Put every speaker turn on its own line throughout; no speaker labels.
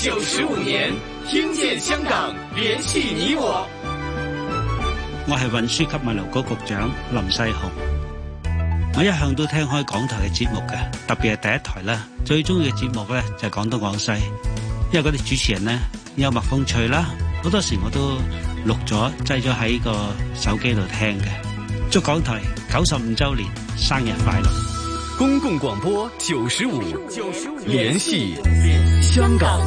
九十五年，听见香港，联系你我。
我係運輸及物流局局長林世雄。我一向都聽開港台嘅節目嘅，特別係第一台啦。最中意嘅節目咧就係廣東廣西，因為嗰啲主持人咧幽默風趣啦，好多時我都錄咗擠咗喺個手機度聽嘅。祝港台九十五週年生日快樂！
公共广播九十五，联系香港。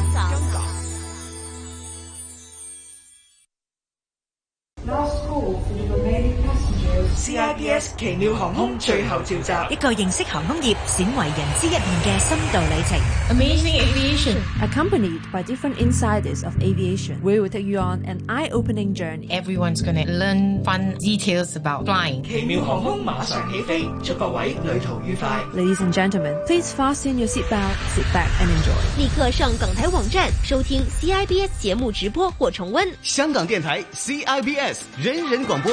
CIBS 奇妙航空最後召集。
一個認識航空業鮮為人知一面嘅深度旅程。
Amazing aviation, accompanied by different insiders of aviation, we will take you on an eye-opening journey.
Everyone's gonna learn fun details about flying.
奇妙航空馬上起飛，祝各位旅途愉快。
Ladies and gentlemen, please fasten your seatbelt, sit back and enjoy.
立刻上港台网站收听 CIBS 节目直播或重温。
香港电台 CIBS 人人广播，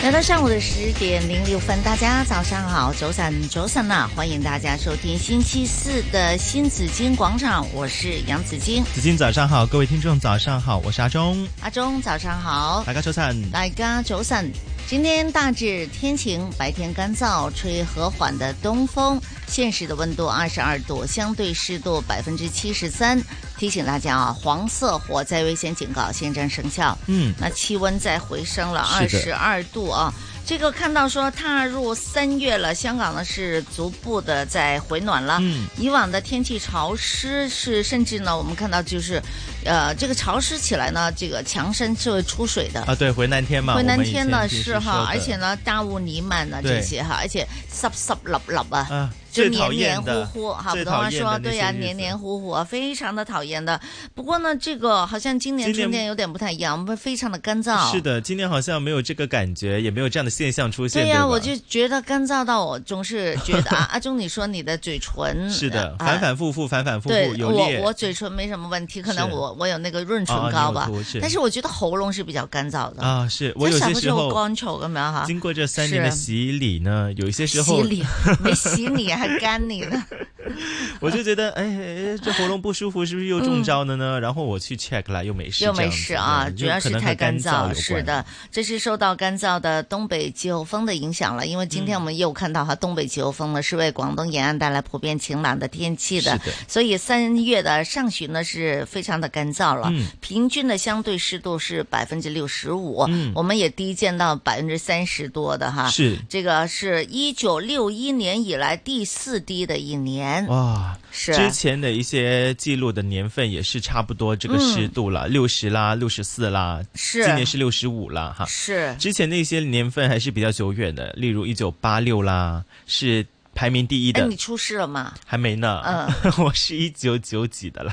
来到上午的十点零六分，大家早上好，周三周三呐，欢迎大家收听星期四的新紫金广场，我是杨紫金，
紫金早上好，各位听众早上好，我是阿忠。
阿钟早上好，
大家周晨，
大家早晨。今天大致天晴，白天干燥，吹和缓的东风。现实的温度二十二度，相对湿度百分之七十三。提醒大家啊，黄色火灾危险警告现正生效。
嗯
那气温再回升了二
是
十
的
二度啊。这个看到说踏入三月了，香港呢是逐步的在回暖了。
嗯
以往的天气潮湿是，甚至呢我们看到就是，呃，这个潮湿起来呢，这个墙身是会出水的。
啊，对，回南天嘛，
回南
我们以
天
前
呢
其实
是哈
说，的
而且呢大雾弥漫呢这
对
些哈，而且湿湿立立啊
啊，
就
最
黏
讨
黏
厌
糊
的
糊，哈，普
最
通
讨
话
厌
说
的那
对
些
呀、
日子
黏黏糊糊，非常的讨厌的。不过呢，这个好像今年
今
春
年
天有点不太一样，我们非常的干燥。
是的，今天好像没有这个感觉，也没有这样的现象出现。
对
呀、
呀、我就觉得干燥到我总是觉得啊，阿忠，你说你的嘴唇
是的，
啊
反反复复，反反复复，
对
有裂
我我嘴唇没什么问题，可能
是
我我有那个润唇
哦你
膏
有
吧，
涂是
但是我觉得喉咙是比较干燥的。
啊，是我
这
有
小
些
不
时
就
候
干燥干嘛哈
经过这三年的
啊是
洗礼呢，有一些时候
洗脸没洗你还干你呢，
我就觉得，哎，哎这喉咙不舒服，是不是又中招了呢？然后我去 check 了，又没事，
又
这
没
样子
事啊，
嗯
主
就
要
可
是
能和
太
干
燥，
有
是
关
的，这是受到干燥的东北季候风的影响了。因为今天
嗯
我们又看到哈，东北季候风呢是为广东沿岸带来普遍晴朗的天气的
是的，
所以三月的上旬呢是非常的干燥了，
嗯
平均的相对湿度是百分之六十五，我们也低见到百分之三十多的哈，
嗯是
这个是一九六一年以来第四低的一年，
哇，
是啊
之前的一些记录的年份也是差不多这个湿度了，六十、啦，六十四啦，
嗯是
今年是六十五啦，哈，
是
之前那些年份还是比较久远的，例如一九八六啦，是排名第一
哎，
的，
你嗯出事了吗？
还没呢， 我是一九九几 的啦，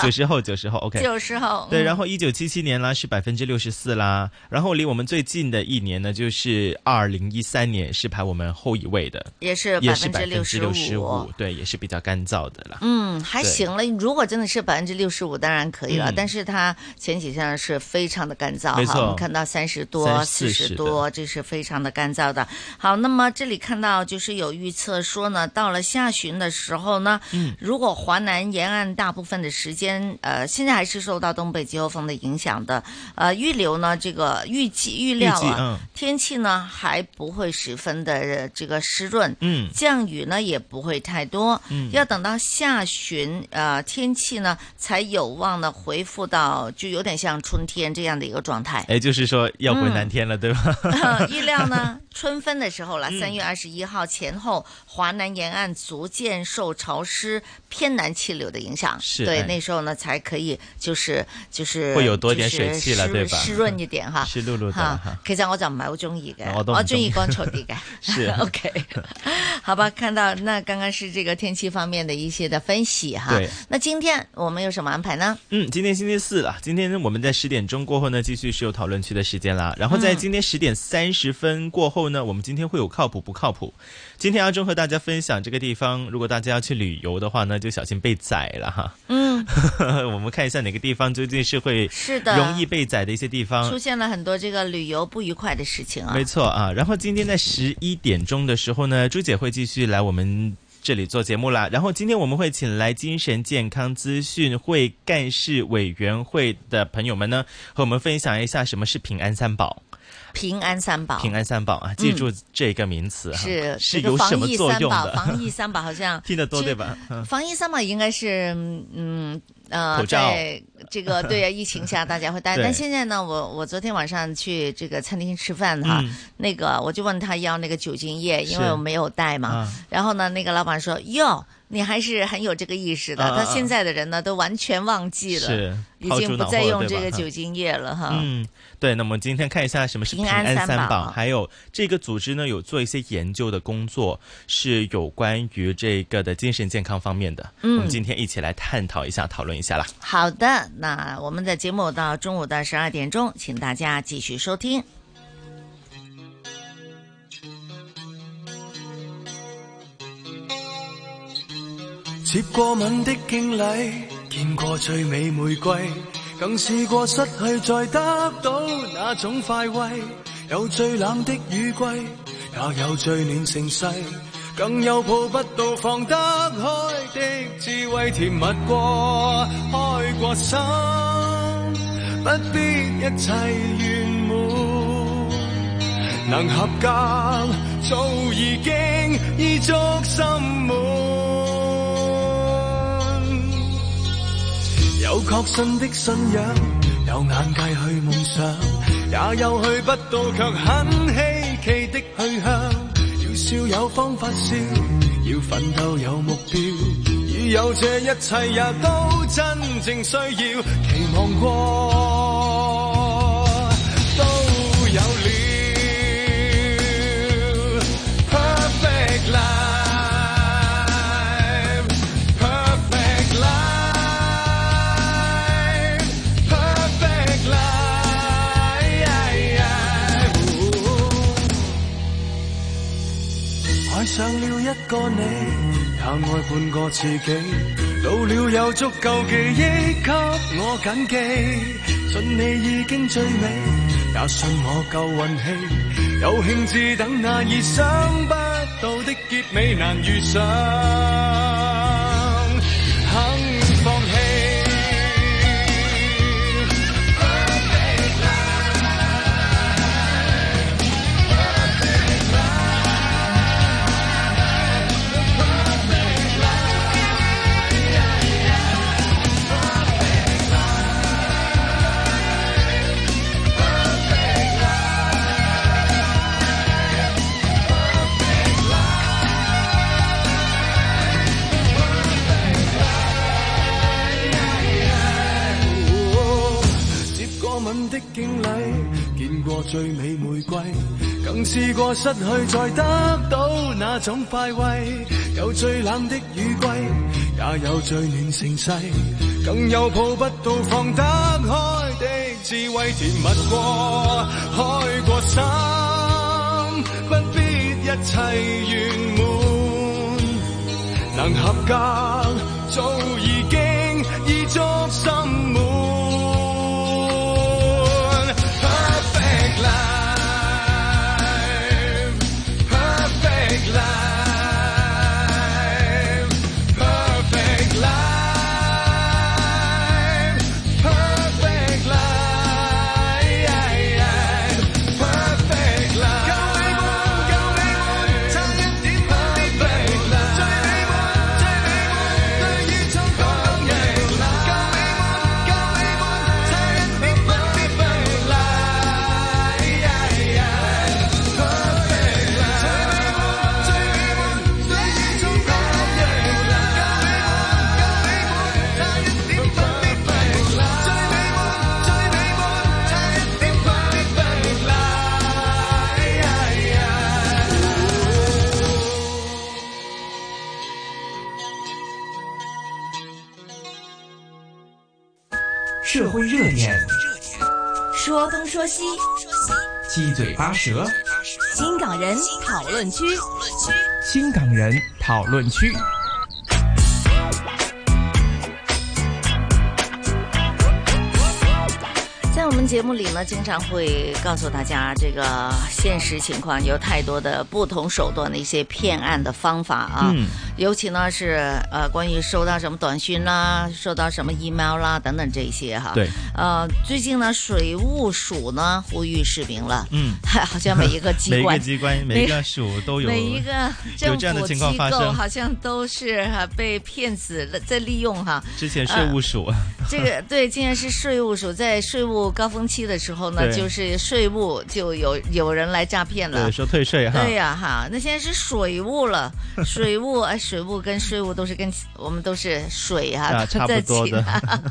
九十后，九十后，OK，
九十后，
对，
嗯
然后一九七七年啦是百分之六十四啦，然后离我们最近的一年呢就是二零一三年，是排我们后一位的，
也是
也是百分之六
65%
十五，对，也是比较干燥的啦。
嗯，还
对
行了。如果真的是百分之六十五，当然可以了。
嗯
但是它前几天是非常的干燥
没
哈，
错
我们看到三十多、四
30
十多，这是非常的干燥的。好，那么这里看到就是有预测说呢，到了下旬的时候呢，
嗯
如果华南沿岸大部分的时间，呃，现在还是受到东北季候风的影响的。呃，预留呢，这个预计预料
预计
啊，
嗯
天气呢还不会十分的呃这个湿润，
嗯
降雨呢也不会太多，
嗯
要等到下旬，呃，天气呢才有望呢恢复到就有点像春天这样的一个状态。
哎哎，就是说要回
哎嗯
南天了，对吧？
预料呢春分的时候了，
嗯
三月二十一号前后，华南沿岸逐渐受潮湿偏南气流的影响，
是
对
哎
那时候呢才可以就是就是
會有多
就
點
是
水汽了
湿
對吧
濕潤一點 哈，
濕漉漉的
嚇
嚇
其實我就唔係好中意嘅，
我都唔
中
中
意
意
乾燥啲嘅。
是
OK，好吧，看到那刚刚是这个天气方面的一些的分析哈
对。
那今天我们有什么安排呢？
嗯，今天星期四了，今天我们在十点钟过后呢，继续是有讨论区的时间啦。然后在
嗯
今天十点三十分过后呢，我们今天会有靠谱不靠谱。今天阿忠和大家分享这个地方，如果大家要去旅游的话呢，就小心被宰了哈。
嗯，
我们看一下哪个地方究竟是会
是的
容易被宰的一些地方
出。现了很多这个旅游不愉快的事情啊。
没错啊，然后今天在十一点钟的时候呢，朱姐会继续来我们。这里做节目啦，然后今天我们会请来精神健康资讯会干事委员会的朋友们呢，和我们分享一下什么是平安三宝。
平安三宝，
平安三宝啊，记住这个名词哈，
是
是
这个
有什么
防疫
作
三
用
宝
的？
防疫三宝好 像
听得多
其
对
实
吧？嗯
防疫三宝应该是嗯呃
口，罩
在这个对啊疫情下大家会 戴，
对
但现在呢，我我昨天晚上去这个餐厅吃饭哈，
嗯
那个我就问他要那个酒精液，因为
是
我没有带嘛，
啊
然后呢，那个老板说哟。你还是很有这个意识的。
啊啊啊
他现在的人呢，都完全忘记了，
是
已
抛
经
诸
不
脑
再
后了
用
对
这
吧
个
哈
酒精液了哈。
嗯，对。那么今天看一下什么
啊
是
平
平
安
安
三
三
宝
宝，还有这个组织呢有做一些研究的工作，是有关于这个的精神健康方面的。
嗯
我们今天一起来探讨一下，讨论一下啦。
好的，那我们的节目到中午的十二点钟，请大家继续收听。
接過吻的敬禮，見過最美玫瑰，更試過失去再得到那種快慰。有最冷的雨季，也有最暖盛世，更有抱不到放得開的智慧，甜蜜過，開過心，不必一切圓滿。能合格早已經依足心滿，有確信的信仰，有眼界去夢想，也有去不到卻很稀奇的去向。要笑有方法笑，要奮鬥有目標，已有這一切也都真正需要，期望過都有了。Perfect life, perfect life, perfect life. 愛上了一個你，也愛半個自己。老了有足夠記憶給我緊記，信你已經最美，也信我夠運氣。有興致等那意想不到的結尾難遇上，肯放棄。接過吻的敬禮，見過最美玫瑰，更試過失去再得到那種快慰。有最冷的雨季，也有最暖盛世，更有抱不到放得開的智慧，甜蜜過，開過心，不必一切圓滿。能合格早已經已足心滿。Perfect life, perfect life, perfect life, perfect life, perfect life. 最美滿，最美滿，最美滿，最美滿。
社会热点，
说东说西，
七嘴八舌，
新港人讨论区。
新港人讨论区。
在我们节目里呢，经常会告诉大家这个现实情况，有太多的不同手段的一些骗案的方法啊。
嗯
尤其呢是呃，关于收到什么短讯啦，收到什么 email 啦等等这些哈。
对
呃，最近呢，水务署呢呼吁市民了，
嗯
好像每一个机关、
每一个机关、每一个署都有
每一个
有
政
这样的
府
情
机
况发
构
生。
好像都是哈被骗子在利用哈。
之前税务
呃
署、
这个对，竟然是税务署在税务高峰期的时候呢，
对
就是税务就有有人来诈骗了
对。说退税哈，
呃对呀、哈，那现在是水务 了，水务哎，水务跟税务都是跟我们都是水啊
啊，差不多
在
的
一起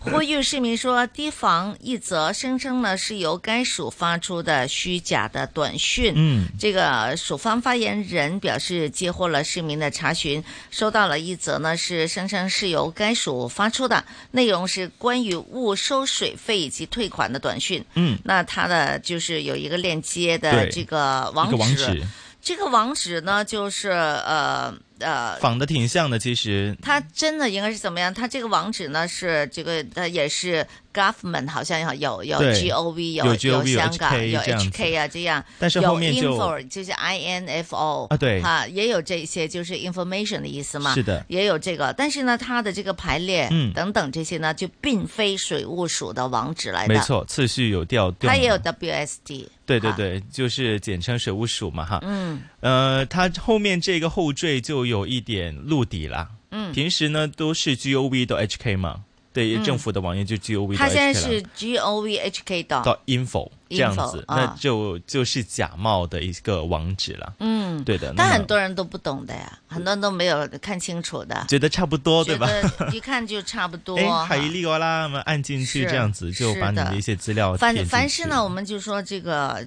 呼吁市民说，提防一则声称呢是由该署发出的虚假的短讯。
嗯
这个署方发言人表示，接获了市民的查询，收到了一则呢是声称是由该署发出的，内容是关于误收水费以及退款的短讯。
嗯
那它的就是有一个链接的
对
这个
一个网址
这个网址呢，就是呃呃，
仿的挺像的，其实
它真的应该是怎么样？它这个网址呢是这个呃也是 government 好像有有有
对
G O V
有 GOV
有
有
香港
HK
有
这样子
H K 啊这样，
但是
有
后面就
info 就是 I N F O
啊对
哈也有这些就是 information 的意思嘛，
是的
也有这个，但是呢它的这个排列
嗯
等等这些呢就并非水务署的网址来的，
没，错，次序有调动。
它也有啊 W S D，
对对对，就是简称水务署嘛哈。
嗯
呃，它后面这个后缀就有一点露底啦。
嗯
平时呢都是 gov 到 hk 嘛，对，
嗯
政府的网页就 gov 到
它
hk
现在
啦
是 G O V H K 的
到 info 这样子
info，，
那
啊
就就是假冒的一个网址了。
嗯，
对的。那
但
么
很多人都不懂的呀，很多人都没有看清楚的，
觉得差不多对
觉
吧？
得一看就差不多。
哎， 海利奥啦，我们按进去
是
这样子，就把你
是的
的一些资料
凡
填进
凡
去
是呢，我们就说这个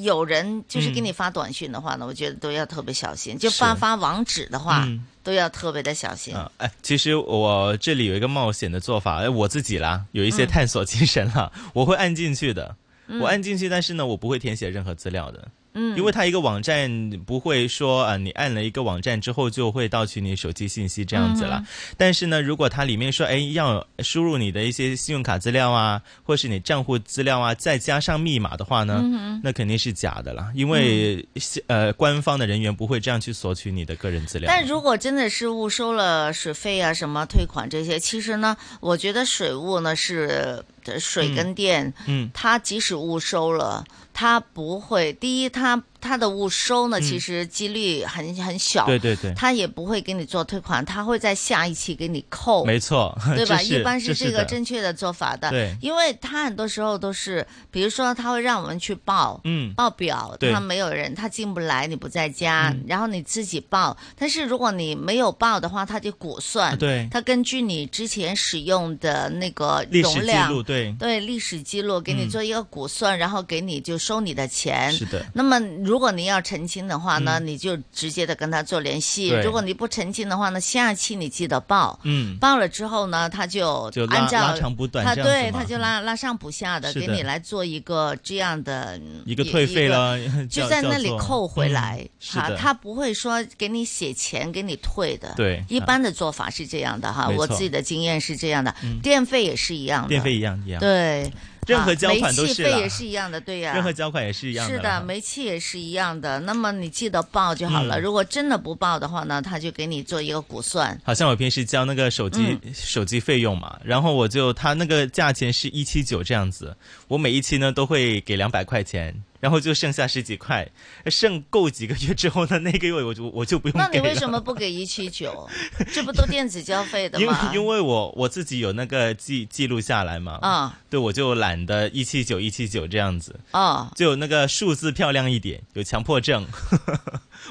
有人就是给
嗯
你发短讯的话呢，我觉得都要特别小心。就是发发网址的话
嗯，
都要特别的小心。
啊，哎，其实我这里有一个冒险的做法，哎，我自己啦，有一些
嗯
探索精神啦， 我会按进去的。
嗯
我按进去，但是呢，我不会填写任何资料的。
嗯
因为它一个网站不会说啊，你按了一个网站之后就会盗取你手机信息这样子啦。
嗯
但是呢，如果它里面说，哎，要输入你的一些信用卡资料啊，或是你账户资料啊，再加上密码的话呢，
嗯哼
那肯定是假的啦，因为、呃，官方的人员不会这样去索取你的个人资料。
但如果真的是误收了水费啊、什么退款这些，其实呢，我觉得水务呢是呃水跟电，
嗯嗯
它即使误收了，它不会第一，它它的误收呢，
嗯
其实几率很很小，
对对对
它也不会给你做退款，它会在下一期给你扣，
没错，
哦对吧？
这是
一般是
这
这个
的
正确的做法的，
对
因为他很多时候都是，比如说他会让我们去报，
嗯
报表，
对
他没有人，他进不来，你不在家，
嗯
然后你自己报，但是如果你没有报的话，他就估算，
啊对
他根据你之前使用的那个
历史
容
记
量，
录对
对历史记录给你
嗯
做一个估算，然后给你就收你的钱，
是的
那么如果你要澄清的话呢，
嗯
你就直接的跟他做联系，
对
如果你不澄清的话呢，下期你记得报，
嗯
报了之后呢，他就
就拉
按照
拉长补短
他
这样子
对，
嘛嗯
他就拉拉上补下的，
是
给
的
你来做一个这样的
一个退费啦
一个
叫
就在那里
叫做
扣回来
嗯，是
哈，
的
他不会说给你写钱给你退的，
对
一
啊
般的做法是这样的哈，
没
我
错
自己的经验是这样的
嗯，
电费也是一样的，
电费一样一样
对，
任
啊
何交款都
煤
是
气
啦
费也是一样的，对呀，
任何交款也是一样
是
的啦
的，煤气也是一样的。那么你记得报就好了。
嗯
如果真的不报的话呢，他就给你做一个估算。
好像我平时交那个手机、
嗯
手机费用嘛，然后我就他那个价钱是一七九这样子，我每一期呢都会给两百块钱，然后就剩下十几块，剩够几个月之后呢，那个月我就我就不用
那
给
你
了。
为什么不给一七九？这不都电子交费的
因为
吗？
因为我我自己有那个记记录下来嘛，
啊
对，我就懒得一七九一七九这样子，
哦，
就那个数字漂亮一点，有强迫症，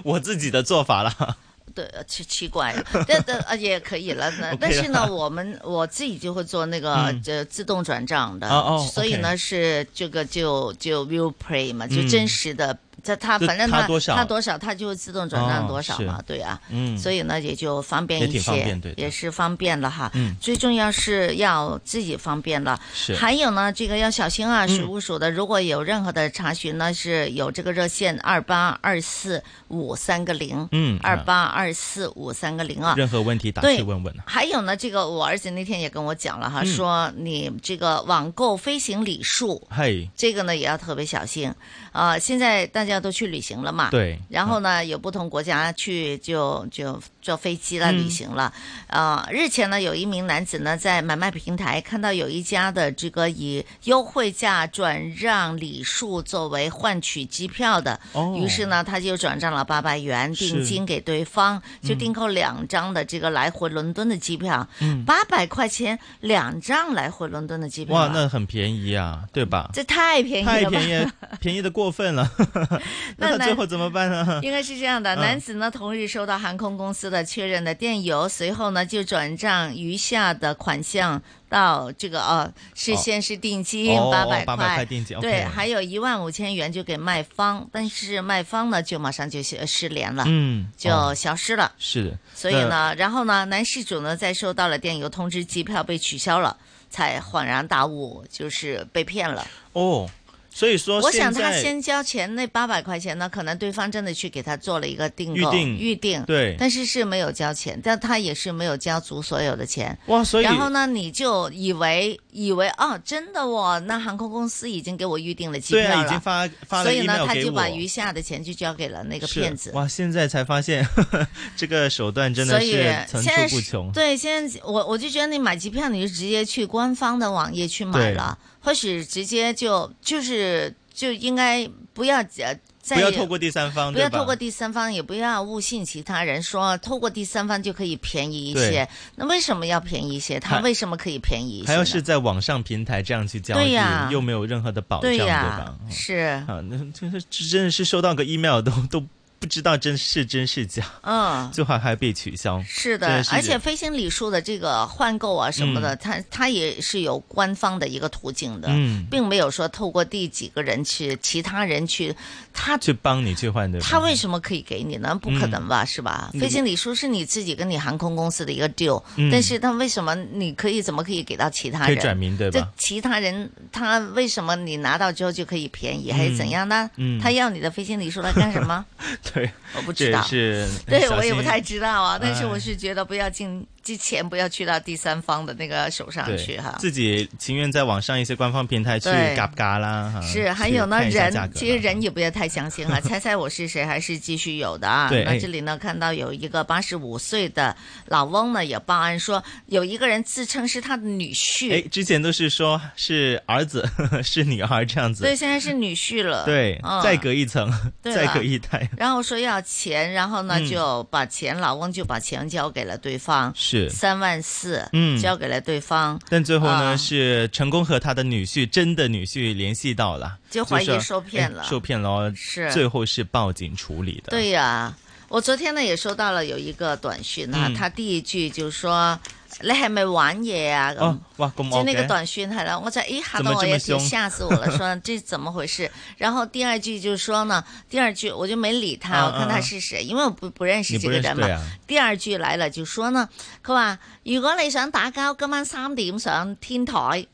我自己的做法啦。
对，呃奇奇怪了， 这这呃也可以了。那
OK
但是呢
啦，
我们我自己就会做那个
嗯
这自动转账的
哦哦，
所以呢
OK
是这个就就 real play 嘛，就
嗯
真实的这他
就
反正
他
他
多少
他多少他就自动转账
哦
多少
是
嘛，对啊，
嗯
所以呢也就方便
也
一
挺
些，
方便对的
也是方便了
啊
哈。
嗯
最重要是要自己方便了。
是
还有呢，这个要小心啊，
嗯
水务署的，如果有任何的查询呢，是有这个热线二八二四五三个零，
嗯
二八二四五三个零啊，
任何问题打
对
去问问啊。
还有呢，这个我儿子那天也跟我讲了哈，
嗯
说你这个网购飞行礼数，
嘿，
这个呢也要特别小心啊、现在大家都去旅行了嘛，
对嗯
然后呢，有不同国家去就就坐飞机了，
嗯
旅行了。
嗯
啊、日前呢，有一名男子呢在买卖平台看到有一家的这个以优惠价转让礼数作为换取机票的，
哦
于是呢他就转账了八百元
是
定金给对方，
嗯
就订购两张的这个来回伦敦的机票
嗯，
八百、块钱两张来回伦敦的机票啊，
哇，那很便宜啊，对吧？
这太便宜
太
了吧？
便宜了，便宜的过 分了。 那他
男
最后怎么办呢？
应该是这样的，
嗯
男子呢同日收到航空公司的确认的电邮，随后呢就转账余下的款项到这个哦，是
哦
先是定金
哦
八
哦800
块
块定金
对，
OK
还有一万五千元就给卖方，但是卖方呢就马上就失失联了，
嗯
就
哦
消失了。
是的，
所以呢，然后呢，男事主呢在收到了电邮通知机票被取消了，才恍然大悟，就是被骗了。
那哦，所以说
我想
现
他
在
先交钱那八百块钱呢，可能对方真的去给他做了一个订
预
购
定
预定
对
但是是没有交钱，但他也是没有交足所有的钱。
哇，所以
然后呢，你就以为以为哦，真的哦，那航空公司已经给我预定了机
对
票了，
啊，已经发发了
所以
email
呢，他
给
就把
我
余下的钱就交给了那个
是
骗子。
哇，现在才发现 这个手段真
所
的
以
是层
现在
出不
是
穷。
对，现在我我就觉得你买机票，你就直接去官方的网页去买
对
了，或许直接就就是就应该不要呃再
不要透过第三方，
不要
对吧
透过第三方，也不要误信其他人说透过第三方就可以便宜一
对
些。那为什么要便宜一些？他
还
为什么可以便宜一些呢？
还要是在网上平台这样去交
啊对
易
呀，
又没有任何的保障，
对
对
呀
吧？，
是，
啊，那 就是这真的是收到个 email 都都不知道真是真是假，
嗯。
最后还被取消。
是
真
的，
是
而且飞行礼数的这个换购啊什么的，
嗯
它它也是有官方的一个途径的，
嗯
并没有说透过第几个人去，其他人去，他
去帮你去换对吧？
他为什么可以给你呢？不可能吧，是吧？
嗯
飞行礼数是你自己跟你航空公司的一个 deal，、
嗯
但是他为什么你可以怎么可以给到其他
可
人？
以转名对吧
这其他人他为什么你拿到之后就可以便宜，还是怎样呢？
嗯
他要你的飞行礼数来干什 么？
对，
我不
这
知道
也是
对，
小
我也不
心
太知道啊，但是我
哎
是觉得不要进之前不要去到第三方的那个手上
对
去哈。
自己情愿在网上一些官方平台去
对
嘎嘎啦哈。
是，还
啊去
有呢，
看一下价
人
格
其实人也不要太相信 啊，猜猜我是谁还是继续有的啊。
对
那
哎
这里呢看到有一个八十五岁的老翁呢也报案说，有一个人自称是他的女
哎，
婿，
之前都是说是儿子 是女儿这样子，
所以现在是女婿了。
对
嗯、
再隔一层，
对
再
了
隔一代，
然后说要钱，然后呢
嗯
就把钱，老翁就把钱交给了对方，
是
三万四，
嗯
交给了对方，
但最后呢、
啊
是成功和他的女婿真的女婿联系到了，
就怀疑
说
受骗了
哎受骗了哦，
是
最后是报警处理的，
对呀、我昨天呢也收到了有一个短讯啊，
嗯
他第一句就说：你係咪玩嘢啊？咁、
哦，哇，咁
就那
OK
個短訊係啦，我就咦嚇
怎
到
麼
我
這
一
麼
跳，
兇
嚇死我了，說這怎麼回事？然後第二句就說呢，第二句我就沒理他，
啊
我看
啊
他
啊
是誰，因為我不不認識
你
這
不
個
認識
人嘛。
對啊
第二句來了就說呢，佢話如果你想打交，今晚三點上 天台，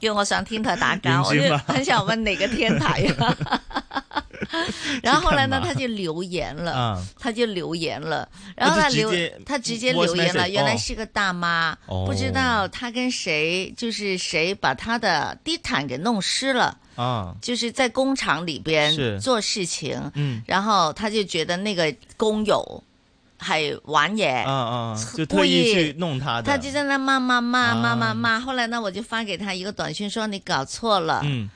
叫我上天台打交，
明
我
星
就
嘛
很想問哪個天台啊。 然后後來呢，
去幹嘛
他就留言了，
啊
他就留言了，然后
那
他
就直
留
接
他直接
voice
留言了，
message，
原來
哦
是個大媽，
哦
不知道他跟誰，就是誰把他的地毯给弄湿了。
啊，
就是在工厂里边
是
做事情，
嗯
然后他就觉得那个工友系玩嘢，
啊啊，就
哎故
特意
意
去弄他的，
他就在那骂骂骂骂骂
啊
骂。后来呢，我就发给他一个短信说你搞错了，
嗯，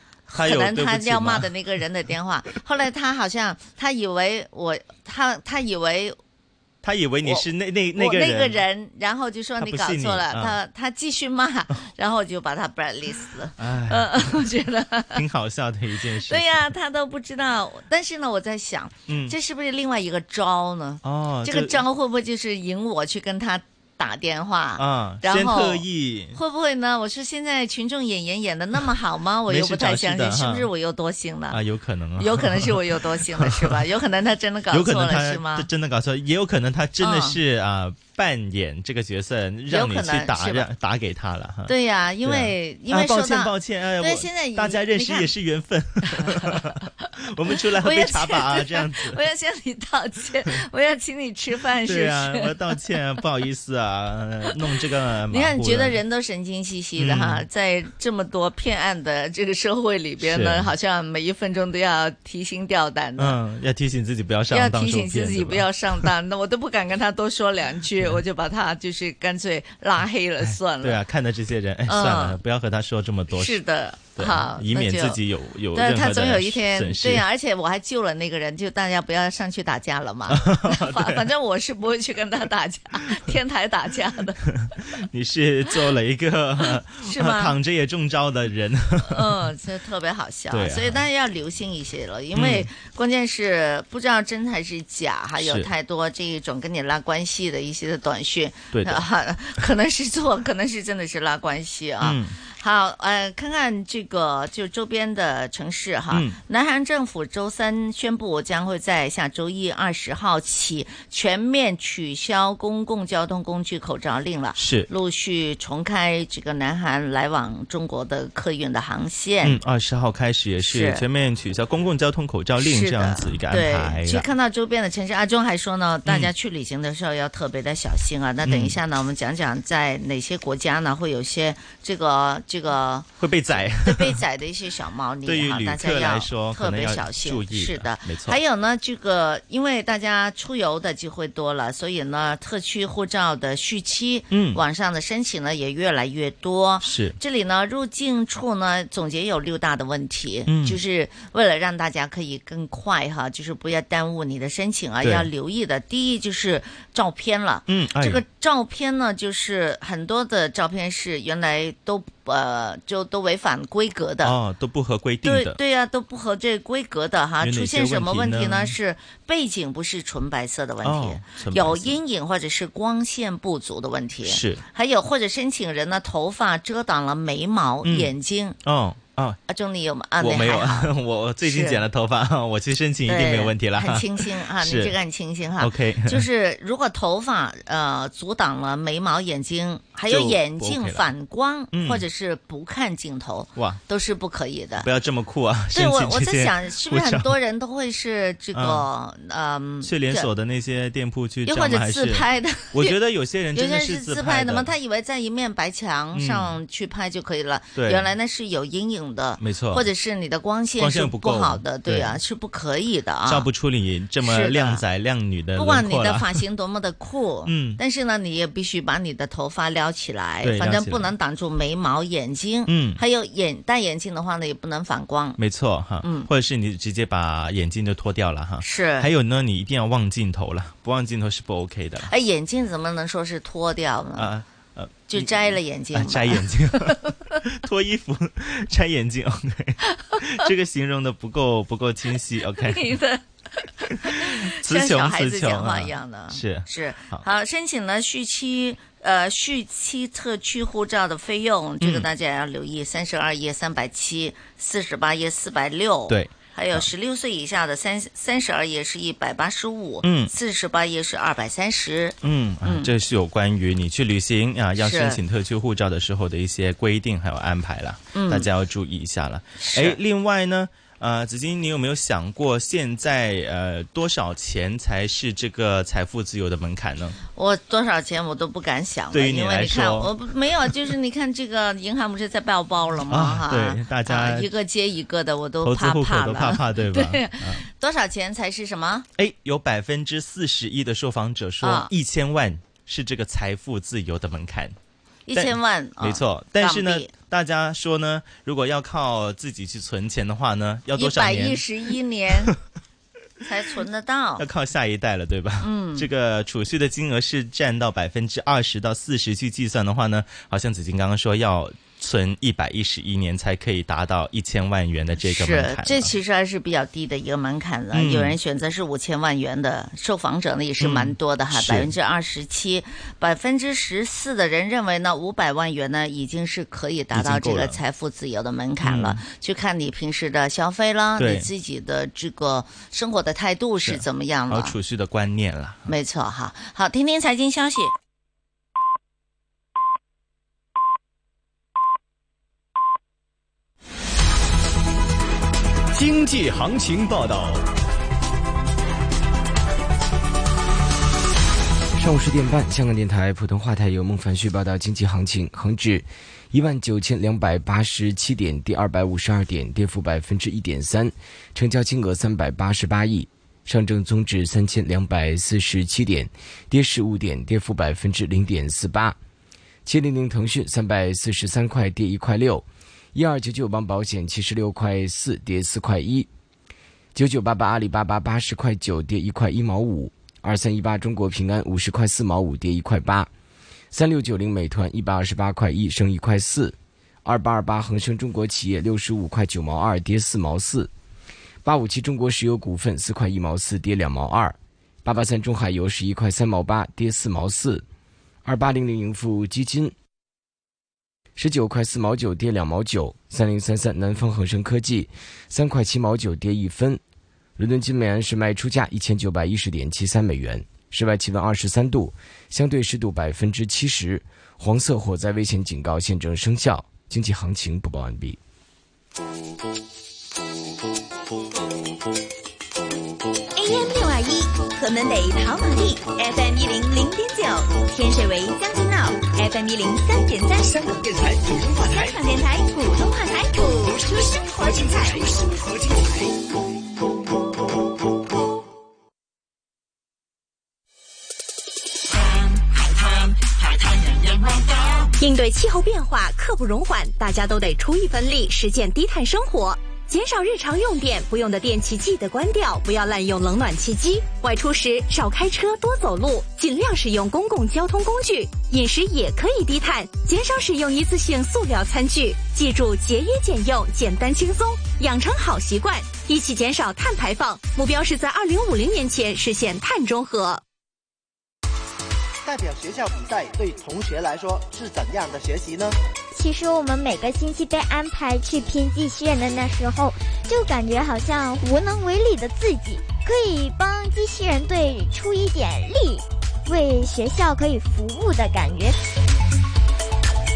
可
他有
能
对不
他
起
要
吗
骂的那个人的电话。后来他好像他以为我，他他以为
他以为你是那那
我
个人，
那个人，然后就说
他
你
不
搞
信
错
你
了，
啊
他他继续骂，然后我就把他 blacklist 了。
哎，
呃，我觉得。
挺好笑的一件事。
对呀、他都不知道。但是呢，我在想，
嗯
这是不是另外一个招呢？
哦，
这个
就
招会不会就是引我去跟他打电话，
啊，
然
先
后
特意
会不会呢？我说现在群众演员演的那么好 吗？我
没
又
事
不太
找
相
事的
信，是不
哈
是我又多心了？
啊，有可能啊，
有可能是我又多心了，是 吧？有可能他真的搞
有可
错了，
能他
是吗
他？真的搞错，也有可能他真的
嗯
是啊、扮演这个角色，让你
可能
去打
是吧
让打给他了哈。
对呀、因
对啊
为、因
啊
为
抱
说
歉
到
抱歉，哎呀，
对，
我
现在
大家认识
是。
也是 缘分， 我们出来喝
我要
杯茶吧啊，这样子。
我要向你道歉，我要请你吃饭，是不
对
是？
啊，我道歉啊，不好意思啊，呃弄这个马虎了。
你看，你觉得人都神经兮兮的哈，
嗯
在这么多骗案的这个社会里边呢，
是
好像每一分钟都要提心吊胆的。
嗯，要提醒自己不要上
要
当
提
受
醒自
骗
己
对
不
吧
要上当，那我都不敢跟他多说两句，我就把他就是干脆拉黑了算了。
对啊，看到这些人，哎，
嗯
算了，不要和他说这么多。
是的，
对啊
好，
以
那
免
就
自己有有
对
任
他
何
总
的
有一天
损，失
对呀、 而且我还救了那个人，就大家不要上去打架了嘛。 反反正我是不会去跟他打架，天台打架 的。
你是做了一个 呃
是吗
躺着也中招的人。
嗯，这特别好笑，
对啊嗯
所以大家要留心一些了，因为关键是不知道真还是假，还有
是
太多这一种跟你拉关系的一些的短讯，
对的
啊 可能是错，可能是真的是拉关系啊。
嗯
好，呃，看看这个就周边的城市哈。
嗯
南韩政府周三宣布，将会在下周一二十号起全面取消公共交通工具口罩令了，
是
陆续重开这个南韩来往中国的客运的航线。
嗯，二十号开始也是
是
全面取消公共交通口罩令
是
这样
的
子一个安排
对，其实
了。
看到周边的城市，阿忠还说呢，大家去旅行的时候要特别的小心啊。那等一下
嗯
呢，我们讲讲在哪些国家呢会有些这个这个
会被宰，
对被宰的一些小猫腻
对于
哈，
旅
大家
客来说
特
可能
别
要
小心，
注意
是
的
的，
没错
还有呢，这个因为大家出游的机会多了，所以呢，特区护照的续期，
嗯
网上的申请呢也越来越多。
是
这里呢，入境处呢总结有六大的问题，
嗯
就是为了让大家可以更快哈，就是不要耽误你的申请啊，
对
要留意的。第一就是照片了，
嗯哎
这个照片呢，就是很多的照片是原来都呃就都违反规格的。
哦，都不合规定
对
的。
对呀、都不合这规格的哈。
有哪些
出现什么问题
问题呢
是背景不是纯白色的问题，
哦纯白色
有阴影或者是光线不足的问题，
是
还有或者申请人呢头发遮挡了眉毛、
嗯
眼睛。
哦啊，
阿忠，你有吗？啊，
我
你
没有
还好，，
我最近
是
剪了头发， 我去申请一定
对
没有问题了。
很清新啊，你
是
这个很清新哈。
OK
就是如果头发呃阻挡了眉毛、眼睛，还有
就不
眼镜
OK 了
反光，
嗯
或者是不看镜头，
哇，
都是不可以的
不。要这么酷啊！
对
申
我
请
我
这
在
些
想，是不是
护
很
照
多人都会是这个嗯，
去连锁
的，
的那些店铺去
又
找
或
吗？
者
还
自
是
拍的
我觉得有些人
有
真
些
的
人是
自
自
拍
拍的嘛，他以为在一面白墙上去拍就可以了，
对
原来那是有阴影的，
没错
或者是你的光线
光线
是
不
不
够
好的，对啊，
对
是不可以的啊。
照不出你这
是
么
的
靓仔靓女的
不管
轮
你
廓
的
了，
发型多么的酷
嗯
但是呢，你也必须把你的头发撩起来
对，
反
撩
正
起
不
来
能挡住眉毛、眼睛，
嗯
还有眼戴眼镜的话呢，也不能反光，
没错哈，
嗯
或者是你直接把眼镜就脱掉了哈。
是
还有呢，你一定要望镜头了，不望镜头是不 OK 的了。
哎，眼镜怎么能说是脱掉呢？
啊呃，
就摘了眼镜
啊
吧，
摘眼 镜，脱衣服， 摘眼镜，OK，这个形容的不够不够 清晰
你
，OK，
的
词
像
穷
小孩
词
子
穷
讲话
啊
一样的，
是
是
好
好申请呢续期。呃，续期特区护照的费用，这个
嗯
大家也要留意，三十二页三百七，四十八页四百六，
对，
还有十六岁以下的三三十二页是一百八十五，
嗯
四十八页是二百三十，
嗯，啊
嗯
这是有关于你去旅行啊，要
是
申请特区护照的时候的一些规定还有安排啦，
嗯
大家要注意一下了。
是
哎，另外呢，呃，紫金，你有没有想过现在呃多少钱才是这个财富自由的门槛呢？
我多少钱我都不敢想了，
对于你
因为
来
你看，
说
我不没有，就是你看这个银行不是在爆包了吗？哈、
啊对大家
啊一个接一个的，我都
投资
怕
户
怕了，
口都 怕怕，对吧？
对，多少钱才是什么？
哎，有百分之四十一的受访者说
啊
一千万是这个财富自由的门槛。
一
但
千万，
没
啊
错，但是呢
港币，
大家说呢，如果要靠自己去存钱的话呢，要多
一
少
百
年
一？十一 年才存得到
要。靠下一代了，对吧？
嗯
这个储蓄的金额是占到百分之二十到四十去计算的话呢，好像子金刚刚说要存一百一十一年才可以达到一千万元的这个门
是
槛，。
这其实还是比较低的一个门槛了。
嗯
有人选择是五千万元的，受访者呢也是蛮多的哈
嗯，是
百分之二十七，百分之十四的人认为呢五百万元呢已经是可以达到
已经
这
够
个
了
财富自由的门槛了。就看你平时的消费啦，
对
你自己的这个生活的态度是怎么样啊
还有
了。
储蓄的观念啦。
没错哈，好，听听财经消息。
经济行情报道。
上午十点半，香港电台普通话台由孟凡旭报道经济行情。恒指一万九千两百八十七点，跌二百五十二点，跌幅百分之一点三，成交金额三百八十八亿。上证综指三千两百四十七点，跌十五点，跌幅百分之零点四八。七零零腾讯三百四十三块，跌一块六。一二九九帮保险七十六块四，跌四块一。九九八八阿里巴巴八十块九跌一块一毛五，二三一八中国平安五十块四毛五跌一块八，三六九零美团一百二十八块一升一块四，二八二八恒生中国企业六十五块九毛二跌四毛四，八五七中国石油股份四块一毛四跌两毛二，八八三中海油十一块三毛八跌四毛四，二八零零盈富基金十九块四毛九跌两毛九，三零三三南方恒生科技三块七毛九跌一分，伦敦金美安是卖出价一千九百一十点七三美元，室外气温二十三度，相对湿度百分之七十，黄色火灾危险警告现正生效，经济行情播报完毕。
AM 六二一，河门北跑马地；FM 一零零点九，天水围将军澳；FM 一零三点三。香港电台普通话台。香港电台普通话台，播出生活精彩。生活精彩。
应对气候变化刻不容缓，大家都得出一份力，实践低碳生活，减少日常用电。不用的电器记得关掉，不要滥用冷暖气机。外出时少开车，多走路，尽量使用公共交通工具。饮食也可以低碳，减少使用一次性塑料餐具。记住节约俭用，简单轻松，养成好习惯，一起减少碳排放。目标是在二零五零年前实现碳中和。
代表学校比赛对同学来说是怎样的学习呢？
其实我们每个星期被安排去拼机器人的那时候，就感觉好像无能为力的自己，可以帮机器人队出一点力，为学校可以服务的感觉。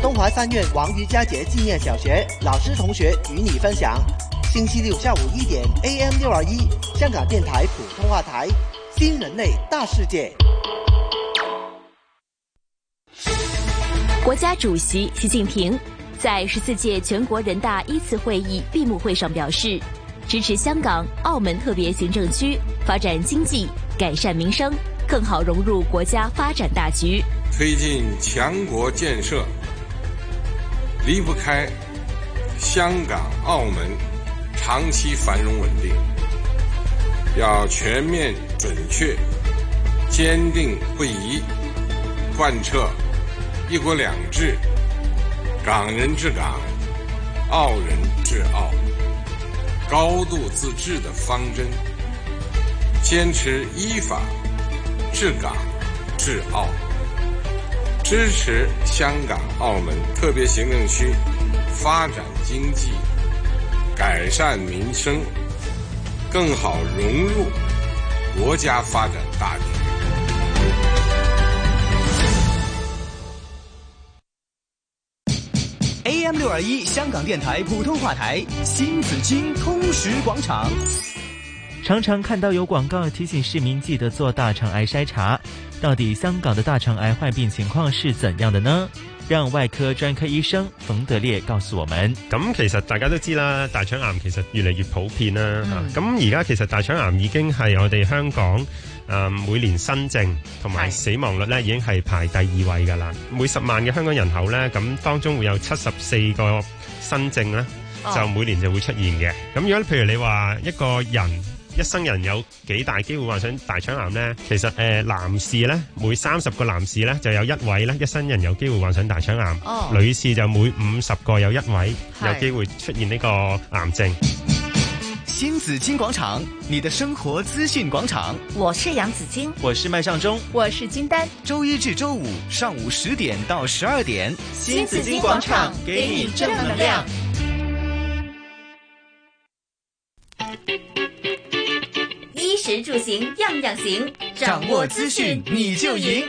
东华三院王瑜佳节纪念小学老师同学与你分享，星期六下午一点，AM 六二一，香港电台普通话台，新人类大世界。
国家主席习近平在十四届全国人大一次会议闭幕会上表示，支持香港、澳门特别行政区发展经济、改善民生，更好融入国家发展大局。
推进强国建设离不开香港、澳门长期繁荣稳定，要全面、准确、坚定不移贯彻“一国两制”、“港人治港”、“澳人治澳”、“高度自治”的方针，坚持依法治港、治澳。支持香港、澳门特别行政区发展经济、改善民生，更好融入国家发展大局。
AM 六二一香港电台普通话台新紫金通识广场。
常常看到有广告提醒市民记得做大肠癌筛查，到底香港的大肠癌患病情况是怎样的呢？让外科专科医生冯德烈告诉我们。
咁其實大家都知啦，大腸癌其實越嚟越普遍啦
嗯
嚇。咁而家其實大腸癌已經係我哋香港誒、呃每年新症同埋死亡率咧，已經係排第二位㗎啦。每十萬嘅香港人口咧，咁當中會有七十四個新症咧，
哦
就每年就會出現嘅。咁如果譬如你話一個人一生人有幾大機會患上大腸癌呢？其實誒、呃男士呢，每三十個男士呢就有一位呢，一生人有機會患上大腸癌；
哦
女士就每五十個有一位
係
有機會出現呢個癌症。
新紫金广场，你的生活资讯广场。
我是杨子晶，
我是麦尚中，
我是金丹。
周一至周五上午十点到十二点，
新紫荆广场给你正能量。
衣食住行样样行，
掌握资讯你就赢。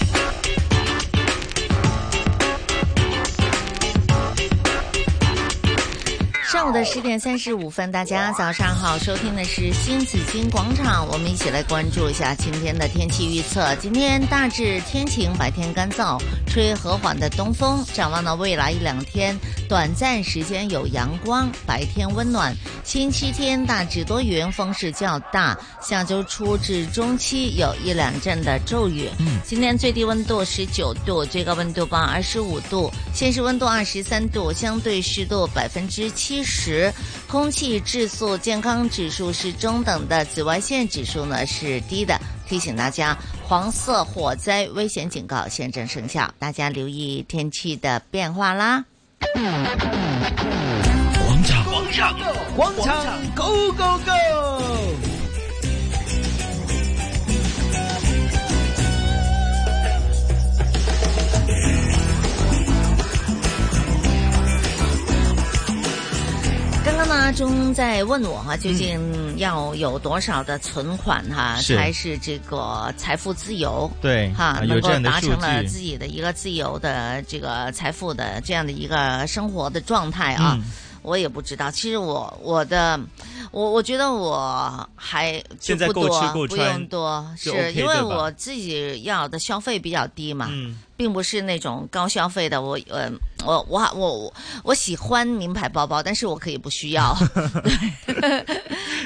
上午的十点三十五分，大家早上好，收听的是新紫金广场，我们一起来关注一下今天的天气预测。今天大致天晴，白天干燥，吹和缓的东风。展望呢，未来一两天短暂时间有阳光，白天温暖。星期天大致多云，风势较大。下周初至中期有一两阵的骤雨。今天最低温度十九度，最高温度报二十五度，现实温度二十三度，相对湿度百分之七十，空气质素健康指数是中等的，紫外线指数呢是低的。提醒大家，黄色火灾危险警告现正生效，大家留意天气的变化啦。
广场，广场，广场，Go Go Go！
刚刚呢，阿中在问我哈，究竟要有多少的存款哈，
嗯是
才是这个财富自由？
对
哈，
啊有
能够
这样的
达
数
成了
据
自己的一个自由的这个财富的这样的一个生活的状态啊。
嗯
我也不知道，其实我我的，我我觉得我还就
现在
不
够
多
吃够
不
穿
用多，是
就 OK，
因为
对吧嗯
我自己要的消费比较低嘛，并不是那种高消费的。我呃，我我我我我喜欢名牌包包，但是我可以不需 要，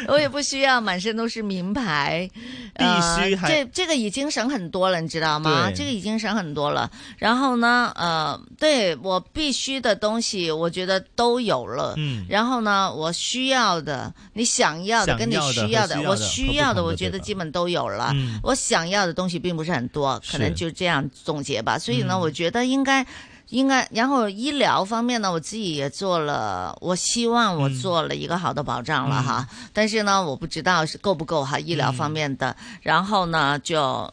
我也不需要，满身都是名牌。
必须
呃
还
这这个已经省很多了，你知道吗？
对
这个已经省很多了。然后呢，呃，对我必须的东西，我觉得都有了。
嗯
然后呢，我需要的、你想要的
想
跟你
要的
需要
和需要的
我
和
需
不
要
同的
我
对
觉得
吧
基本都有了。
嗯
我想要的东西并不是很多，可能
是
就这样总结吧。所以呢，
嗯
我觉得应该。应该，然后医疗方面呢，我自己也做了，我希望
嗯
我做了一个好的保障了哈。但是呢，我不知道是够不够哈，医疗方面的。然后呢，就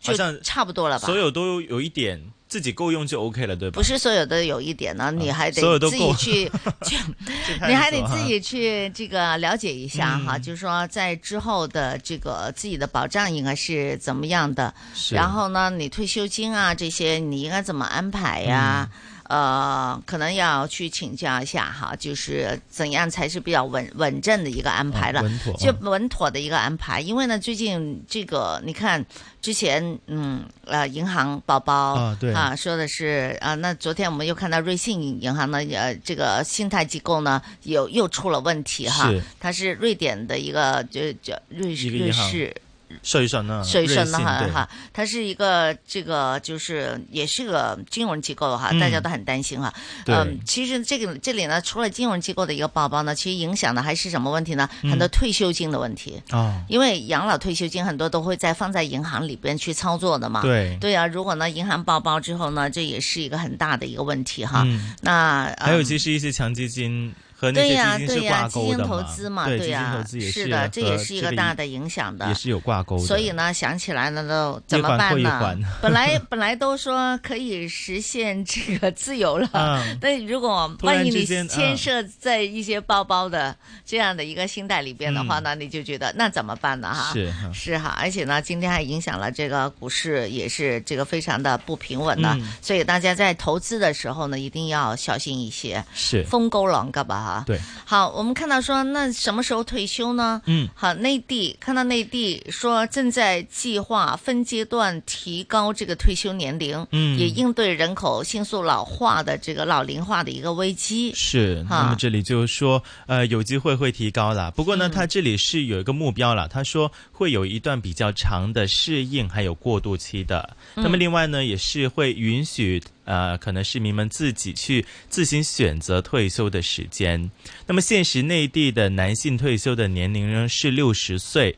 就
嗯好像
差不多了吧。
所有都有一点自己够用就 OK 了，对吧？啊
不是所有的有一点呢，你还得
所有都
自己
够
去
这太
你还得
多哈嗯
自己去这个了解一下哈，就是说在之后的这个自己的保障应该是怎么样的，
是
然后呢，你退休金啊这些你应该怎么安排呀、
嗯
呃，可能要去请教一下哈，就是怎样才是比较稳稳阵的一个安
哦
排了，
稳妥
就稳妥的一个安排。因为呢，最近这个你看之前，嗯呃，银行宝宝
啊对
啊，说的是啊，那昨天我们又看到瑞信银行呢，呃，这个信贷机构呢有又出了问题哈
是，
它是瑞典的一个就就瑞士
一个
瑞
银行
士
税顺啊，
水顺的哈
瑞信
哈，它是一个这个就是也是个金融机构哈，
嗯
大家都很担心哈。
对
嗯，其实这个这里呢，除了金融机构的一个爆煲呢，其实影响的还是什么问题呢？
嗯
很多退休金的问题。
对哦，
因为养老退休金很多都会在放在银行里边去操作的嘛，
对
对啊，如果呢银行爆煲之后呢，这也是一个很大的一个问题哈。
嗯
那、呃
还有其实一些强基金和那
对
些
呀
基金
对
是
呀，
挂
基
钩
金
的
投资嘛，
对，
对
基金投
呀，
资也
是
的
的，，这也是一个大的影响的，
也是有挂钩的，
所以呢，想起来了都怎么办
一
呢？
环扣一环
本来本来都说可以实现这个自由了，
嗯
但如果
突然
万一你
之间嗯
牵涉在一些包包的这样的一个心态里边的话呢，你就觉得那怎么办呢？哈，
嗯是哈
啊是哈，而且呢，今天还影响了这个股市，也是这个非常的不平稳呢。
嗯
所以大家在投资的时候呢，一定要小心一些，
是
风高浪急啊！哈。
对。
好，我们看到说，那什么时候退休呢？
嗯
好，内地看到内地说正在计划分阶段提高这个退休年龄，
嗯
也应对人口迅速老化的这个老龄化的一个危机。
是，那么
哈
这里就说，呃，有机会会提高啦。不过呢，它这里是有一个目标啦，他说会有一段比较长的适应还有过渡期的。那么
嗯
另外呢，也是会允许。呃，可能市民们自己去自行选择退休的时间。那么，现实内地的男性退休的年龄呢是六十岁，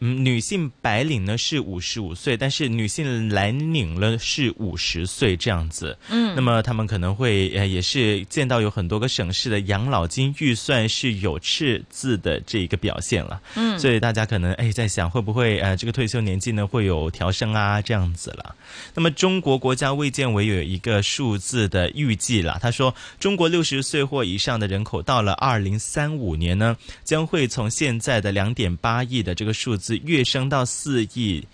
嗯，女性白领呢是五十五岁，但是女性蓝领呢是五十岁这样子。
嗯
那么他们可能会呃也是见到有很多个省市的养老金预算是有赤字的这一个表现了。
嗯
所以大家可能哎在想会不会呃这个退休年纪呢会有调升啊这样子了。那么中国国家卫健委有一个数字的预计啦，他说中国六十岁或以上的人口到了二零三五年呢，将会从现在的两点八亿的这个数字跃升到四亿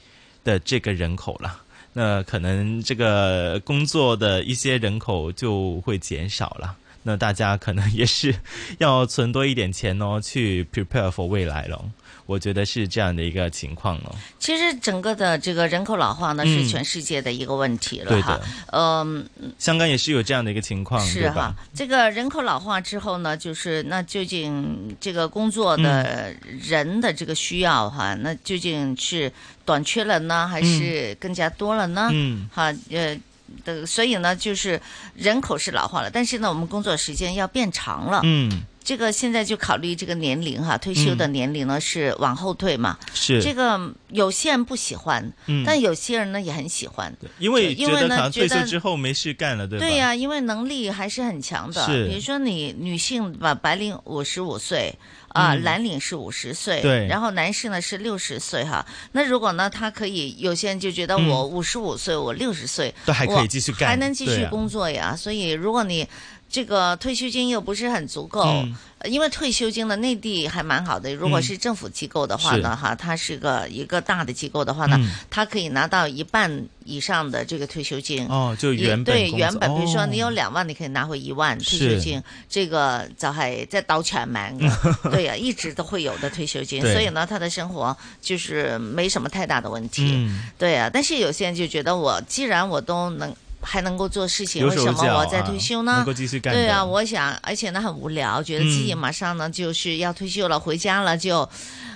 的这个人口了。那可能这个工作的一些人口就会减少了。 那大家可能也是要存多一点钱哦，去 prepare for 未来咯。我觉得是这样的一个情况哦咯。
其实整个的这个人口老化呢，
嗯
是全世界的一个问题了
对
哈
的。
嗯，
香港也是有这样的一个情况，
是
嗯对
哈
吧？，
这个人口老化之后呢，就是那究竟这个工作
嗯
的人的这个需要哈，那究竟是短缺了呢，
嗯
还是更加多了
啊
呢？
嗯
哈，呃。的，所以呢，就是人口是老化了，但是呢，我们工作时间要变长了。，
嗯
这个现在就考虑这个年龄哈，退休的年龄呢、是往后退嘛。
嗯是
这个有些人不喜欢，
嗯
但有些人呢也很喜欢，
因为
因
觉
为
得
呢
好像退
觉得
休之后没事干了，对吧？
对呀、因为能力还是很强的。
是
比如说你女性吧，白领五十五岁啊，
嗯
蓝领是五十岁，
对
然后男士呢是六十岁哈。那如果呢，他可以有些人就觉得
嗯
我五十五岁，我六十岁，
都还可以
我
继续干
还能继
对
续
啊
工作呀。所以如果你这个退休金又不是很足够。
嗯
呃因为退休金呢，内地还蛮好的。如果是政府机构的话呢，
是
哈，它是个一个大的机构的话呢，
嗯
它可以拿到一半以上的这个退休金。
哦就
也
原本
对
工
原
作
本，比如说
哦
你有兩萬，你可以拿回一萬退
是
休金，這個就係即係倒全 名嘅，對啊，一直都會有的退休金，
對
所以呢，他的生活就是沒什麼太大的問題，
嗯
對啊。但是有些人就覺得我既然我都能。還能夠做事情，
有
為
手有
什麼我
腳
在
啊
退休呢？
能夠繼續幹
對啊，
的
我想，而且呢很無聊，覺得自己
嗯
馬上呢就是要退休了，回家了就，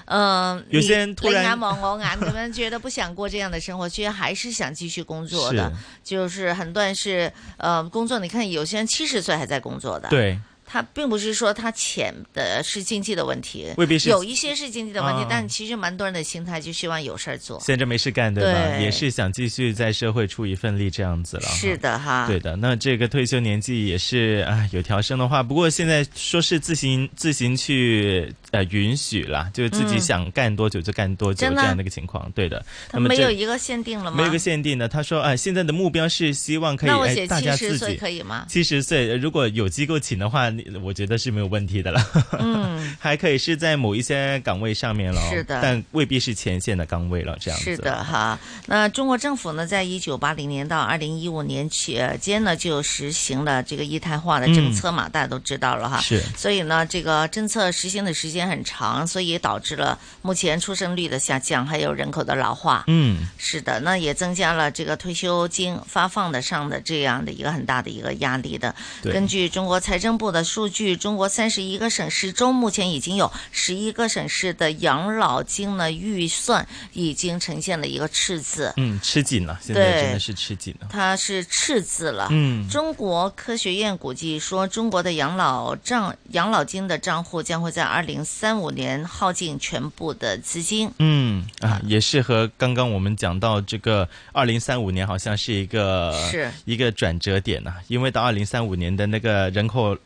嗯、
有些
你
人突
啊你
然
眼望我眼咁樣，覺得不想過這樣的生活，居然還是想繼續工作的
是。
就是很多人是呃工作，你看有些人七十岁还在工作的，，
对，
他并不是说他钱的是经济的问题，
未必是
有一些是经济的问题，
啊
但其实蛮多人的心态就希望有事儿做。
闲着没事干，对吧？
对
也是想继续在社会出一份力这样子了。
是的哈，
对的，那这个退休年纪也是啊，有调升的话，不过现在说是自行自行去呃允许啦，就是自己
嗯
想干多久就干多久、
真
这
的
样的一个情况。对的，
他
那么
没
这
有一个限定了吗？
没有一个限定的。他说，哎，现在的目标是希望可以，
那我
哎，
写
大家
70
自
岁
己
可以吗
七十岁，呃如果有机构请的话，你我觉得是没有问题的了。
嗯，
还可以是在某一些岗位上面了，
是的
但未必是前线的岗位了，这样子。
是的哈，那中国政府呢，在一九八零年到二零一五年期间呢，就实行了这个一胎化的政
嗯
策嘛，大家都知道了哈。
是
所以呢，这个政策实行的时间很长，所以也导致了目前出生率的下降，还有人口的老化。
嗯
是的，那也增加了这个退休金发放的上的这样的一个很大的一个压力的。
对
根据中国财政部的数据，中国三十一个省市中，目前已经有十一个省市的养老金呢预算已经呈现了一个赤字。
嗯，吃紧了，现在
对
真的是吃紧了。
它是赤字了。
嗯
中国科学院估计说，中国的养老账、养老金的账户将会在二零三五年耗尽全部的资金。
嗯啊，也是和刚刚我们讲到这个二零三五年，好像是一个
是
一个转折点呐、因为到二零三五年的那个人口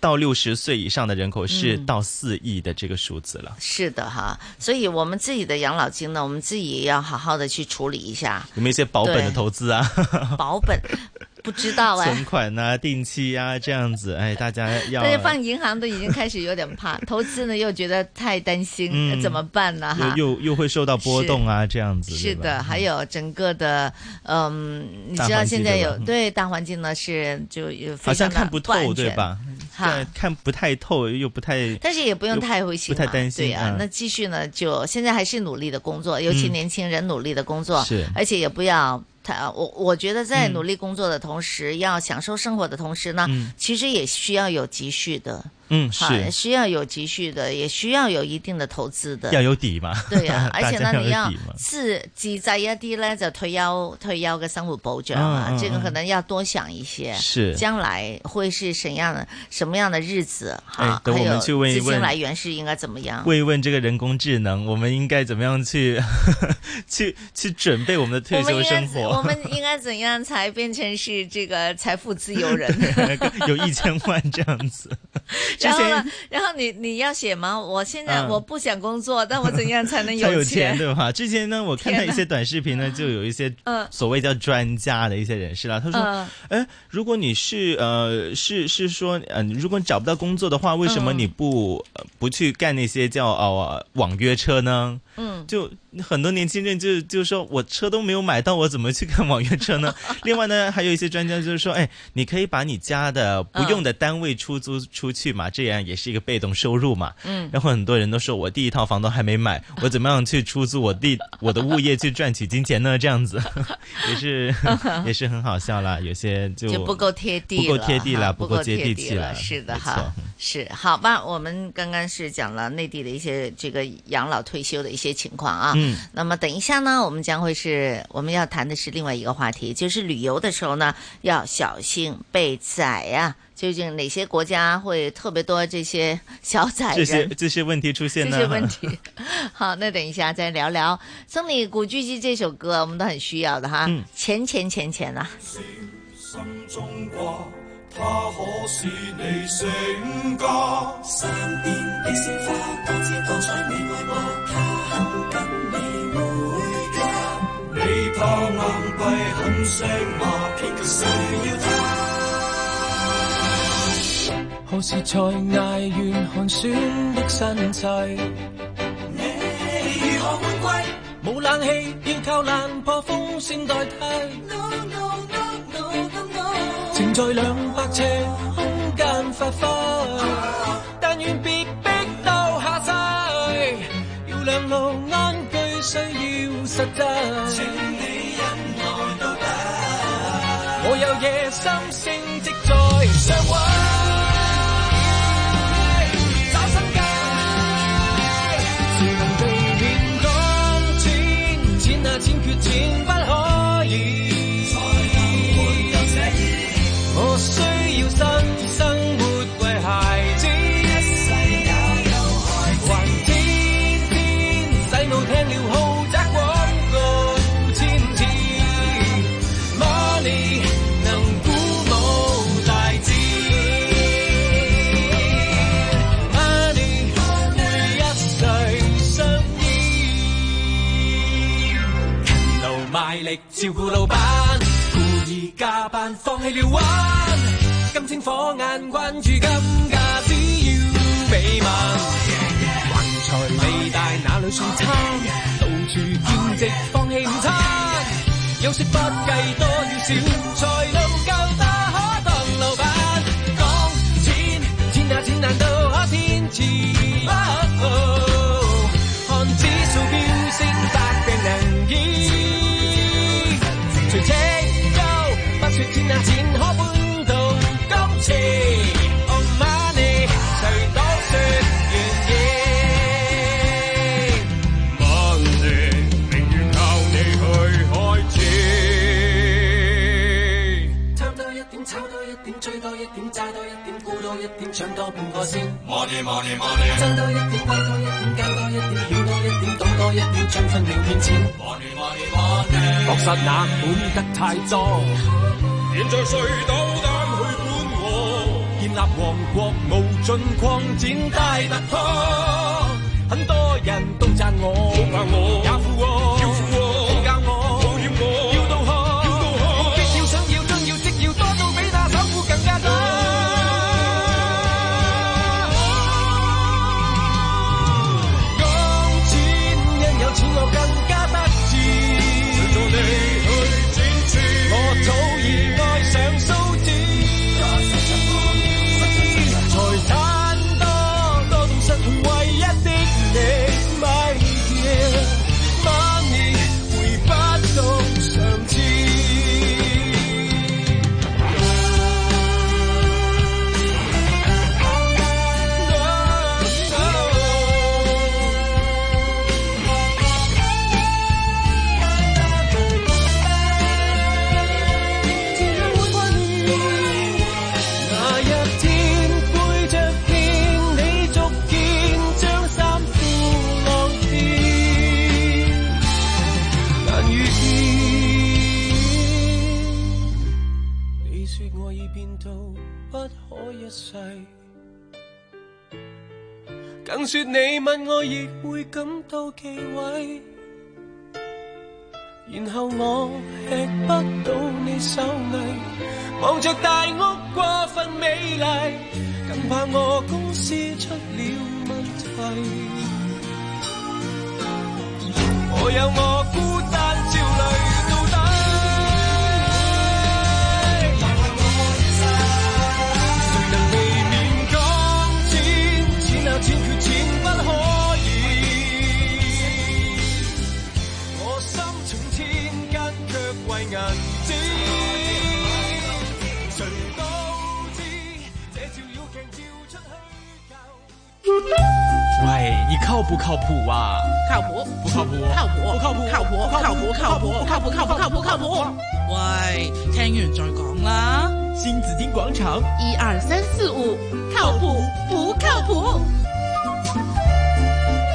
到六十岁以上的人口是
嗯
到四亿的这个数字了。
是的哈，所以我们自己的养老金呢，我们自己也要好好的去处理一下
有没有一些保本的
对
投资啊、
保本，不知道
存
哎。
款啊、定期啊这样子？哎，大家要
但是放银行都已经开始有点怕，投资呢又觉得太担心，
嗯
怎么办呢？哈，
又又又会受到波动啊，这样子。
是
对吧
的，还有整个的，嗯，你
大
知道
环境
现在
对吧嗯
有对大环境呢是就有
好
非常
像
的
看不
安
透，
全
对吧？但看不太透又不太，
但是也不用太灰心
不
嘛，
太担心
对啊
嗯。
那继续呢，就现在还是努力的工作，尤其
嗯
年轻人努力的工作，
是
而且也不要太呃我我觉得在
嗯
努力工作的同时，要享受生活的同时呢，
嗯
其实也需要有积蓄的，
嗯
哈
是
需要有积蓄的，也需要有一定的投资的，
要有底嘛
对啊，而且
大家
呢，
要有啊
你要
底嘛
自自制一啲咧，就退休退休嘅生活保障
嗯
啊
嗯，
这个可
嗯
能要多想一些，
是
将来会是什样的什么样的日子
哎
哈？
等
还
我们
有
去问一
资金
问
来源是应该怎么样？
问一问这个人工智能，我们应该怎么样去 去去准备我们的退
我们
休
应该
生
怎
活？
我们应该怎样才变成是这个财富自由人？
有 一千万这样子，之
然后
前
呢，然后你你要写吗？我现在
嗯
我不想工作，但我怎样才能
才有
钱？
对吧？之前呢，我看到
天
一
哪
些短视频呢，就有一些
嗯
所谓叫专家的一些人士啦，他说
嗯，
哎，如果你是呃是是说，嗯、如果你找不到工作的话，为什么
嗯
你不、呃不去干那些叫呃网约车呢？
嗯，
就很多年轻人就就说我车都没有买到，我怎么去看网约车呢？ 另外呢，还有一些专家就是说，哎，你可以把你家的不
嗯
用的单位出租出去嘛，这样也是一个被动收入嘛。
嗯
然后很多人都说我第一套房都还没买，我怎么样去出租我地 我的物业去赚取金钱呢？这样子 也 是也是很好笑啦，有些就
就不够贴地
不
了，
够贴地
哈
啦，
不
够接
贴
地
地
气
了，
啦。
是的
没
哈
错，
是好吧？我们刚刚是讲了内地的一些这个养老退休的一些情况啊，
嗯
那么等一下呢，我们将会是我们要谈的是另外一个话题，就是旅游的时候呢要小心被宰呀、究竟哪些国家会特别多这些小宰
这
人？
些这些问题出现呢？
这些问 题。好，那等一下再聊聊送你古巨基这首歌，我们都很需要的哈。
嗯
钱钱钱钱啊！
心中掛，它可使你醒覺。山邊的鮮花，當知當采你愛我，它很跟你回家。你怕硬幣很聲罵，偏卻需要
何
它。
時才捱完寒酸的身世？
你如何換季？
冇冷氣，要靠冷破風扇代替。情在兩百尺空間發揮，但願別逼到下世。要兩路安居，需要實際。請你忍耐到底。我有野心，升職在上位。找心計自能避免講錢，錢啊錢缺錢不可以。才能活有寫意。我需要新生活為孩子，一世也有孩子，還天天洗腦聽了豪宅廣告千次，money 能鼓舞大志。money 會一世相依。
勤勞賣力照顧老闆，故意加班放棄了玩，金睛火眼關注金價，只要俾萬。橫財未大哪裏算差，到處兼職放棄午餐，休息不計多與少，才能夠打可當老闆。講錢錢啊錢難道可天賜不好？看指數飆升，百病能醫。除清憂，不說天下錢可搬到今次。Oh money，誰都說願意。Money，寧願靠你去開支。
貪多一點，炒多一點，追多一點，揸多一點，沽多一點，搶多半個先。
Money money money，
爭多一點，威多一點，加多一點，要多一點，賭多一點，將分秒變錢。
Money money money，
確實那本得太多，
現在誰斗膽去管我？
建立王國無盡擴展大突破，很多人都讚我，
好怕我，
也富我，
要富我，
好教我，
討厭我，
要到學，
要到
目
學。
標要想要將要即要多到比那首富更加多。講錢，因有錢我更加得志。
隨著你去展翅，
我早已愛上數字。
想说你吻我，亦会感到忌諱。然后我吃不到你手艺，望着大屋过分美丽，更怕我公司出了问题。我有我孤單焦慮到底，誰能避免講錢？錢啊錢缺錢不可以，我心重千間卻為銀紙，誰都知這照妖鏡照出虛構。
喂，你靠不靠谱啊？
靠谱，
不靠谱，
靠谱，
不靠谱，
靠谱，靠谱，靠谱，靠谱，靠谱，靠谱，靠谱。喂，聽完再講啦。
新紫金广场，
一二三四五，靠谱不靠谱？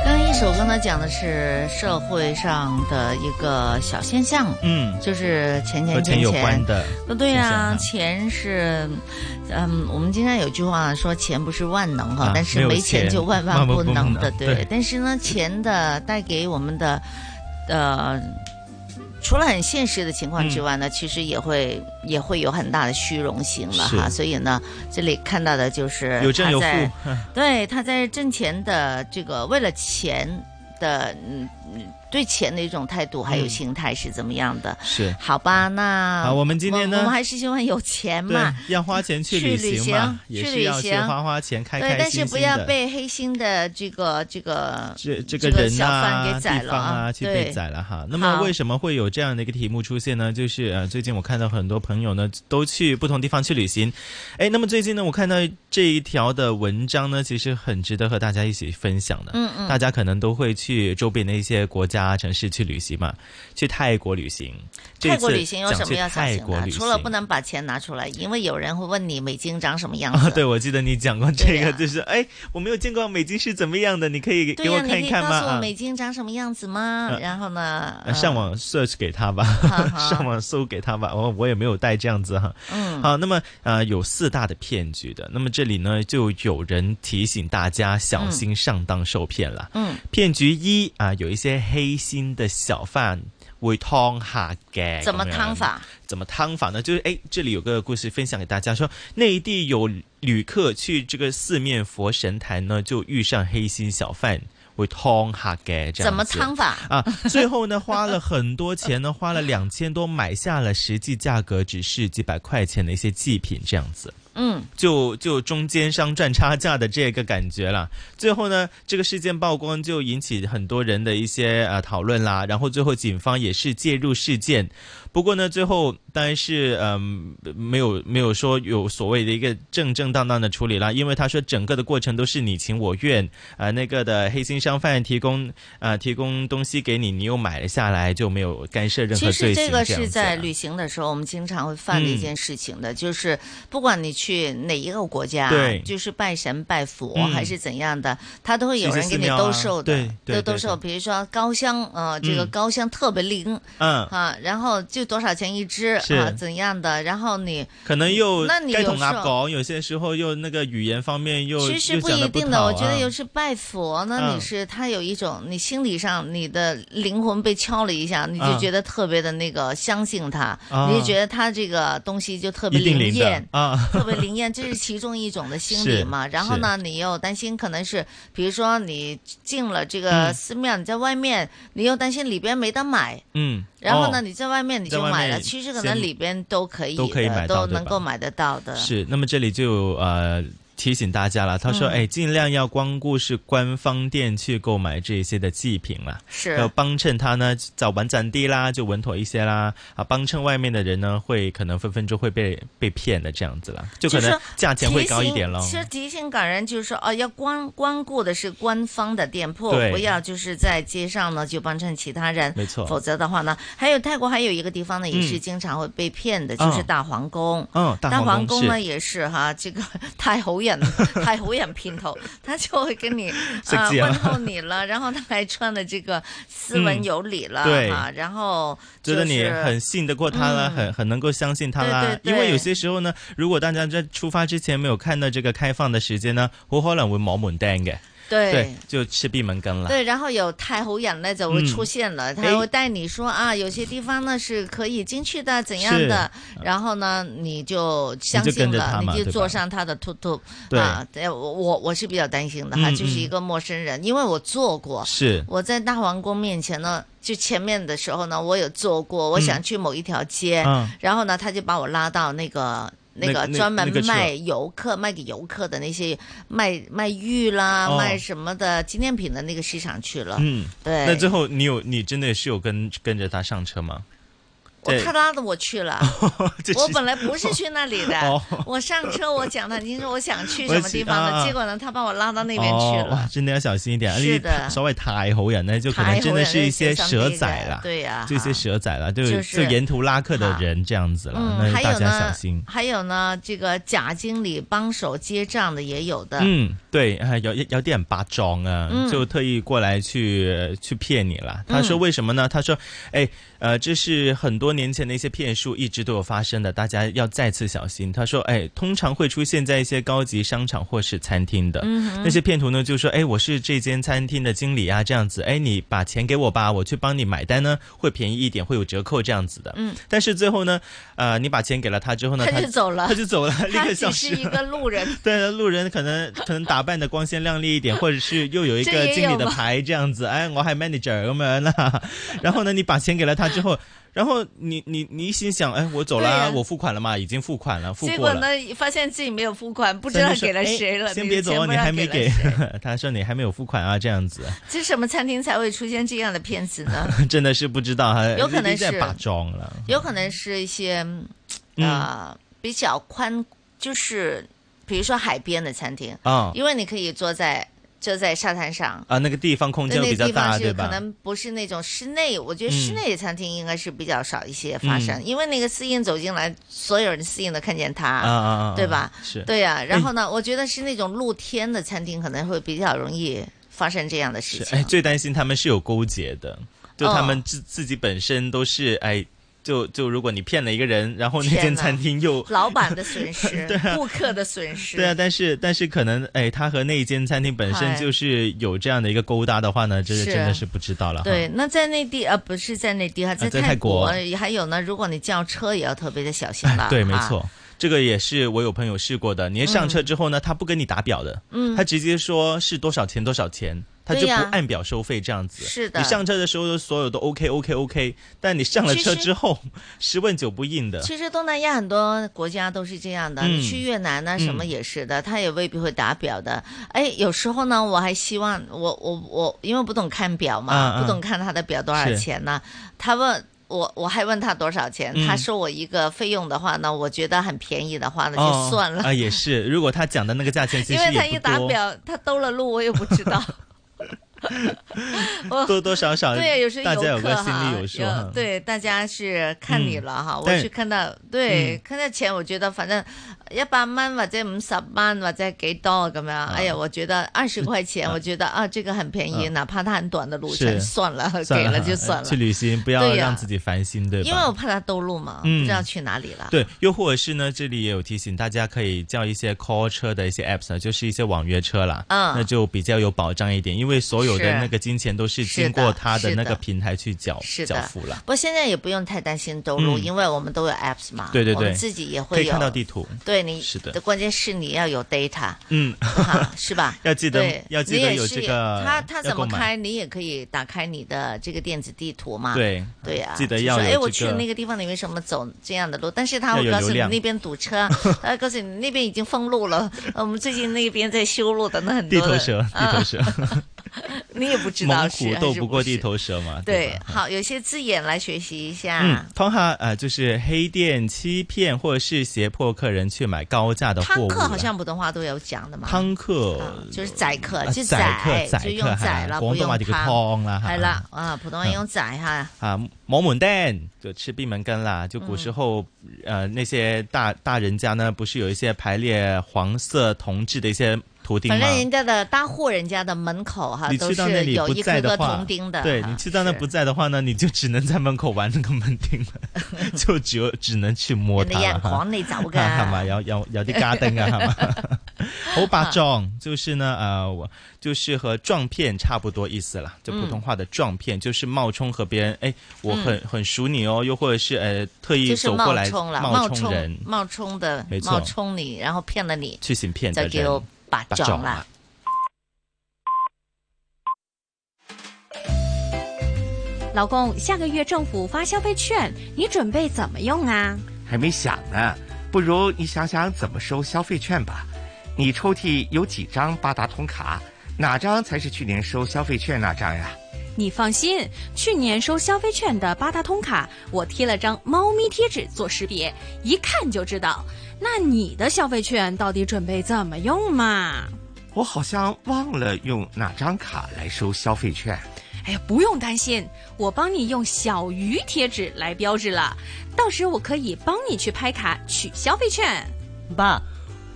刚一首刚才讲的是社会上的一个小现象，
嗯，
就是钱钱
和
钱
钱有关的
那对呀、
现象啊
钱是，嗯，我们经常有句话说钱不是万能哈，
啊
但是
没有
没
钱
就万
万万
不
不
能
能
的，
对
但是呢，钱的带给我们的，呃。除了很现实的情况之外
嗯
呢，其实也会也会有很大的虚荣心了
是
哈，所以呢，这里看到的就是
有正有负
他哎在 对，他在挣钱的这个为了钱的，嗯，嗯对钱的一种态度还有
嗯
心态是怎么样的？
是
好吧，那
好我们今天呢
我们还是希望有钱
对
嘛，，
要花钱去旅
去旅
行
行
嘛，也
去
是
旅
要去
行
花花钱，开
对，
开
但
心
是不
心
要
的
被黑心的这个这个
这这
嗯个
个人
小贩
啊、
给宰
地
了
方啊，去被
对
宰了哈。那么
好
为什么会有这样的一个题目出现呢？就是呃，最近我看到很多朋友呢都去不同地方去旅行，哎，那么最近呢，我看到这一条的文章呢，其实很值得和大家一起分享的。
嗯嗯
大家可能都会去周边的一些国家、城市去旅行嘛，去泰国旅行。这
泰国
次
旅行有
讲
什么
去
要小
泰
心
国
的？
旅
除了
行
不能把钱拿出来，因为有人会问你美金长什么样
啊，
子。
对，我记得你讲过这
对
个，
呀
就是哎，我没有见过美金是怎么样的，你可以
对
给
呀、
我
你
看
可
一
以
看吗？
告诉我
啊
美金长什么样子吗？
嗯
然后呢？
呃上网 search 给他吧， 上网搜给他吧。我我也没有带这样子哈。
嗯
好，那么呃有四大的骗局的，那么这里呢就有人提醒大家小心上当受骗了。
嗯，
骗局一啊、有一些黑心的小贩。会劏客嘅，
怎么
咁樣
劏法？
怎么汤法呢？就是哎，这里有个故事分享给大家，说内地有旅客去这个四面佛神坛呢，就遇上黑心小贩会汤客嘅，这样
怎么
子
汤法
啊？最后呢，花了很多钱呢，花了两千多买下了实际价格只是几百块钱的一些祭品，这样子。
嗯，
就就中间商赚差价的这个感觉啦。最后呢，这个事件曝光就引起很多人的一些呃讨论啦。然后最后警方也是介入事件，不过呢，最后当然是嗯、没有没有说有所谓的一个正正当当的处理啦，因为他说整个的过程都是你情我愿，呃那个的黑心商贩提供呃提供东西给你，你又买了下来，就没有干涉任
其
何罪行
实这个
样
是
子啊
在旅行的时候，我们经常会犯的一
嗯
件事情的，就是不管你去哪一个国家，
对
就是拜神拜佛、
嗯
还是怎样的，他都会有
这些
人给
寺
你
庙
兜
啊
售的，
对对
都兜
对
售。比如说高香，呃，这个
嗯
高香特别灵，
嗯
啊，然后就多少钱一支
是
啊，怎样的，然后你
可能又
嗯那你
该
有
同阿
时候
狗，有些时候又那个语言方面又
其实
又
不
讲得
一定
讨
的，我觉得
啊
有时拜佛呢，
嗯
你是他有一种你心理上你的灵魂被敲了一下，你就
嗯
觉得特别的那个相信他，
啊
你就觉得他这个东西就特别
一定灵
验
的。啊，
特别灵验，这是其中一种的心
是
理嘛。然后呢，你又担心可能是，比如说你进了这个
嗯
寺庙，你在外面，你又担心里边没得买，
嗯，
然后呢，
哦
你在外面你
在
就
外
买
面
了，其实可能
先
里边都可以的，
都可以买到
都
对
能
吧
够买得到的。
是，那么这里就呃提醒大家了，他说，
嗯
哎，尽量要光顾是官方店去购买这些的祭品啦，
是
要帮衬他呢，找完展地啦，就稳妥一些啦，啊，帮衬外面的人呢，会可能分分钟会被被骗的这样子啦，就可
是
能价钱会高一点喽
提。醒其实提醒港人就是说，哦，要光光顾的是官方的店铺，
对
不要就是在街上呢就帮衬其他人。
没错
否则的话呢，还有泰国还有一个地方呢，也是
嗯
经常会被骗的，就是
嗯
大皇宫。
嗯大
大
皇
皇
宫
宫呢
是
也是哈，这个太好 人，太好人片头，他就会跟你
食
啊
字啊
问候你了，然后他还穿的这个斯文
嗯
有礼了
对
啊，然后
觉得你
就是嗯
很信得过他啦，很很能够相信他啦。
对对对
因为有些时候呢，如果大家在出发之前没有看到这个开放的时间呢，好可能会摸门钉嘅。
对
对，就吃闭门羹了。
对，然后有太侯眼泪就会出现了，
嗯
他会带你说啊，有些地方呢是可以进去的，怎样的，然后呢你就相
你就
信
跟着
了
他，嘛
你
对吧
坐上他的兔兔
对
啊。对我我我是比较担心的哈，
嗯
就是一个陌生人，因为我做过，
是
我在大皇宫面前呢。就前面的时候呢，我有做过，我想去某一条街，
嗯
然后呢，他就把我拉到那个
那
个
那
专门
那个车
卖游客、卖给游客的那些卖卖玉啦、
哦
卖什么的纪念品的那个市场去了。
嗯，
对。
那最后你有你真的是有跟跟着他上车吗？
我
对哦
他拉的我去了，
这是
我本来不是去那里的，
哦
我上车我讲他，您说我想去什
我
么
去
地方呢？
啊
结果呢，他把我拉到那边去
哦
了。
哇，真的要小心一点。哎
是的
因为所谓太好人呢，就可能真的是一些蛇仔啦，
太好人那些当地的对呀
这些蛇仔啦，就
就是
沿途拉客的人这样子了，
嗯，
那
还
大
有
家小
呢
心，。
还有呢，这个假经理帮手结账的也有的，
嗯，对，啊有有点八装啊，
嗯
就特意过来去呃去骗你了。他说
嗯
为什么呢？他说，哎，呃，这是很多年前的一些骗术，一直都有发生的，大家要再次小心。他说，哎，通常会出现在一些高级商场或是餐厅的、
嗯哼
那些骗徒呢，就说，哎，我是这间餐厅的经理啊，这样子，哎，你把钱给我吧，我去帮你买单呢，会便宜一点，会有折扣这样子的。
嗯
但是最后呢，呃，你把钱给了他之后呢，
他就走了，
他就走了， 立
他
刻消
只
失
是
了。
一个路人。
对，路人可能 可能打扮的光鲜亮丽一点，或者是又有一
这
个
也
经理的
有吗
牌这样子，哎，我还 manager 咁样啦。 然后呢，你把钱给了他之后， 然后你你你心想，哎，我走了，
对呀
我付款了嘛，已经付款了，付
结
过
果
了
呢。，发现自己没有付款，不
不
知道给了谁了。
哎先
你
别
的
走
钱
啊，
不
你
知道
还没
了
给
谁。
他说你还没有付款啊，这样子，
这什么餐厅才会出现这样的骗子呢？
真的是不知道哈，
有可能
一定在
是
把妆了。
有可能是一些
嗯，
呃比较宽，就是比如说海边的餐厅，
哦
因为你可以坐在坐在沙滩上。
啊，那个地方空
对
间
那
比较
地方
大，对
是可
吧？
能不是那种室内，我觉得室
嗯
内的餐厅应该是比较少一些发生，
嗯
因为那个司印走进来，所有人司印都看见他，
啊啊啊啊
对吧？
是
对呀、
哎
然后呢，我觉得是那种露天的餐厅可能会比较容易发生这样的事
是，
情。
哎，最担心他们是有勾结的，就
哦
他们自、自己本身都是哎。就就如果你骗了一个人，然后那
天
间
哪
餐厅又，
老板的损失
对啊
顾客的损失，
对啊，但是但是可能哎，他和那间餐厅本身
嗨
就是有这样的一个勾搭的话呢，这
是
真的是不知道了哈。啊
对，那在内地呃，不是在内地哈，
在
泰
泰国哎
还有呢，如果你叫车也要特别的小心了。
对，没
啊
错。，这个也是我有朋友试过的。你一上车之后呢，他不跟你打表的，
嗯
他直接说是多少钱多少钱，他就
对
不
呀
按表收费这样子。
是的
你上车的时候所有都 OK OK OK，但你上了车
其实
之后，十问九不应的。
其实东南亚很多国家都是这样的，
嗯
你去越南呢、
嗯
什么也是的，他也未必会打表的。哎，有时候呢，我还希望我我我，因为不懂看表嘛，
嗯嗯
不懂看他的表多少
是
钱呢、他问。我我还问他多少钱，
嗯
他收我一个费用的话呢，我觉得很便宜的话呢，
哦
就算了。
啊、也是。如果他讲的那个价钱，其
因
实
为
也
他一
不
打
多，
表，他兜了路，我也不知道。我
多多少 少，
对，有时候
大
游
家有
客
个心
哈，
里有数哈。
对，大家是看你了哈。
嗯
我
但
去看到，对，
嗯
看到錢，我覺得反正一百蚊或者五十蚊或者幾多咁樣。
啊
哎呀，我覺得二十塊錢，我覺得啊，這個很便宜，
嗯
哪怕它很短的路程，
是
算了，
算
給了
哈
就算了
去。旅行不要
对呀
让自己烦心，对吧？
因為我怕他兜路嘛，
嗯
不知道去哪裡了。
对，又或者是呢，这里也有提醒大家可以叫一些 call 车的一些 apps 呢，就是一些网约车啦，
嗯
那就比较有保障一点，因为所有
是
的那个金钱都是
是的
经过他
是
那
的
个平台去缴
是
缴
的
付了
不。过現在也不用太擔心兜路，
嗯
因為我們都有 apps 嘛，
对对
我
对，
們自己也
可
會
以看到
有。
地图。
对你
是的
关键是你要有 data，
嗯，
哈是吧？
要记得
对
要记
你
得
也
有
是
这个
他他
要
怎
购
么
买
开，你也可以打开你的这个电子地图嘛。
对
对呀、
记得
就
要
说
有
哎，我
这
去
个
那个地方，你为什么走这样的路？但是他
要
会
有
告诉
流
你
量
那边堵车， 他告诉你那边已经封路了。呃我们最近那边在修路的，那很
地
多
头
的
蛇，地头，蛇，
啊 你也不知道
蒙
是
古
还
斗
是
不
不
过
是
地头蛇嘛。
对，啊好，有些字眼来学习一下。
嗯，通常呃，就是黑店欺骗或者是胁迫客人去买高价的货
汤
物
客好
啦。
像普通话都有讲的嘛，
汤客
就是宰客，
啊
就
宰客宰
就
客
用宰啦，
係
不
廣東
用
話
湯
就叫湯 啦
係
係
啦，啊，普通話用宰哈，
啊，摸门蛋就吃闭门羹啦。就古
嗯
时候，呃，那些大大人家呢，不是有一些排列黄色铜制的一些图钉吗
反？正人家的大户人家的门口哈，
你
啊都
去到那
是
里
有
不
一
在
颗颗
话，
铜钉的，啊
对
哈
你去到那不在的话呢，你就只能在门口玩那个门钉 了，就只有只能去摸
人
它
哋有
了
人
哈。
趕你走
係
噶，
嘛？有有有啲家丁啊，係嘛？猴拔撞就是呢，呃，我就是和撞骗差不多意思了，就普通话的撞骗，就是冒充和别人，哎，我很、
嗯
很熟你哦，又或者是呃特意
就是
走
冒
过来
充了，冒
充人
充冒充的
没，错
冒充你，然后骗了你，
去行骗的
就
人，
叫白
白
撞
撞
啦
啦。
老公，下个月政府发消费券，你准备怎么用啊？
还没想呢，不如你想想怎么收消费券吧。你抽屉有几张八达通卡？哪张才是去年收消费券那张呀？
你放心，去年收消费券的八达通卡，我贴了张猫咪贴纸做识别，一看就知道。那你的消费券到底准备怎么用嘛？
我好像忘了用哪张卡来收消费券。
哎呀，不用担心，我帮你用小鱼贴纸来标志了，到时我可以帮你去拍卡取消费券。
爸，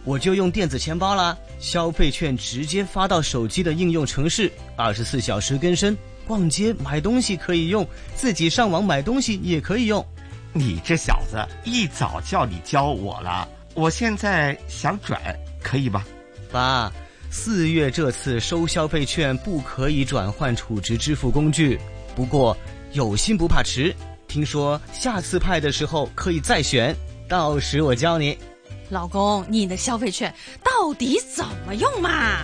我就用电子钱包啦，消费券直接发到手机的应用程式，二十四小时更新。逛街买东西可以用，自己上网买东西也可以用。
你这小子一早叫你教我了，我现在想转，可以吧？
爸，四月这次收消费券不可以转换储值支付工具，不过有心不怕迟，听说下次派的时候可以再选，到时我教你。
老公，你的消费券到底怎么用嘛？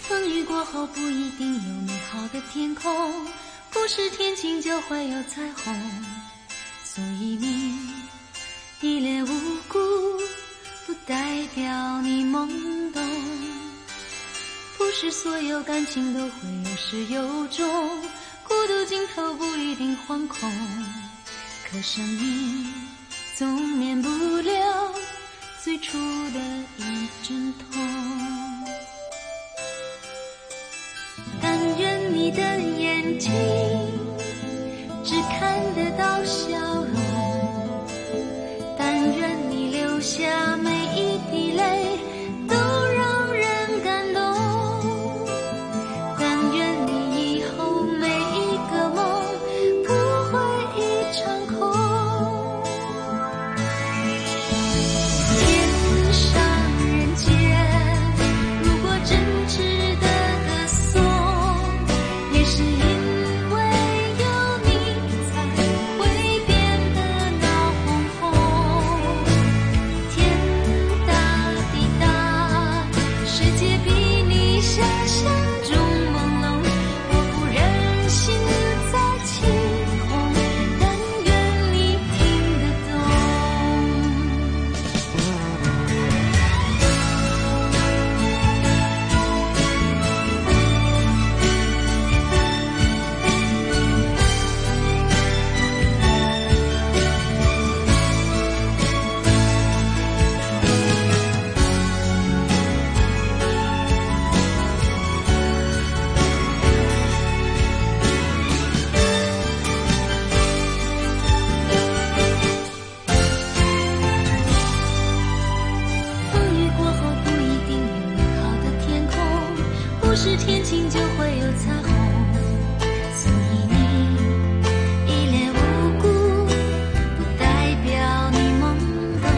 风雨过后不一定有美好的天空，不是天晴就会有彩虹。所以你一脸无辜，不代表你懵懂。不是所有感情都会有始有终，孤独尽头不一定惶恐。可生命总免不了最初的一阵痛。但愿你的眼睛只看得到笑容，但愿你流下每一滴泪都让人感动，但愿你以后每一个梦不会一场空。天上人间，如果真值得歌颂，也是因为有你才会变得闹哄哄。天大地大，世界比你想象中朦胧。我不忍心再起哄，但愿你听得懂。风雨过后不一定有美好的天空，不是天晴就会有彩虹。所以你一脸无辜，不代表你懵懂。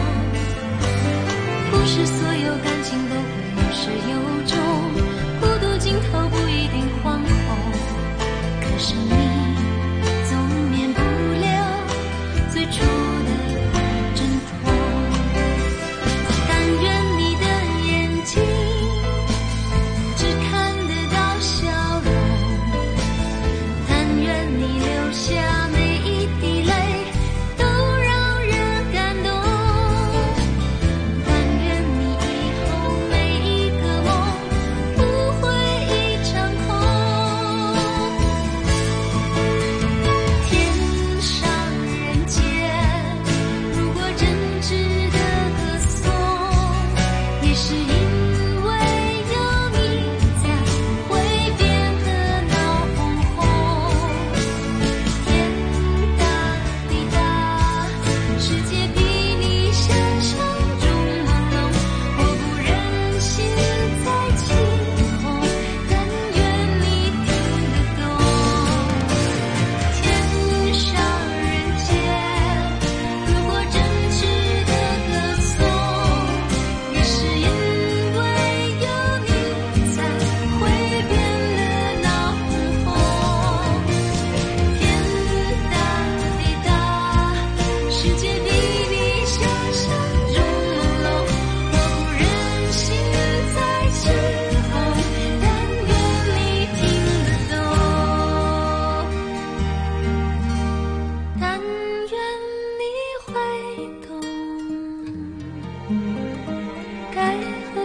不是所有感情都会有始有终，孤独尽头不一定惶恐。可是你总免不了最初的惶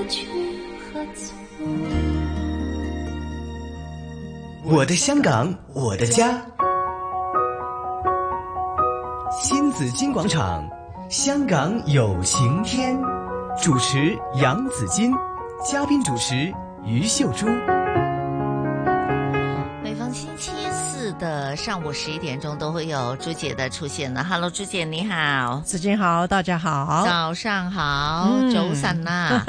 去何从？
我的香港，我的家。新紫金广场，香港有晴天。主持杨紫金，嘉宾主持于秀珠。
每逢星期四的上午十一点钟都会有朱姐的出现的。Hello，朱姐你好，
子君好，大家好，
早上好，
嗯
早晨 呐、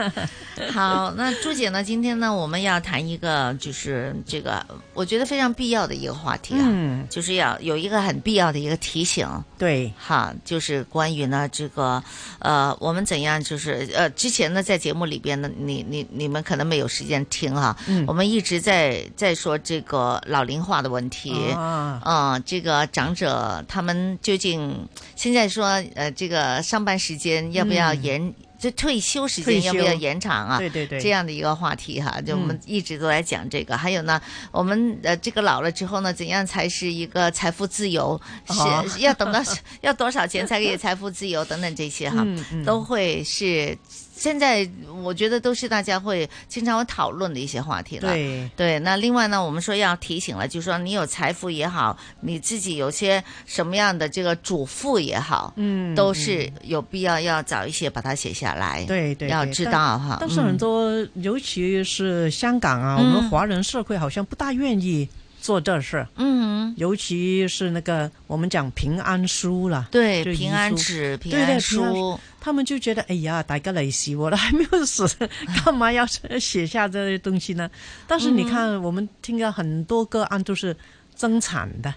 好，那朱姐呢？今天呢，我们要谈一个，就是这个我觉得非常必要的一个话题啊，
嗯
就是要有一个很必要的一个提醒。
对，
哈，就是关于呢这个，呃，我们怎样就是呃，之前呢在节目里边呢，你你你们可能没有时间听哈，
嗯
我们一直在在说这个老龄化的问题，
啊
嗯，这个长者他们究竟现在说呃这个上班时间要不要
嗯
延？就退休时
退
间要不要
休
延长啊？
对对对
这样的一个话题哈，就我们
嗯
一直都在讲这个。还有呢，我们呃这个老了之后呢，怎样才是一个财富自由？是、
哦
要等到 要多少钱才可以财富自由等等这些哈，
嗯嗯
都会是现在我觉得都是大家会经常会讨论的一些话题了。
对
对，那另外呢，我们说要提醒了，就是说你有财富也好，你自己有些什么样的这个主妇也好，
嗯
都是有必要要早一些把它写下来。
对对，
要
对
知
但
道哈。
但是很多，尤其是香港啊，我
嗯
们华人社会好像不大愿意做这事。
嗯，
尤其是那个我们讲平安书啦，
对
就遗
平安
书
纸
对
平安
对
书
书，他们就觉得哎呀，大家来死我了，还没有死， 干嘛要写下这些东西呢？但是你
嗯
看，我们听到很多个案都是增产的，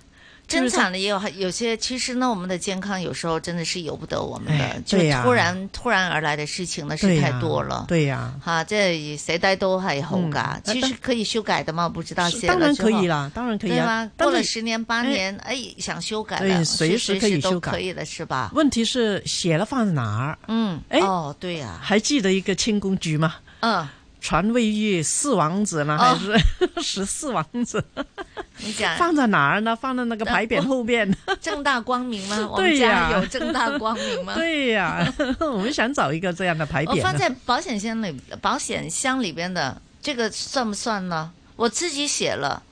真
就是
惨的也有，有些其实呢，我们的健康有时候真的是由不得我们的
哎，
就
对呀
突然突然而来的事情呢
对
是
呀
太多了。
对呀，
吓，即係寫低都係好㗎，
嗯
其實可以修改的嘛，我不知道
是
寫
當然
了之後
可以啦當然可以啊
對嗎？
但
過
是
了十年八年，哎，想修改
对
了，
随
是
时可以
都
修改
可以的，是吧？
问题是写了放在哪儿？
嗯，
哎，
哦，对呀，
还记得一个清宫局吗？
嗯，
传位于四王子
哦
呢，还是 十四王 子？
你讲
放在哪儿呢？放在那个牌匾后面。
正大光明吗？我们
对
家
呀，
有正大光明吗？
对呀， 我们想找一个这样的牌
我
匾呢。
放在保险箱里，保险箱里边的这个算不算呢？我自己写了，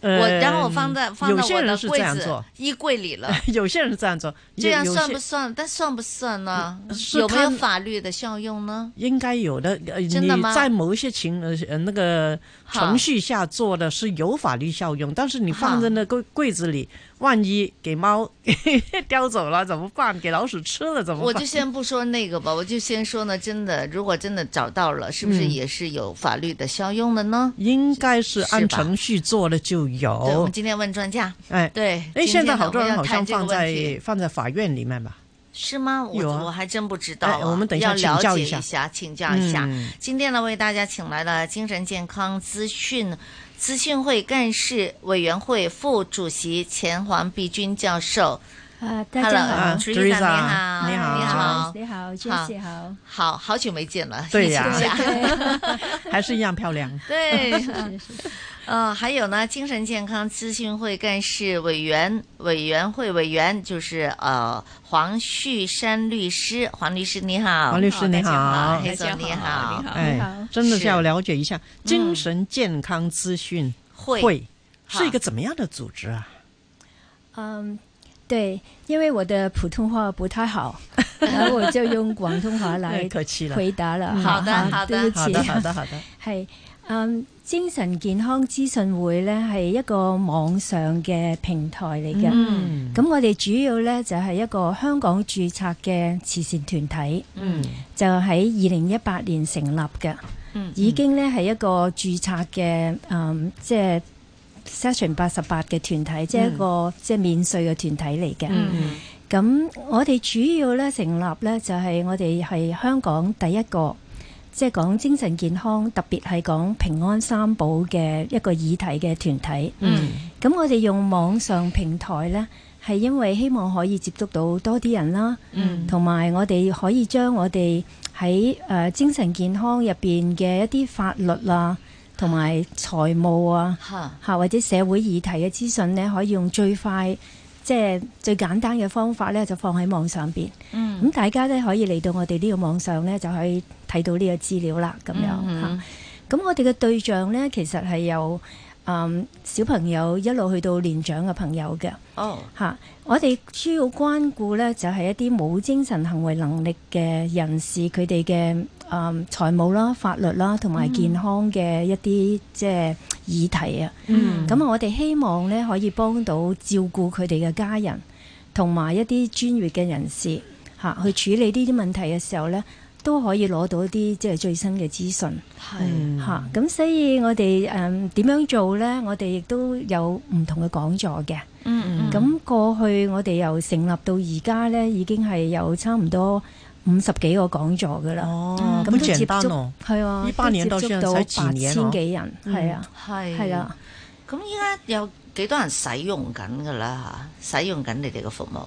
呃
我然后我放在放
有
在
些
我
人
的
是这
柜
样
子
做，
衣柜里了。
有些人是这样做，
这样
有有些呃
算不算？但算不算呢？
是
有没有
看
法律的效用呢？
应该有的，呃，
真的
你
吗
在某一些情呃呃那个程序下做的是有法律效用，但是你放在那个柜子里，万一给猫 叼走了怎么办？给老鼠吃了怎么办？
我就先不说那个吧，我就先说呢，真的，如果真的找到了，是不是
嗯
也是有法律的效用的呢？
应该是
是
按
吧
程序做的就
对，我
有
们。今天问专家，
哎，
对，今
哎，
天
现在
呢
好多人
我
好
们要谈这个问
像放在
题
放在法院里 面吧？
是吗？我、
有啊
我还真不知道、
哎我们等一下
要了
请教
解
一下
请教一下。
嗯
今天呢，为大家请来了精神健康资讯资讯会干事委员会副主席钱黄碧君教授。
啊，大家好
Hello，朱医生你好，
你好，
你好，
你好，Jesse 好，
好好久没见了，
对
疫情
呀
下
还是一样漂 亮。
对，呃，还有呢，精神健康咨询会干事委员委员会委员就是呃黄旭山律师，黄律师你好，
黄律师你好
黑总
大家好
你好，
哎，真的是要了解一下精神健康资
嗯
讯
会
会
好
是一个怎么样的组织啊？
嗯，对，因为我的普通话不太 好，然后我就用广东话来
哎客气了
回答了。
嗯好的好的
对不起，
好的好的好的
系。嗯，精神健康資訊會咧係一個網上嘅平台嚟嘅。
嗯
咁我哋主要咧就係一個香港註冊嘅慈善團體。
嗯，
就喺二零一八年成立嘅。
嗯
已經咧係一個註冊嘅，嗯，即係 Session 八十八嘅團體，即係一個即係免税嘅團體嚟嘅。
嗯
咁我哋主要咧成立咧就係我哋係香港第一個，即係講精神健康，特別係講平安三寶嘅一個議題嘅團體。
嗯，
咁我哋用網上平台咧，係因為希望可以接觸到多啲人啦。
嗯
同埋我哋可以將我哋喺誒精神健康入邊嘅一啲法律啊，同埋財務啊，
嚇
嚇或者社會議題嘅資訊咧，可以用最快即係最簡單嘅方法咧，就放喺網上邊。
嗯
咁大家咧可以嚟到我哋呢個網上咧，就可以睇到呢個資料啦，咁樣嚇。
嗯
咁我哋嘅對象咧，其實係由嗯小朋友一路去到年長嘅朋友嘅。
哦，
嚇！我哋主要關顧咧，就係一啲冇精神行為能力嘅人士，佢哋嘅誒財務啦、法律啦，同埋健康嘅一啲、即係議題啊。
嗯
咁我哋希望咧可以幫到照顧佢哋嘅家人，同埋一啲專業嘅人士嚇、去處理呢啲問題嘅時候咧。都可以攞到一啲即係最新嘅資訊，
係
嚇咁，所以我哋誒點樣做咧？我哋亦都有唔同嘅講座嘅，
嗯
咁過去我哋由成立到而家咧，已經係有差唔多五十幾個講座噶啦。
哦
咁
不
都接
簡單
觸
哦
係啊，
一八年
都
到
接
現
觸
在
到
才幾
八
年
千
哦
幾人，係啊，
係
係啦。
咁依家有幾多人使用緊㗎啦嚇？使用緊你哋嘅服務。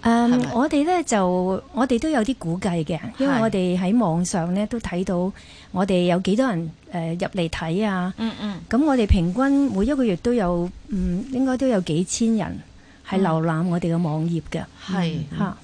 誒
嗯
嗯我哋咧就我哋都有啲估計嘅，因為
係
我哋喺網上咧都睇到我哋有幾多人誒、呃入嚟睇啊。
嗯嗯。
咁我哋平均每一個月都有嗯應該都有幾千人係
嗯
瀏覽我哋嘅網頁嘅。
係
嚇。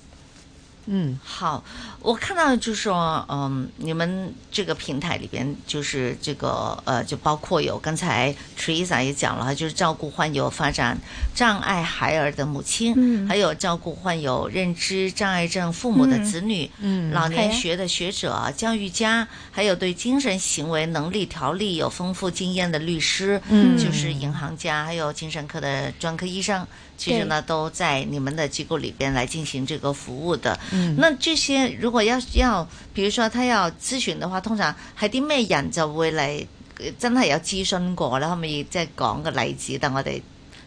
嗯，
好，我看到就是说，嗯，你们这个平台里边就是这个呃，就包括有刚才 Teresa 也讲了，就是照顾患有发展障碍孩儿的母亲，
嗯
还有照顾患有认知障碍症父母的子女，
嗯嗯
老年
是啊
学的学者、教育家，还有对精神行为能力条例有丰富经验的律师，
嗯
就是银行家，还有精神科的专科医生，其实
对
呢，都在你们的机构里边来进行这个服务的。
嗯
那這些如果要要，比如說他要諮詢嘅話，通常係啲咩人就會嚟呃真係有諮詢過咧？可唔可以即係講個例子，等我哋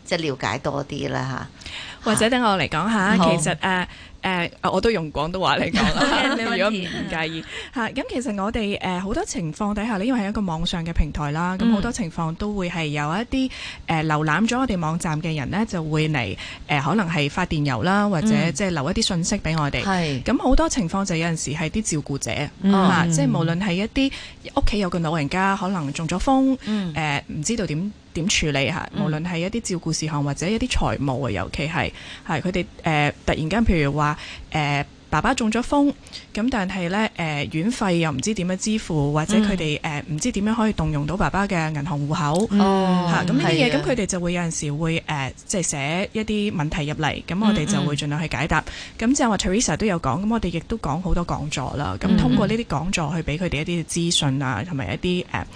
即係了解多啲啦
或者等我嚟講下，
好，
其實誒誒、呃呃我都用廣東話嚟講 啦
沒問題
如果唔唔介意嚇。咁其實我哋誒好多情況底下咧，因為係一個網上嘅平台啦，咁
嗯
好多情況都會係有一啲誒瀏覽咗我哋網站嘅人呢，就會嚟誒、呃可能係發電郵啦，或者
嗯
即係留一啲信息俾我哋。
係
咁好多情況就有陣時係啲照顧者嚇、
嗯
啊即係無論係一啲屋企有個老人家可能中咗呃風，誒唔、
嗯
知道點點處理嚇，
嗯
無論係一啲照顧事項或者一啲財務啊，尤其係係佢哋誒突然間，譬如話誒。呃爸爸中咗風，咁但係呢，誒、院費又唔知點樣支付，或者
嗯
佢哋誒唔知點樣可以動用到爸爸嘅銀行戶口，嚇咁
哦
呢啲嘢，
係啊
咁佢哋就會有陣時會誒、呃即係寫一啲問題入嚟，咁我哋就
嗯
會
嗯
盡量去解答。咁就話 Teresa 都有講，咁我哋亦都講好多講座啦，咁
嗯
通過呢啲講座去俾佢哋一啲資訊啊，同埋一啲誒。呃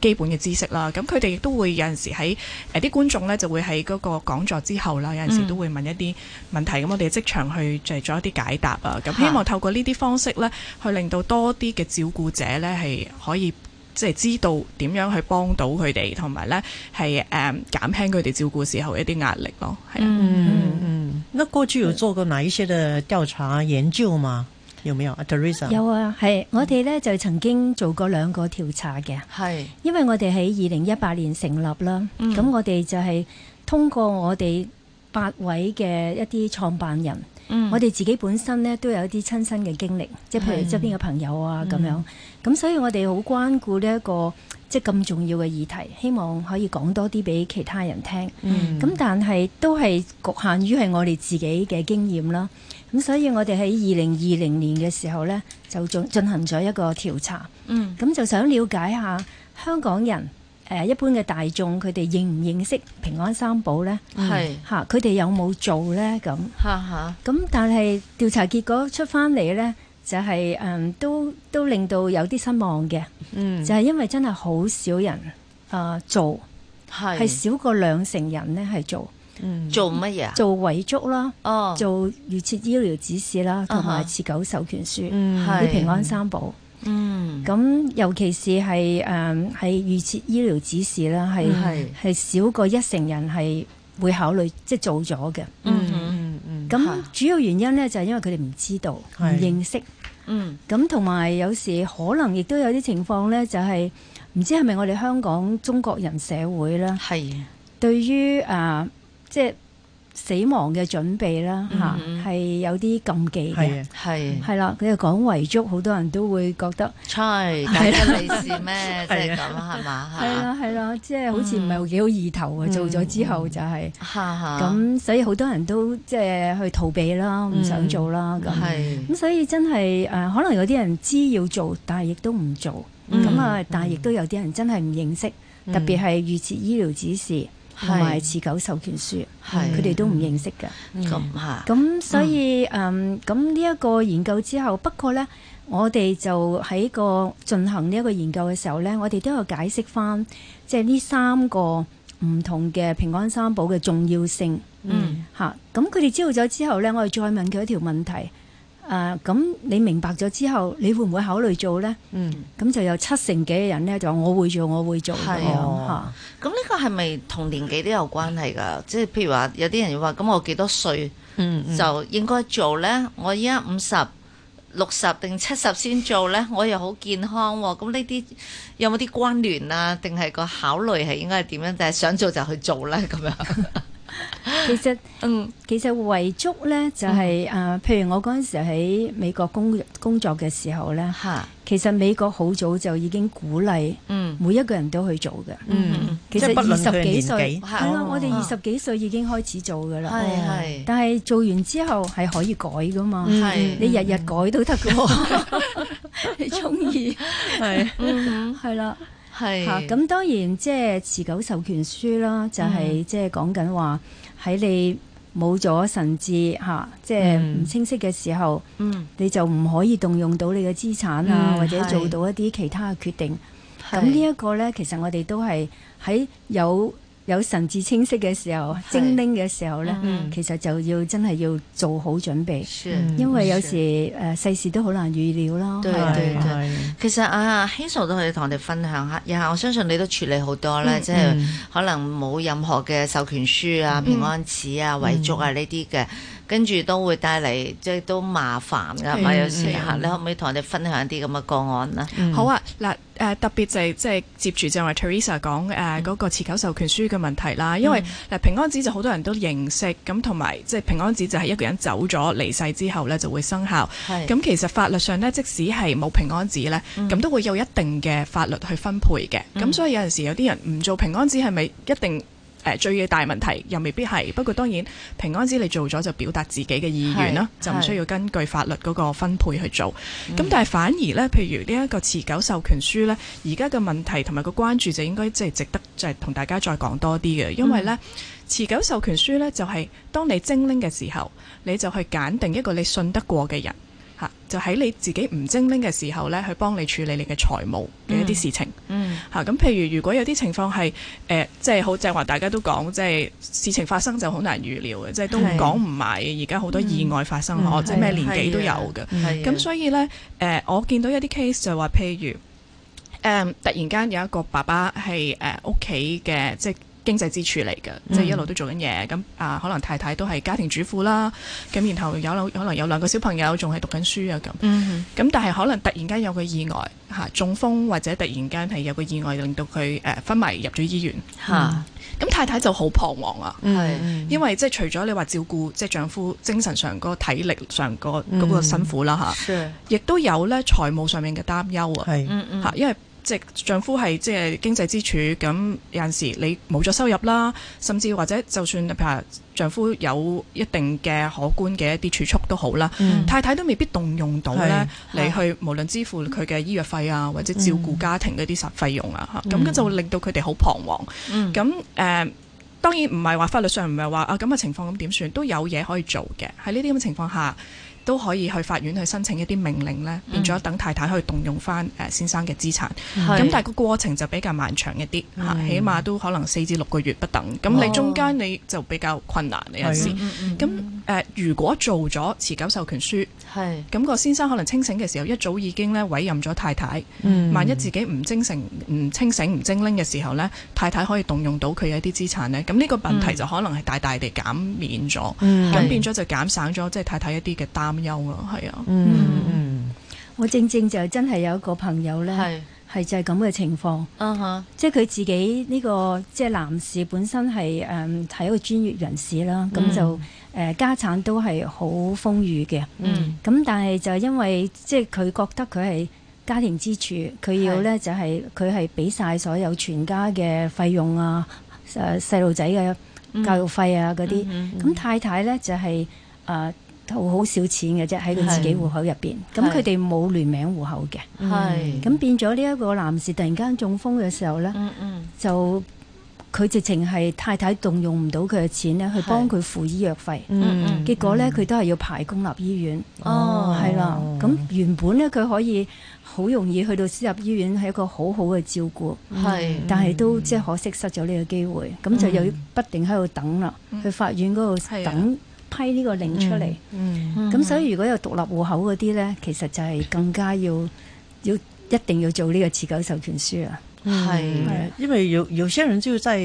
基本嘅知識啦，咁佢哋亦都會有陣時喺誒啲觀眾咧就會喺嗰個講座之後啦，有陣時
嗯
都會問一啲問題，咁、我哋即場去就係做一啲解答啊，咁希望透過呢啲方式咧，去令到多啲嘅照顧者咧係可以。即係知道點樣去幫到佢哋，同埋咧係誒減輕佢哋照顧時候一啲壓力咯，係啊。
嗯嗯，那過去有做過哪一些的調查研究嗎？有沒有啊，Teresa？
有啊，
嗯
係我哋咧就曾經做過兩個調查嘅，
係
因為我哋喺二零一八年成立啦，
嗯
咁、我哋就係通過我哋八位嘅一啲創辦人，
嗯
我哋自己本身咧都有一啲親身嘅經歷，即係譬如
係
側邊嘅朋友啊咁、
嗯
樣，咁所以我哋好關顧呢一個即係咁重要嘅議題，希望可以講多啲俾其他人聽。
嗯
咁但係都係局限於係我哋自己嘅經驗啦。咁所以我哋喺二零二零年嘅時候呢，就進進行咗一個調查，
嗯
咁就想了解下香港人誒、呃一般嘅大眾，佢哋認唔認識平安三寶呢？
係
嚇，佢哋有冇做呢？咁
嚇，嗯哈哈，
咁但係調查結果出翻嚟呢，就係、嗯都都令到有啲失望嘅，
嗯
就係因為真係好少人啊、呃做，
係
係少過兩成人呢係做。
做乜嘢啊？
嗯做遺囑啦，
哦
做預設醫療指示啦，同
啊哈
埋持久授權書，
嗯係
啲平安三寶。
嗯
咁尤其是係誒係預設醫療指示啦，係
係
係少過一成人係會考慮即係做咗嘅。
嗯嗯
咁主要原因咧就係因為佢哋唔知道、唔
係
認識。
嗯
咁同埋有時可能亦都有啲情況咧，就係唔知係咪我哋香港中國人社會啦，
係
對於啊、即係死亡嘅準備啦，嚇
嗯
係有啲禁忌
係
嘅
啊，係
係啦。佢哋講遺囑，好多人都會覺得，
猜大吉利是 咩？即係咁啊係嘛？
啊係啊啦係啦，即
嗯
係好似唔係幾好意頭啊！做咗之後就係，咁所以好多人都即係去逃避啦，唔想做啦咁。
嗯係
咁所以真係誒，呃可能有啲人知要做，但係亦都唔做。
嗯
咁啊，但係亦都有啲人真係唔認識，
嗯
特別係預設醫療指示同埋持久授權書，
係
佢哋都唔認識㗎。
嗯
咁嚇，
咁所以
嗯
誒，咁呢一個研究之後，不過呢，我哋就喺個進行呢一個研究嘅時候呢，我哋都有解釋翻，即係呢三個唔同嘅平安三寶嘅重要性。
嗯
嚇，咁佢哋知道咗之後呢，我哋再問佢一條問題。誒、啊咁你明白咗之後，你會唔會考慮做呢？
嗯，
咁就有七成幾嘅人呢，就話我會做，我會做咁
係
樣
啊
嚇。，
咁呢個係咪同年紀都有關係㗎？即係譬如話，有啲人話咁，我幾多歲
嗯
就應該做呢？我依家五十、六十定七十先做呢？我又好健康喎、咁呢啲有冇啲關聯啊？定係個考慮係應該係點樣？就係想做就去做呢？咁樣。
其實，嗯，其實遺囑咧就
嗯
係、誒、譬如我嗰陣時喺美國工工作嘅時候咧，其實美國好早就已經鼓勵，
嗯，
每一個人都去做嘅，
嗯
其
即
實
係不
二
論佢
十
嘅
幾
年
歲，
紀
係啦
哦，
我哋二十幾歲已經開始做噶啦，哦
係係
但係做完之後係可以改噶嘛，
嗯係
你日日改都得噶 喎，你中意係係啦。
係
嚇咁當然即係持久授權書啦，就係
嗯
即係講緊話喺你冇咗神智嚇，即係唔清晰嘅時候，
嗯
你就唔可以動用到你嘅資產啊，
嗯
或者
係
做到一啲其他嘅決定。
係
咁呢一個呢，其實我哋都係喺有有神智清晰嘅時候，精靈嘅時候呢，
嗯
其實就要真係要做好準備，
嗯
因為有
是
時誒世事都好難預料啦。
對
係
對
啊
對，其實啊，Hazel 都可以同我哋分享下，呀，我相信你都處理好多咧，
嗯
即係
嗯
可能冇任何嘅授權書啊、平安紙啊、遺囑啊呢啲嘅，跟住都會帶嚟即係都麻煩㗎嘛，
嗯
有時
嗯
嚇，你可唔可以同我哋分享一啲咁嘅個案啦？
好啊，嗱誒、呃特別就係即係接住正話 Teresa 講
嗯
誒嗰個持久授權書嘅問題啦，因為嗱、平安紙就好多人都認識，咁同埋即係平安紙就係一個人走咗離世之後咧就會生效，
係
咁其實法律上咧即使係冇平安紙咧，
嗯
咁、都會有一定嘅法律去分配嘅，咁、
嗯
所以有陣時有啲人唔做平安紙係咪一定？誒最大問題又未必係，不過當然平安紙你做咗就表達自己嘅意願啦，
係
就唔需
係
要。要根據法律嗰個分配去做。咁、
嗯
但係反而呢，譬如呢一個持久授權書呢，而家嘅問題同埋個關注就應該即係值得就係同大家再講多啲嘅，因為呢，持久授權書呢，就係、當你精靈嘅時候，你就去揀定一個你信得過嘅人。嚇就喺你自己唔精靈嘅時候呢，去幫你處理你嘅財務嘅一啲事情。
嗯
嚇咁，譬如如果有啲情況係誒、呃即係好正話，大家都講，即係事情發生就好難預料嘅，即係都
係
講唔埋嘅。而家好多意外發生，
嗯
或者咩
係
年紀都
係
有
啊係
嘅。
啊
咁所以呢，誒、呃我見到一啲 case 就話，譬如誒、呃突然間有一個爸爸係誒屋企嘅即係。經濟支柱嚟嘅，
嗯
即係一路都做緊嘢。咁啊，可能太太都係家庭主婦啦。咁然後有可能有兩個小朋友仲係讀緊書啊咁。
嗯
咁但係可能突然間有個意外嚇中風，或者突然間係有個意外令到佢誒、呃昏迷入咗醫院
嚇
咁、太太就好彷徨啊，
係
因為即係除咗你話照顧即係丈夫精神上嗰個體力上個嗰、個
嗯
辛苦啦嚇，
是
亦、都有咧財務上面嘅擔憂啊，
係嗯嗯
嚇因為即係丈夫係即係經濟支柱，咁有陣時你冇咗收入啦，甚至或者就算譬如丈夫有一定嘅可觀嘅一啲儲蓄都好啦，
嗯
太太都未必動用到咧
係
你去無論支付佢嘅醫藥費啊，或者照顧家庭嗰啲實費用啊，嚇咁
嗯
跟就會令到佢哋好彷徨。
嗯
咁誒、呃當然唔係話法律上唔係話啊咁嘅情況咁點算，都有嘢可以做嘅。喺呢啲咁嘅情況下，都可以去法院去申請一啲命令咧，
嗯
變咗等太太可以動用翻誒先生嘅資產。咁、
係
但係個過程就比較漫長一啲嚇，
嗯
起碼都可能四至六個月不等。咁
哦
你中間你就比較困難你有陣時。
係啊嗯嗯
咁誒，呃如果做咗持久授權書，
係
咁個先生可能清醒嘅時候，一早已經咧委任咗太太。
嗯
萬一自己唔精醒、唔清醒、唔精靈嘅時候咧，太太可以動用到佢嘅一啲資產咧。咁呢個問題
嗯
就可能係大大地減免咗，
嗯
咁
係
變咗就減省咗即係太太一啲嘅
嗯
擔憂咯。係啊，
嗯，我正正就真係有一個朋友咧，係就係咁嘅情況。
嗯哼，
即係佢自己呢、個即係男士本身係誒係一個專業人士啦，咁、
嗯
就誒、呃家產都係好豐裕嘅。
嗯
咁但係就因為即係佢覺得佢係家庭支柱，佢要咧就係佢係俾晒所有全家嘅費用啊，誒細路仔嘅教育費啊嗰啲。咁、
嗯嗯嗯
太太咧就係、呃誒。好好少錢嘅啫，喺佢自己
係
户口入邊。咁
係
佢哋冇聯名户口嘅，
係
咁變咗呢一個男士突然間中風嘅時候咧，
嗯
就佢直情係太太動用唔到佢嘅錢咧，去
係
幫佢付醫藥費。
嗯嗯
結果咧佢都係要排公立醫院。
哦
係啦。咁原本咧佢可以好容易去到私立醫院，係一個好好嘅照顧。
係嗯
但係都即係可惜失咗呢個機會，咁就又要不停喺度等啦，去法院嗰度
啊
等批呢個令出嚟。
嗯
咁所以如果有獨立户口嗰啲咧，其實就係更加要要一定要做呢個持久授權書啊。
嗯
哎因为有有些人就在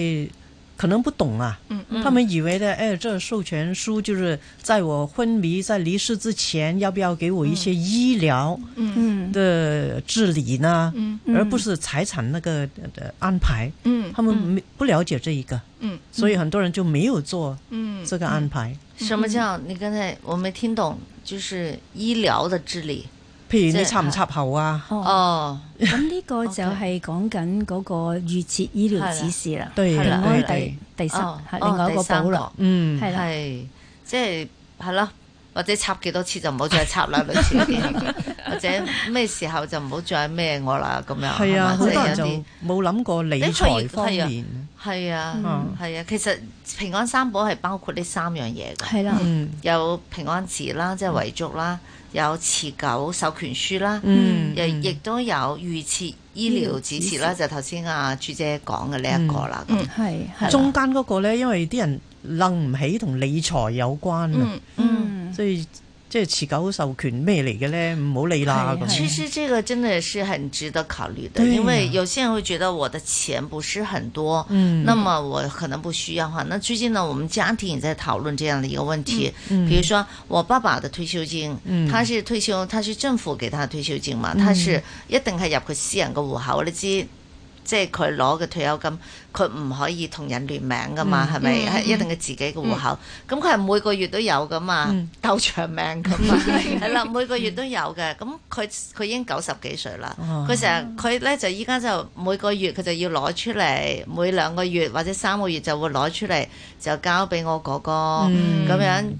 可能不懂啊，
嗯嗯
他们以为呢，哎，这授权书就是在我昏迷、在离世之前，要不要给我一些医疗
嗯
的治理呢？
嗯
而不是财产那个呃安排。
嗯
他们没不了解这一个，
嗯
所以很多人就没有做
嗯
这个安排。
什么叫你刚才我没听懂？就是医疗的治理。
譬如
即
你
係
插唔插喉啊？
哦，
咁呢個就係講緊嗰個預設醫療指示啦，
對
平
係啦
安
對
第第三
哦
係另外一個
哦第三
保
個
留，
嗯
係啦，
係即係係咯，或者插幾多次就唔好再插啦，類似嗰啲，或者咩時候就唔好再咩我啦咁樣。
系啊，
係嘛
好多人
即
就
係有啲
冇諗過理
你可以
財方面。
係啊
嗯，
係啊，其實平安三寶係包括呢三樣嘢㗎。
係啦
嗯
有平安紙啦，即係遺囑啦，有持久授權書啦，
嗯
又亦都有預設醫療指示啦，
醫療指示
就頭先阿朱姐講嘅呢一個啦。咁
係係
中間嗰個咧，因為啲人楞唔起同理財有關啊，
嗯
所以即係持久授權咩嚟嘅咧？唔好理啦咁。
其实这个真的是很值得考虑的，
对呀
因为有些人会觉得我的钱不是很多，
嗯
那么我可能不需要哈。那最近呢，我们家庭也在讨论这样的一个问题，
嗯嗯
比如说我爸爸的退休金，
嗯
他是退休，他是政府给他的退休金嘛，
嗯
他是一定係入佢私人嘅户口，你知。即係佢攞嘅退休金，佢唔可以同人聯名噶嘛，
嗯
係咪？
嗯嗯
係一定係自己嘅户口。咁佢係每個月都有噶嘛，鬥長命咁嘛，係啦，每個月都有嘅。咁佢佢已經九十幾歲啦，
哦
佢成日佢咧就依家就每個月佢就要攞出嚟，每兩個月或者三個月就會攞出嚟，就交俾我哥哥咁、
嗯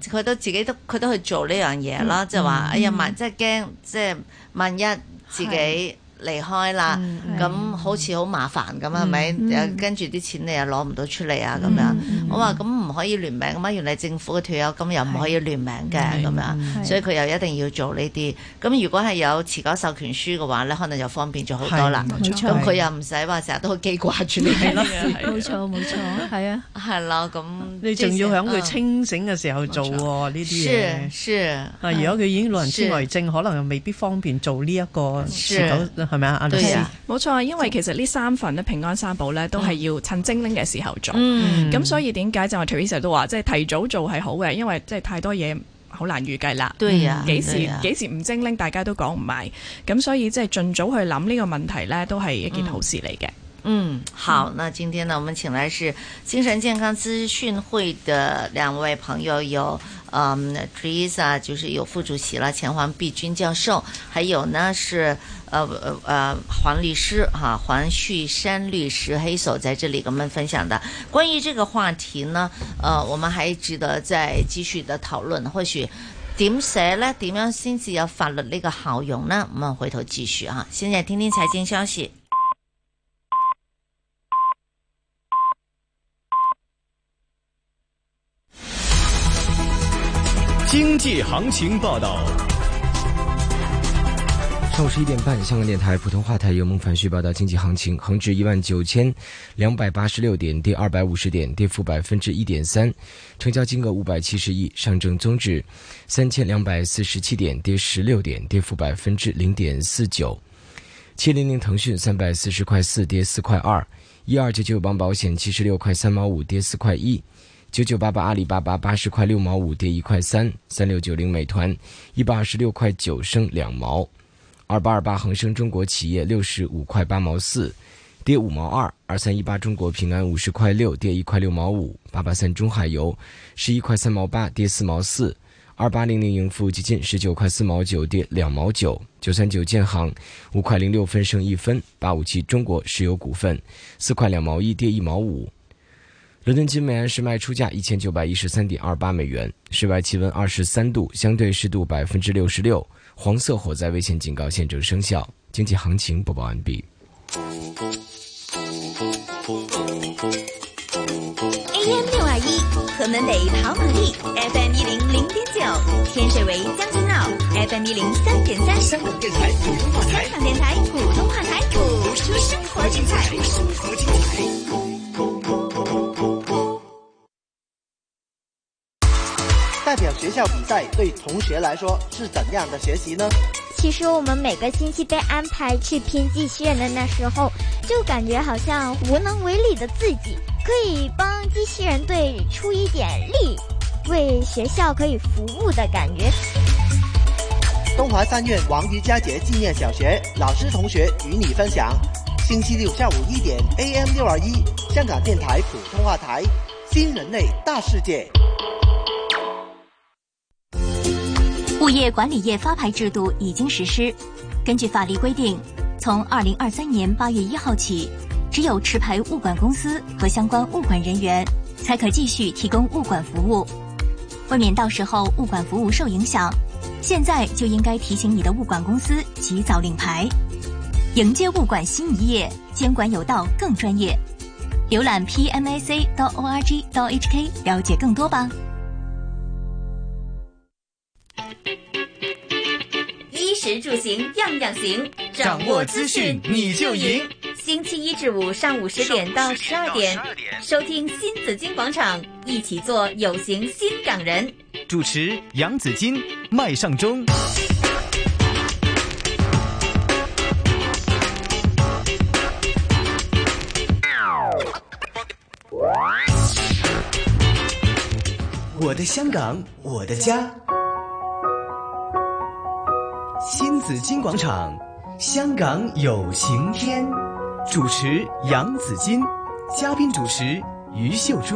樣。佢都自己都佢都去做呢樣嘢啦，
嗯
就話
嗯
哎呀萬即係驚即係萬一自己。離開啦，咁、好似好麻煩咁，係咪、
嗯
又跟住啲錢你又攞唔到出嚟啊咁樣。我話咁唔可以聯名咁嘛，原來政府嘅退休金又唔可以聯名嘅咁樣，
係
所以佢又一定要做呢啲。咁如果係有持久授權書嘅話咧，可能又方便咗好多啦。
係冇錯
咁佢又唔使話成日都好記掛住你
係
啦
啦，冇錯冇錯，係啊，
係啦，咁
你仲要喺佢
嗯
清醒嘅時候做喎呢啲嘢
是。是
啊！如果佢已經老人痴
是
呆症，可能又未必方便做呢一個持
是
久，係咪啊？阿律
係
師
啊，冇錯，因為其實呢三份咧平安三寶咧都係
嗯
要趁精靈嘅時候做，咁、
嗯
所以點解就話 Teresa 都話即係提早做係好嘅，因為即係太多嘢。好難預計啦，嗯
對呀
幾時
對呀
幾時唔精靈，大家都講唔埋，咁所以即係盡早去諗呢個問題呢，都係一件好事嚟嘅。
嗯，好，那今天呢，我们请来是精神健康资讯会的两位朋友，有嗯 Teresa，就是有副主席了，钱黄碧君教授，还有呢是呃呃呃黄律师哈、黄旭山律师黑手在这里跟我们分享的关于这个话题呢，呃，我们还值得再继续的讨论，或许。点写呢？点样先至有法律呢个效用呢？我们回头继续哈。现在听听财经消息。
经济行情报道。
上午十一点半，香港电台普通话台由孟凡旭报道经济行情：恒指一万九千两百八十六点，跌二百五十点，跌幅百分之一点三，成交金额五百七十亿；上证综指三千两百四十七点，跌十六点，跌幅百分之零点四九。七零零腾讯三百四十块四跌四块二，一二九九帮保险七十六块三毛五跌四块一，九九八八阿里巴巴八十块六毛五跌一块三，三六九零美团一百二十六块九升两毛。二八二八恒生中国企业六十五块八毛四，跌五毛二；二三一八中国平安五十块六，跌一块六毛五；八八三中海油十一块三毛八，跌四毛四；二八零零盈富基金十九块四毛九，跌两毛九；九三九建行五块零六分升一分；八五七中国石油股份四块两毛一，跌一毛五。伦敦金美安市卖出价一千九百一十三点二八美元，室外气温二十三度，相对湿度百分之六十六，黄色火灾危险警告现正生效。经济行情播报完毕。
AM 六二一，河门北跑马地，FM 一零零点九，天水围将军澳，FM 一零三点三。香港电台普通话台，香港电台普通话台，播出生活精彩，生活精彩。
代表学校比赛对同学来说是怎样的学习呢？
其实我们每个星期被安排去拼绩训的那时候，就感觉好像无能为力的自己，可以帮机器人队出一点力，为学校可以服务的感觉。
东华三院王瑜佳节纪念小学老师同学与你分享，星期六下午一点，AM 六二一，香港电台普通话台，新人类大世界。
物业管理业发牌制度已经实施。根据法律规定，从二零二三年八月一号起，只有持牌物管公司和相关物管人员才可继续提供物管服务。为免到时候物管服务受影响，现在就应该提醒你的物管公司及早领牌。迎接物管新一页，监管有道更专业。浏览 pmac.org.hk 了解更多吧。
衣食住行样样行，
掌握资讯你就赢。
星期一至五上午十点到十二点，收听新紫金广场，一起做有型新港人。
主持杨紫金，麦上中。
我的香港，我的家。新紫金广场，香港有晴天。主持杨紫金，嘉宾主持于秀珠。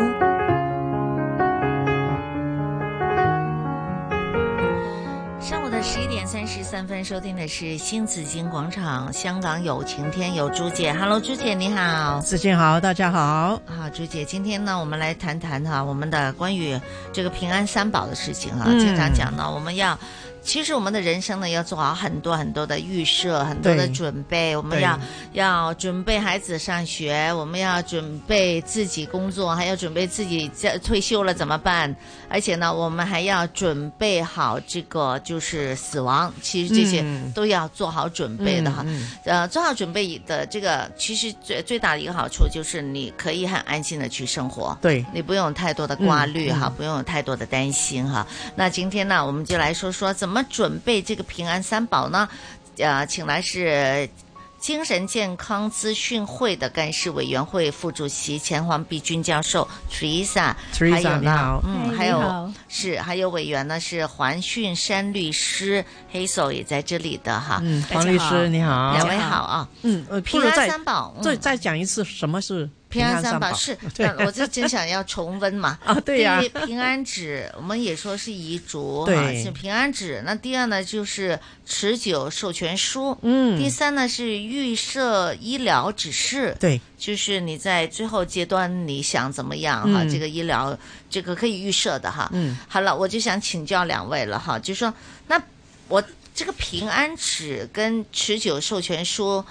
上午的十一点三十三分收听的是新紫金广场，香港有晴天，有朱姐。Hello，朱姐你好。
子健好，大家好。
啊，朱姐，今天呢，我们来谈谈哈、我们的关于这个平安三宝的事情哈、
嗯
经常讲呢，我们要。其实我们的人生呢，要做好很多很多的预设，很多的
对
准备。我们要要准备孩子上学，我们要准备自己工作，还要准备自己在退休了怎么办？而且呢，我们还要准备好这个就是死亡。其实这些
嗯
都要做好准备的哈。
嗯嗯
呃，做好准备的这个，其实最最大的一个好处就是你可以很安心的去生活，
对
你不用有太多的挂虑
嗯
哈，
嗯
不用有太多的担心哈。那今天呢，我们就来说说怎么准备这个平安三宝呢？呃，请来是。精神健康资讯会的干事委员会副主席钱黄碧君教授 Teresa，
Teresa，
还有
你
呢
好，
嗯，
嗨
还
哎你
有
好
是还有委员呢是黄训山律师 Hazel 也在这里的哈，
嗯，黄律师你好，
两位好啊，
嗯，呃，不
平
如
安
再
三宝，嗯
再再讲一次什么是
平安三宝
宝？
是
对，，
但我就真想要重温嘛。
啊对呀
第一，平安纸我们也说是遗嘱，
对
啊是平安纸。那第二呢，就是持久授权书，
嗯
第三呢是预设医疗指示，
对，
就是你在最后阶段你想怎么样哈，
嗯
这个医疗这个可以预设的哈。
嗯
好了，我就想请教两位了哈，就说那我这个平安纸跟持久授权书，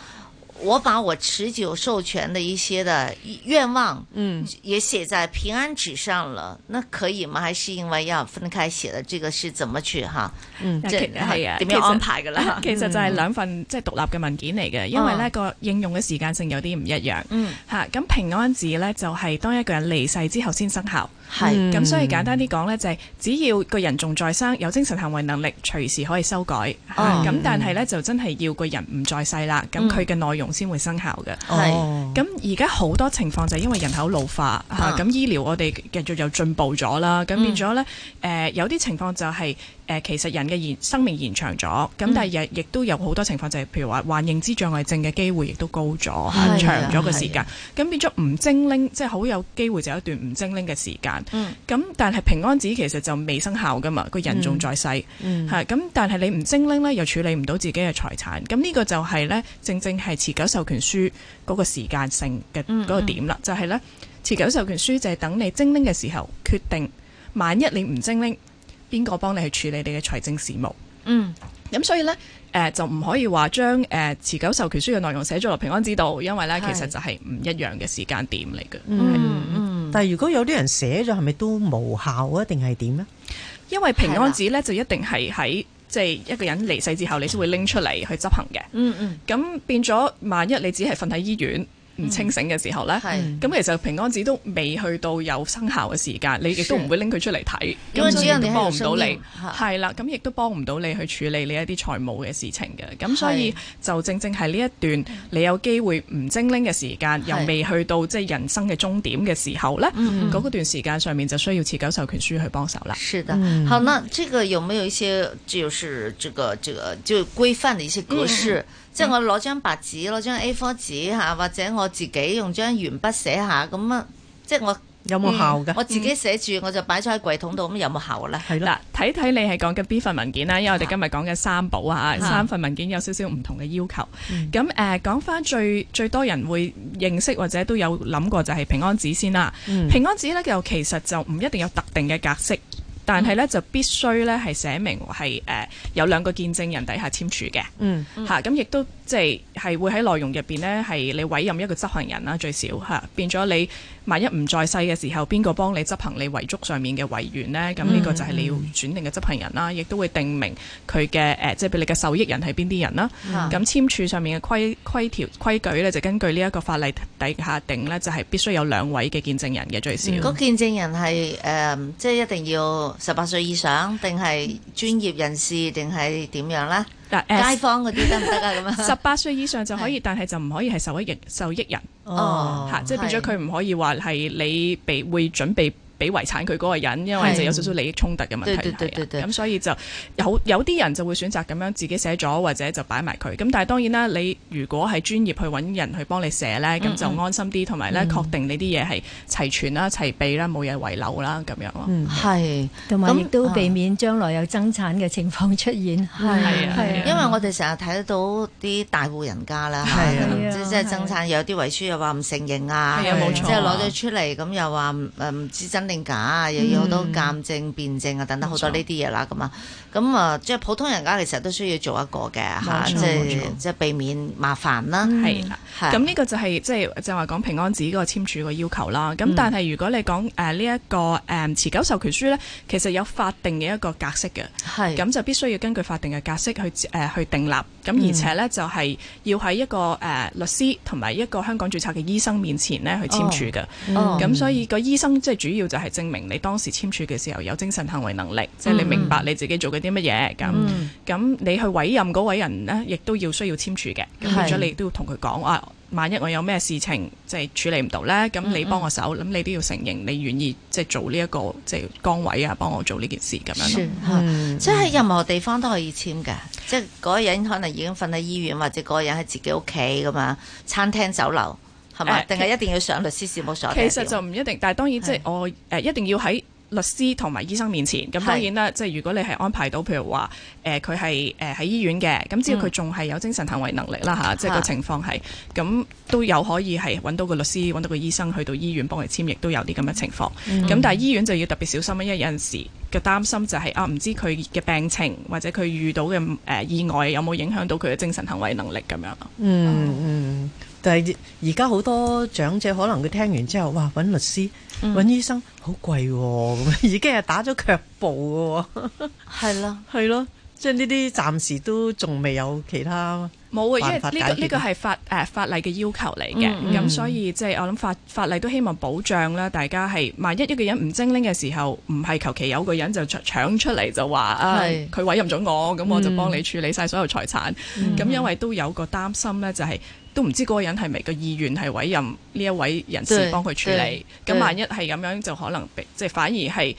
我把我持久授权的一些的愿望，
嗯，
也写在平安纸上了，那可以吗？还是因为要分开写的？这个是怎么去哈？
嗯
即
係啊，
點
其
樣
實
安排㗎啦？
其實就係兩份即係獨立嘅文件嚟嘅，因為
哦
呢個應用嘅時間性有啲唔一樣。
嗯，
嚇咁平安紙呢，就係當一個人離世之後先生效。
係
咁，所以簡單啲講呢，就係只要個人仲在生，有精神行為能力，隨時可以修改。啊
哦嗯
嚇咁但係呢，就真係要個人唔在世啦，咁佢嘅內容同先會生效嘅。
係
咁而家好多情況就係因為人口老化嚇，
啊
咁、醫療我哋繼續又進步咗啦，咁
嗯
變咗咧誒有啲情況就係、誒、其實人嘅延生命延長咗，咁
嗯
但係亦亦都有好多情況就係、譬如話患認知障礙症嘅機會亦都高咗，
係啊
嚇長咗個時間，啊咁變咗唔精靈，即係好有機會就有一段唔精靈嘅時間。
嗯
咁但係平安紙其實就未生效噶嘛，個人仲在世，係咁、
嗯嗯
但係你唔精靈咧，又處理唔到自己嘅財產，咁呢個就係咧，正正係持久授權書嗰個時間性嘅
嗯
嗰個點啦，就係咧持久授權書就係等你精靈嘅時候決定，萬一你唔精靈，邊個幫你去處理你嘅財政事務？
嗯
咁所以呢，誒、呃就唔可以話將誒持久授權書嘅內容寫咗落平安紙度，因為呢其
係
實就係唔一樣嘅時間點嚟嘅。
嗯嗯，但係如果有啲人寫咗，係咪都無效啊？定係點咧？
因為平安紙呢，就一定係喺即係一個人離世之後，你先會拎出嚟去執行嘅。
嗯嗯，
咁變咗，萬一你只係瞓喺醫院。唔清醒嘅時候呢，咁、
嗯
其實平安紙都未去到有生效嘅時間，你亦
是
都唔會拎佢出嚟睇，
因為
咁所以
只有你喺
都
度
幫唔到
生
你
命，
係啦，咁亦都幫唔到你去處理你一啲財務嘅事情嘅，咁所以
係
就正正係呢一段你有機會唔精靈嘅時間，又
係
未去到即係人生嘅終點嘅時候呢，嗰、
嗯嗯
段時間上面就需要持久授權書去幫手啦。
是的，
嗯
好，那这个有没有一些就是这个这个就規範嘅一些格式？
嗯
即係我攞張白紙，攞張 A4 紙嚇，啊或者我自己用張鉛筆寫下咁啊，即係我
有冇效㗎
嗯我自己寫住，我就擺咗喺櫃桶度，咁有冇效咧？
係
嗱，睇睇你係講緊邊份文件啦，因為我哋今日講緊三寶啊，
嚇
三份文件有少少唔同嘅要求。咁誒講翻最最多人會認識或者都有諗過就係平安紙先啦。
嗯
平安紙呢，就其實就唔一定有特定嘅格式。但係咧就必須咧係寫明係誒、有兩個見證人底下簽署嘅，
嗯
嚇咁亦都即係係會喺內容入邊咧係你委任一個執行人啦，最少嚇、變咗你萬一唔在世嘅時候，邊個幫你執行你遺囑上面嘅遺願呢？咁
嗯
呢個就係你要選定嘅執行人啦，亦都會定明佢嘅誒即係俾你嘅受益人係邊啲人啦。
嗯
咁、簽署上面嘅規規條規矩咧，就根據呢一個法例底下定呢，就係、必須有兩位嘅見證人嘅最少。
嗰見證人係誒、即係一定要十八歲以上，定係專業人士，定係點樣咧？
嗱
街坊嗰啲得唔得啊？咁啊，
十八歲以上就可以，但係就唔可以係受益人。受益人
哦
嚇即係變
係
咗佢唔可以話係你被會準備俾遺產佢嗰個人，因為
係
就有少少利益衝突嘅問題。
對對對
係啊咁所以就有有啲人就會選擇咁樣自己寫咗，或者就擺埋佢。咁但係當然啦，你如果係專業去揾人去幫你寫呢，咁
嗯
就
嗯
安心啲，同埋呢
嗯
確定你啲嘢係齊全啦、齊備啦、冇嘢遺漏啦咁樣咯。
嗯
係，
同埋亦都
咁啊
避免將來有爭產嘅情況出現。
係
係啊
因為我 哋成日睇到啲大戶人家啦，
係啊
嚇即即係爭產有啲遺書又話唔承認啊，
係啊冇錯
即係攞咗出嚟咁又話唔呃誒唔知真定假啊，又要好多鑑證、辯證啊等等好多呢啲嘢啦咁啊，咁啊即係普通人家其實都需要做一個嘅嚇，
冇錯
即係即係避免麻煩啦，
係啦，咁呢個就係即係就話講平安紙嗰個簽署個要求啦。咁
嗯
但係如果你講誒呢一個誒、持久授權書咧，其實有法定嘅一個格式嘅，
係
咁就必須要根據法定嘅格式去誒、去定立。
嗯
咁而且咧、就係要喺一個誒、律師同埋一個香港註冊嘅醫生面前咧去簽署嘅。咁、
哦嗯
所以個醫生即係主要就係證明你當時簽署嘅時候有精神行為能力，即係你明白你自己做緊啲乜嘢咁。
嗯
咁你去委任嗰位人呢，亦都要需要簽署嘅。咁
係
變咗你都要同佢講啊，萬一我有咩事情即係處理唔到呢，咁
嗯
你幫我手，咁、你都要承認你願意即係做呢、一個即係崗位啊，幫我做呢件事咁樣
是
咯。
嚇即係喺任何地方都可以簽嘅，即係嗰個人可能已經瞓喺醫院，或者嗰個人喺自己屋企咁啊，餐廳、酒樓係嘛？
誒
定係一定要上律師事務所？
其實就唔一定，但係當然即係我誒、一定要喺律師同埋醫生面前。咁
係
當然啦，即係如果你係安排到，譬如話誒佢係誒喺醫院嘅，咁只要佢
嗯
仲係有精神行為能力啦吓，即係
嚇
個情況係咁都有可以係揾到個律師、揾到個醫生去到醫院幫佢簽，亦都有啲咁嘅情況。咁、
嗯
但係醫院就要特別小心，因為有陣時嘅擔心就係、啊，唔知佢嘅病情或者佢遇到嘅誒、意外有冇影響到佢嘅精神行為能力咁樣咯。
嗯嗯，但係而家好多長者可能佢聽完之後，哇！揾律師、揾醫生好貴喎，咁樣已經係打咗腳步嘅喎。
係咯，
係咯，即係呢啲暫時都仲未有其他
冇啊，因
辦
為
法
呢
解
個
決
呢個
呢
係法誒法例嘅要求嚟嘅，咁、
嗯嗯
所以即係我諗法法例都希望保障啦，大家係萬一一個人唔精靈嘅時候，唔係求其有個人就搶搶出嚟就話啊
係
佢委任咗我，咁我就
嗯
幫你處理晒所有財產，咁、
嗯
因為都有個擔心呢，就係、都唔知嗰個人係咪個意願係委任呢一位人士
對
幫佢處理
對，
咁
對
萬一係咁樣就可能被即係反而係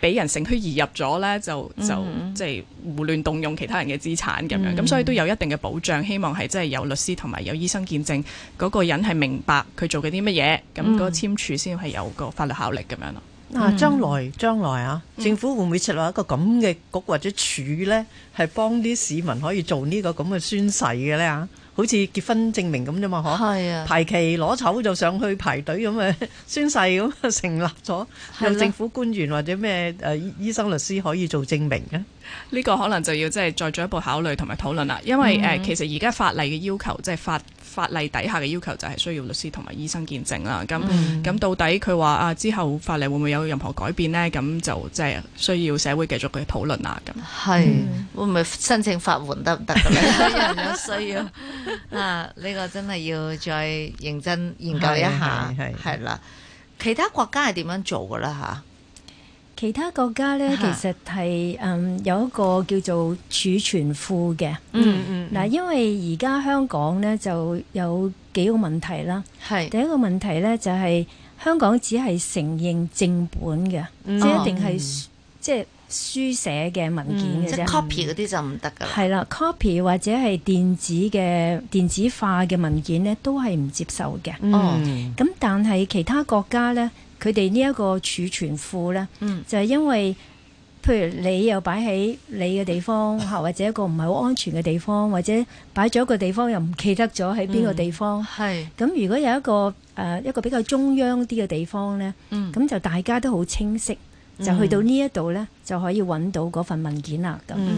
俾人乘虛而入咗呢，就就
嗯
即係胡亂動用其他人嘅資產咁樣，
嗯
咁、所以都有一定嘅保障，希望係真係有律師同埋有醫生見證，嗰、個人係明白佢做緊啲乜嘢，咁、
嗯
嗰個簽署先係有個法律效力咁樣咯。
嗯
嗱，啊
嗯
將來將來啊，政府會唔會設立一個咁嘅局或者處呢？係幫啲市民可以做呢個咁嘅宣誓嘅咧啊？好似結婚證明咁啫嘛，嗬？
係啊
排期攞籌就上去排隊咁啊， 宣誓咁啊成立咗，
係
有
啦
政府官員或者咩誒醫醫生律師可以做證明嘅。
呢個可能就要即係再進一步考慮同埋討論啦，因為誒、
嗯
呃其實而家法例嘅要求，即係法法例底下嘅要求就係需要律師同埋醫生見證啦。咁咁、
嗯
到底佢話啊之後法例會唔會有任何改變呢？咁就即係需要社會繼續去討論啦。咁
係會唔會申請法援得唔得㗎 咧？有人有需要啊，呢個真係要再認真研究一下，係啦。其他國家係點樣做㗎啦？
其他國家咧，其
嚇
實係嗯有一個叫做儲存庫嘅。
嗯嗯
嗱，
嗯
因為而家香港咧就有幾個問題啦。
係
第一個問題咧就係、香港只係承認正本嘅，
嗯
即係一定係
哦
書即係書寫嘅文
嚇，嗯
件嘅
即
啫。
係 copy 嗰啲就唔得㗎啦。
係啦，copy 或者係電子嘅電子化嘅文件呢，都係唔接受嘅。
哦
咁但係其他國家呢，佢哋呢一個儲存庫呢，
嗯
就係因為譬如你又擺喺你嘅 地方，嚇或者一個唔係好安全嘅地方，或者擺咗一個地方又唔記得咗喺邊個地方。
嗯係
咁如果有一個誒、呃一個比較中央啲嘅地方呢，
嗯
咁、就大家都好清晰，
嗯
就去到呢一度呢，就可以揾到嗰份文件啦。咁。
嗯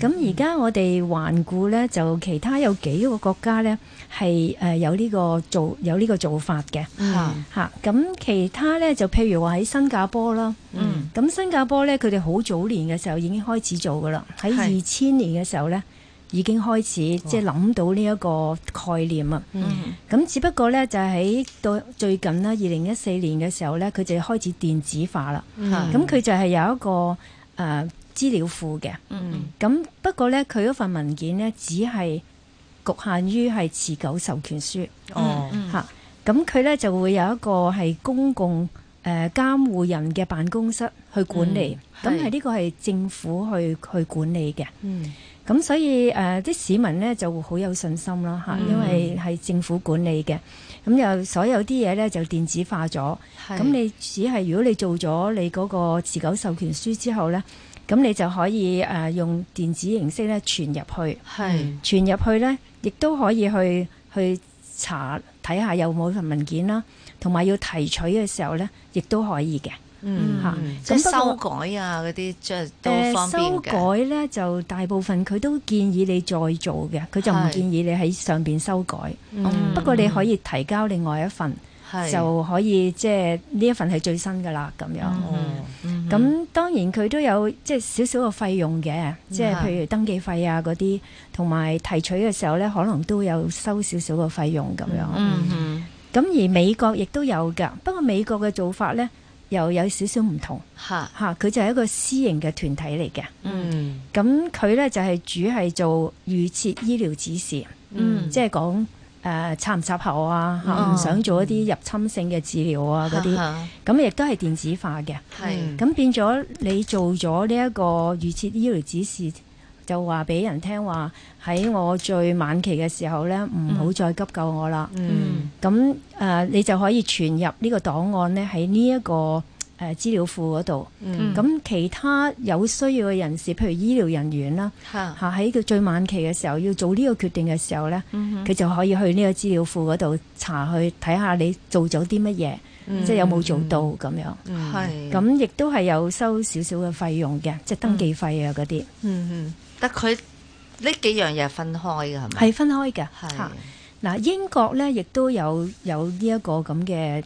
咁而家我哋環顧咧，就其他有幾個國家咧係誒有呢個做有呢個做法嘅
嗯
嚇。咁其他咧就譬如話喺新加坡啦，
嗯
咁新加坡咧佢哋好早年嘅時候已經開始做噶啦，喺
係
二千年嘅時候咧已經開始即係諗到呢一個概念啊。
嗯
咁只不過咧就喺到最近啦，二零一四年嘅時候咧，佢就開始電子化啦。
嗯
咁佢就係有一個誒、呃、資料庫嘅。
嗯
咁不過咧，佢嗰份文件咧，只係局限於係持久授權書。
哦
嗯
嚇咁佢咧就會有一個係公共誒、呃、監護人嘅辦公室去管理。咁
嗯係
係呢個係政府去去管理嘅。
嗯
咁所以誒啲、市民咧就會好有信心啦嚇，
嗯
因為係政府管理嘅，咁又所有啲嘢咧就電子化咗。
係
咁你只係如果你做咗你嗰個持久授權書之後咧，咁你就可以誒、呃用電子形式咧傳入去，
係
傳入去咧，亦都可以去去查睇下有冇份文件啦，同埋要提取嘅時候咧，亦都可以嘅。
嗯
嚇
即係
咁不過
修改啊嗰啲，即係都
誒
方
修
便嘅。
改咧，就大部分佢都建議你再做嘅，佢就唔
係
建議你喺上邊修改。
嗯
不過你可以提交另外一份
係，
就可以即係呢一份係最新噶啦咁樣。
嗯
咁、當然佢都有即係少少嘅費用嘅，即係
嗯
譬如登記費啊嗰啲，同埋提取嘅時候咧，可能都有收少少嘅費用咁樣。
嗯嗯
咁而美國亦都有㗎，不過美國嘅做法呢，又有少少唔同
嚇
嚇，佢就係一個私營嘅團體嚟嘅。
嗯
咁佢呢，就係、主係做預設醫療指示，
嗯
即係講誒插唔插喉啊，嚇唔、
嗯
想做一啲入侵性嘅治療啊嗰
哈哈
啲，咁亦都係電子化嘅。
係
咁變咗你做咗呢一個預設醫療指示，就話俾人聽話喺我最晚期嘅時候呢，唔好再急救我啦。
嗯
咁誒、呃你就可以存入呢個檔案呢，喺呢一個誒、呃、資料庫嗰度。
嗯
咁、其他有需要嘅人士，譬如醫療人員啦，
嚇
嚇喺佢最晚期嘅時候要做呢個決定嘅時候呢，佢、
嗯哼
就可以去呢個資料庫嗰度查去睇下你做咗啲乜嘢，
嗯
即係有冇做到咁樣。
嗯係
咁亦都係有收少少嘅費用嘅，即係登記費啊嗰啲，
嗯嗯，但佢呢幾樣嘢係分開嘅係咪？
係分開嘅
嗯係
嚇。嗱，英國咧亦都有有呢一個咁嘅誒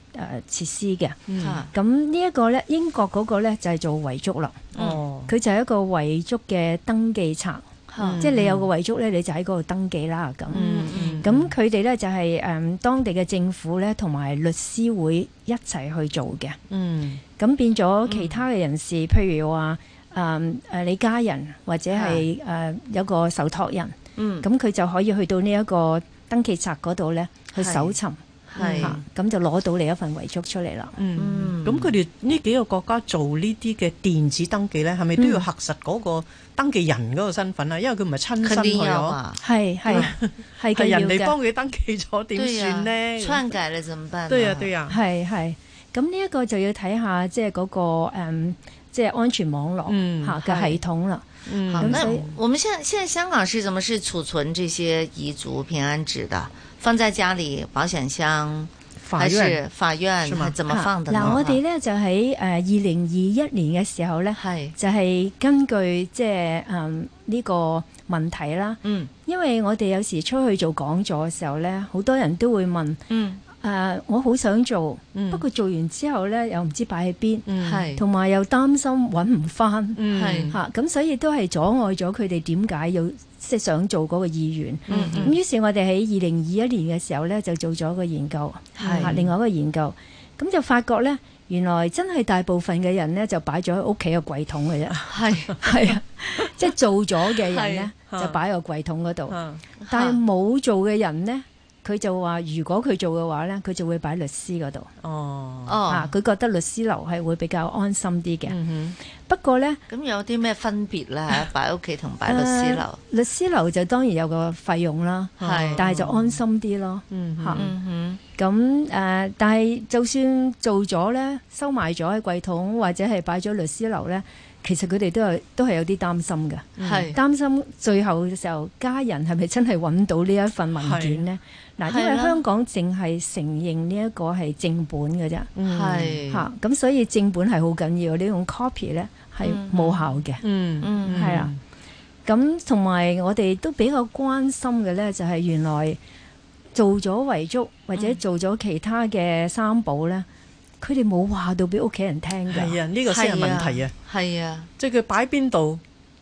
設施嘅。
嗯嚇
咁呢一個咧，英國嗰個咧就係做遺囑啦。
哦
佢就係一個遺囑嘅登記冊。嗯即係你有個遺囑咧，你就喺嗰度登記啦。
嗯
咁咁佢哋咧就係、誒、當地嘅政府咧同埋律師會一齊去做嘅。
嗯
咁變咗其他嘅人士，譬如話誒誒你家人或者係誒、有個受託人，
嗯
咁佢就可以去到呢一個登記冊嗰度咧去搜尋，
係
嚇咁就攞到你一份遺囑出嚟啦。
嗯，咁佢哋呢幾個國家做呢啲嘅電子登記咧，係咪都
嗯
要核實嗰個登記人嗰個身份啊？因為佢唔係親身去
啊
哦，
係係係嘅
係 人
要嘅
哋幫佢登記咗點
對呀
算呢？啊
篡
改了怎麼辦
對呀對呀，
係係。咁呢一個就要睇下即係嗰個誒即係安全網絡
嗯
嚇嘅系統啦。
好，
咁
那
嗯所以
我们现在现在香港是怎么是储存这些遗族平安纸的？放在家里保险箱，
法
还
院
是法院？还怎么放的呢？
啊嗱，我哋咧就喺誒呃二零二一年嘅時候咧，就係根據即係誒呢個問題啦。
嗯，
因為我哋有時出去做講座嘅時候咧，好多人都會問。
嗯。
誒、我好想做，
嗯
不過做完之後咧，又唔知擺喺邊，
係
同埋又擔心揾唔翻，
嗯係
嚇咁、所以都係阻礙咗佢哋點解要即係想做嗰個意願。
嗯
咁、於是我哋喺二零二一年嘅時候咧，就做咗一個研究，
係
另外一個研究，咁就發覺咧，原來真係大部分嘅人咧就擺咗喺屋企嘅櫃桶嘅啫，
係
係啊，即係做咗嘅人 咧
係
就擺喺個櫃桶嗰
嗯
啊
度，但係冇做嘅人咧。佢就話：如果佢做嘅話咧，佢就會擺律師嗰度。
哦嗯
哦
啊佢覺得律師樓係會比較安心啲嘅。不過咧，
咁有啲咩分別 咧？擺屋企同擺律師樓
呃，律師樓就當然有個費用啦，
係
但係就安心啲咯。
嗯
嚇
嗯
咁誒、呃但係就算做咗咧，收埋咗喺櫃桶或者係擺咗律師樓咧，其實佢哋都有都係有啲擔心嘅，
係
擔心最後嘅時候家人係咪真係揾到呢一份文件咧？嗱，因
係
為
啦
香港淨係承認呢一個係正本嘅啫，
嗯係
嚇咁所以正本係好緊要，呢種 copy 咧係冇效嘅，
嗯
嗯
係啦。啊
啊
咁同埋我哋都比較關心嘅咧，就係原來做咗遺囑或
嗯
者做咗其他嘅三寶咧，佢哋冇話到俾屋企人聽㗎。
係啊，呢個先係問題啊！
係啊，
即係佢擺邊度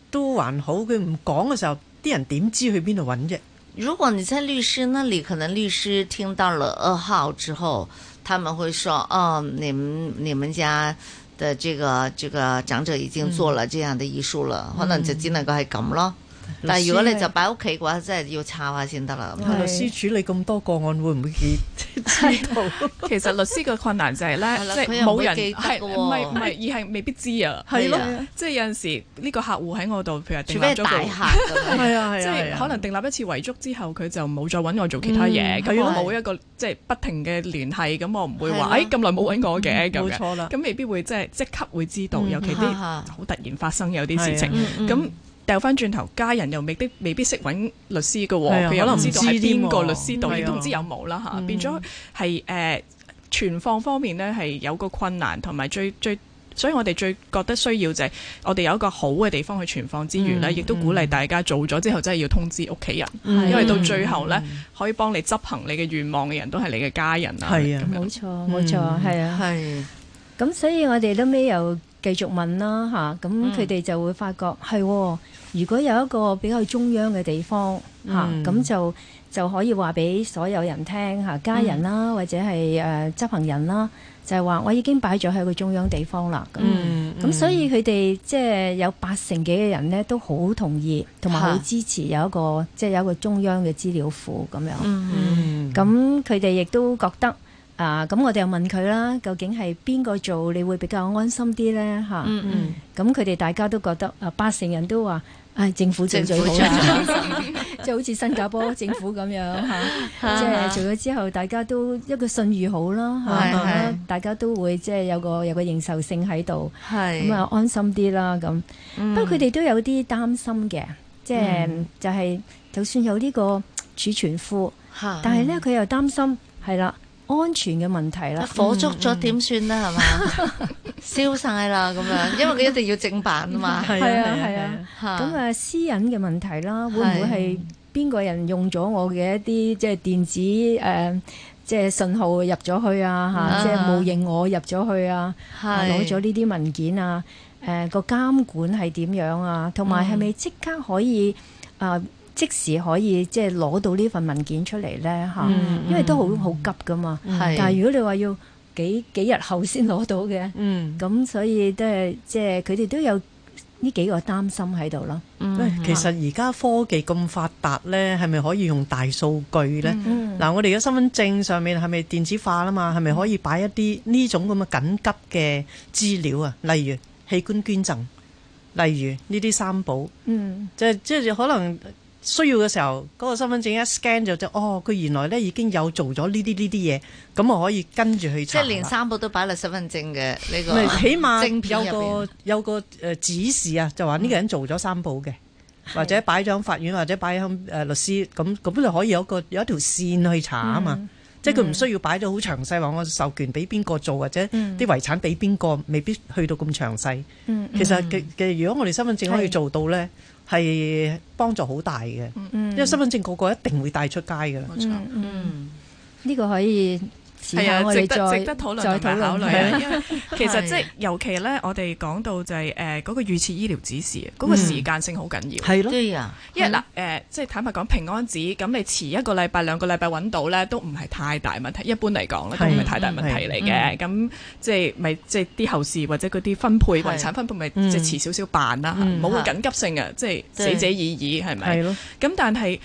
都還好，佢唔講嘅時候，啲人點知去邊度揾啫？
如果你在律師那里，可能律師听到了噩耗之后，他们会说：“哦，你们你们家的这个这个长者已经做了这样的遗書啦。啊
嗯
可能就只能夠係咁咯。
嗯律師
但係如果你就擺屋企嘅話，真係要抄下先得啦。
哦
哇律師處理咁多個案，會唔會結？
其實律師嘅困難就係咧
係啦，
即
佢
係
又唔
冇
會
人
記得㗎
係
喎
唔係唔係，而係未必知啊。
係咯
啊即係有陣時呢個客戶喺我度，譬如話
除
訂立
非係
咗個
大客咁樣
係
係啊
即
係
係
啊
可能訂立一次遺囑之後，佢就冇再揾我做其他
嗯
嘢，咁
係
我
咯
冇一個即係不停嘅聯繫，咁我唔會
係咯
話哎誒咁耐冇揾我嘅
嗯
咁
冇
樣
錯啦
咁未必會即係即刻會知道，
嗯
尤其
哈
啲
哈
好突然發生有啲事
係啊
情
嗯
咁。掉翻轉頭，家人又未必未必識揾律師嘅
係
喎，
啊
佢又
可
唔
能
知
唔
道
知
係
添
邊個
喎
律師度，亦都唔知
係
有
啊
冇啦嚇，
嗯
變咗係誒存放方面呢，係有個困難，同埋最最。所以我哋最覺得需要就係我哋有一個好嘅地方去存放之餘呢，
嗯
亦都鼓勵大家做咗之後真係要通知屋企人，
嗯
因為到最後呢，可以幫你執行你嘅願望嘅人都係你嘅家人啊。
係啊
咁樣
冇錯冇錯，係啊。
係。
咁所以我哋後尾又繼續問啦吓，咁佢哋就會發覺係喎，如果有一個比較中央嘅地方吓，
嗯
咁就就可以話俾所有人聽吓，家人啦或者係誒執行人啦，就係話我已經擺咗喺個中央地方啦。咁
嗯
咁所以佢哋即係有八成幾嘅人咧都好同意，同埋好
嚇
支持有一個即係有一個中央嘅資料庫咁樣。
嗯
咁佢哋亦都覺得啊，咁我哋又問佢啦，究竟係邊個做你會比較安心啲咧？嚇、
嗯嗯
咁佢哋大家都覺得啊，八成人都話。唉、政府做最好
政府
啦
最啊安，
即係好似新加坡政府咁 樣嚇，
啊
即係做咗之後，大家都一個信譽好啦
係
嚇啊
係，
大家都會即係有個有個認受性喺度，
係
咁啊安心啲啦咁。不過佢哋都有啲擔心嘅，即係
嗯
就係就算有呢個儲存庫，
嚇
但係咧佢又擔心係啦安全嘅問題啦，
啊火燭咗點算咧？係嘛，燒晒啦咁 樣，因為佢一定要正版啊嘛。
係啊係啊，咁啊私隱嘅問題啦，會唔會係邊個人用咗我嘅一啲即係電子誒、呃即係信號入咗去啊嚇，
啊
即係冒認我入咗去啊，
係
啊攞咗呢啲
嗯
文件啊，誒、個監管係點樣啊，同埋係咪即刻可以？誒、啊即時可以即係攞到呢份文件出嚟咧嚇
嗯，
因為都好好急噶嘛。
係
但係如果你話要幾幾日後先攞到嘅，咁所以都係即係佢哋都有呢幾個擔心喺度咯。
嗯
喂，其實而家科技咁發達呢，係咪可以用大數據呢？嗱、
嗯
我哋嘅身份證上面係咪電子化啦嘛？係咪可以擺一啲呢種咁嘅緊急嘅資料啊？例如器官捐贈，例如呢啲三寶，
嗯
即係即係可能需要嘅時候，嗰、個身份證一 scan 就知哦，佢原來呢已經有做咗呢啲呢啲嘢，咁我可以跟住去
即
查
係
啦。
連
啊
三部都擺落身份證嘅呢
咪
個，啊
起
晶
碼
片
有
入邊
個有個誒指示啊，就話呢個人做咗三寶嘅，
嗯
或者擺咗喺法院，或者擺喺誒律師，咁咁就可以有個有一條線去查啊嘛。
嗯
即係佢唔需要擺到好詳細話我授權俾邊個做，或者
嗯
啲遺產俾邊個，未必去到咁詳細。
嗯
其實嘅嘅，如果我哋身份證可以
係
做到呢，係幫助好大嘅，
嗯
因為身份證個個一定會帶出街㗎。
嗯嗯，呢個可以遲
係
下
啊，
我
值
哋
得
再
值得討論
再
同埋考慮
係
啊，
啊
因為其實 即係
係
尤其咧，我哋講到就係誒嗰個預設醫療指示，啊嗰個
嗯
時間性好緊要。
係咯對啊
因為嗱誒，即係坦白講，平安紙咁你遲一個禮拜兩個禮拜揾到咧，都唔係太大問題。一般嚟講咧，都唔係太大問題嚟嘅。
係
咁即係咪即係啲後事或者嗰啲分配
係
遺產分配咪即係遲少少辦啦，
嗯
冇
係
緊急性嘅，即係
對
死者已矣係咪？
係咯
咁但係誒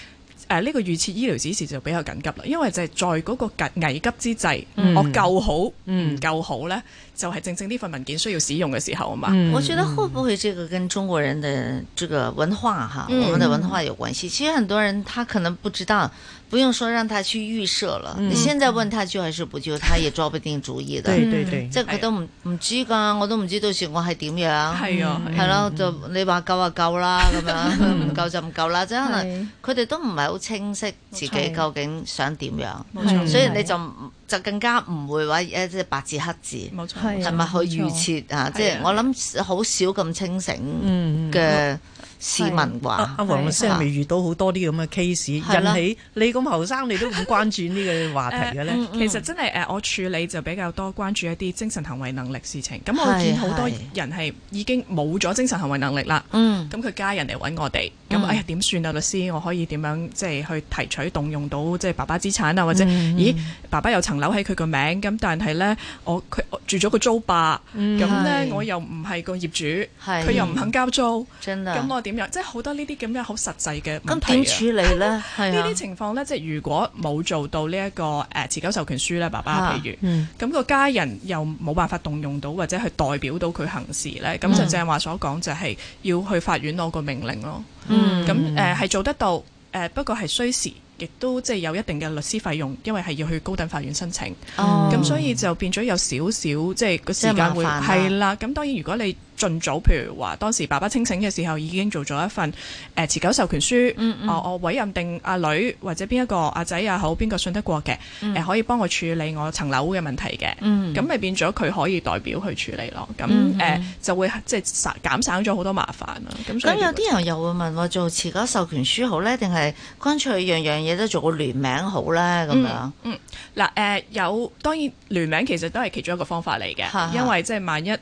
呃呢個預設醫療指示就比較緊急啦，因為就係在嗰個緊危急之際，
嗯
我夠好唔夠好呢，就係正正呢份文件需要使用嘅時候啊嘛。
我覺得會不會這個 跟中國人的这個文化哈，
嗯
我們的文化有關係？其實很多人他可能不知道，不用說讓他去預設了，
嗯
你現在問他救還是不救，他也抓不定主意的。
對對對
即係
哎
佢都唔唔知㗎，我都唔知到時我係點樣。
係啊係啊嗯
係咯，就嗯你話夠就夠啦，咁樣唔夠就唔夠啦，即係可能佢哋都唔係好清晰自己
冇錯
究竟想點樣，
冇錯
所以
係
你就唔就更加唔會話誒即係白字黑字，
冇錯
係啊
係咪去預設啊？即
嗯
係我諗好少咁清醒
嗯嗯
嘅市民
阿
啩。
阿黃律師係咪遇到好多啲咁嘅 case，
係啦
引起你咁後生，你都唔關注呢個話
呃
題嘅咧？
嗯
誒其實真係誒，我處理就比較多關注一啲精神行為能力事情。咁我
係
見好多
係
人係已經冇咗精神行為能力啦。
嗯
咁佢家人嚟揾我哋，咁
嗯
哎呀點算啊？律師，我可以點樣即係去提取動用到即係爸爸資產啊？或者
嗯
咦
嗯
爸爸有層樓喺佢個名，咁但係呢，我佢我住咗個租霸，
嗯
咁呢
係，
我又唔係個業主，
係
佢又唔肯交租，
真啊
咁我點樣？即係好多呢啲咁樣好實際嘅問題啊
咁點處理 咧？係
呢
啊
啲，情況呢，即係如果冇做到呢一個誒持久授權書咧，爸爸
啊
譬如，
嗯
咁個家人又冇辦法動用到或者去代表到佢行事咧，咁就
嗯
正話所講就係要去法院攞個命令咯。
嗯
咁誒係做得到，誒不過係需時。亦都即係有一定嘅律師費用，因為係要去高等法院申請，咁、
哦
所以就變咗有少少即係個時間
即係
會
麻煩啦
係啦。咁當然如果你盡早，譬如話當時爸爸清醒嘅時候已經做咗一份誒、呃持久授權書，
嗯嗯
哦我委任定阿女或者邊一個阿仔也好，邊個信得過嘅，誒、
嗯
可以幫我處理我層樓嘅問題嘅，
嗯
咁咪、變咗佢可以代表去處理咯，咁誒、
嗯
呃就會即係省減省咗好多麻煩啦。咁所
咁
以
有啲人又會問我做持久授權書好咧，定係乾脆樣樣嘢都做個聯名好咧？咁樣
嗯。嗯，嗱、誒有當然聯名其實都係其中一個方法嚟
哈哈
嘅，因為即係萬一誒。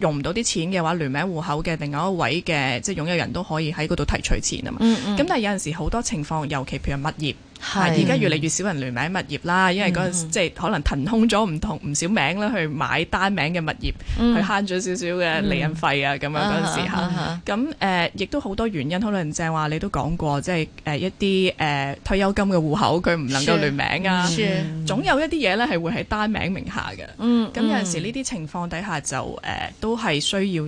用唔到啲錢嘅話，聯名户口嘅另外一位嘅即係擁有人都可以喺嗰度提取錢啊嘛。咁、
嗯嗯
但係有陣時好多情況，尤其譬如物業，啊
係
而家越嚟越少人聯名物業啦，因為嗰陣時
嗯嗯
即係可能騰空咗唔同唔少名啦，去買單名嘅物業，
嗯
去慳咗少少嘅利潤費啊咁樣嗰陣時
啊哈啊
嚇
哈。
咁誒、呃亦都好多原因，可能正話你都講過，即係誒一啲誒、呃退休金嘅戶口佢唔能夠聯名啊
是嗯是，
總有一啲嘢咧係會係單名名下嘅。
嗯
咁有陣時呢啲情況底下就誒、呃都係需要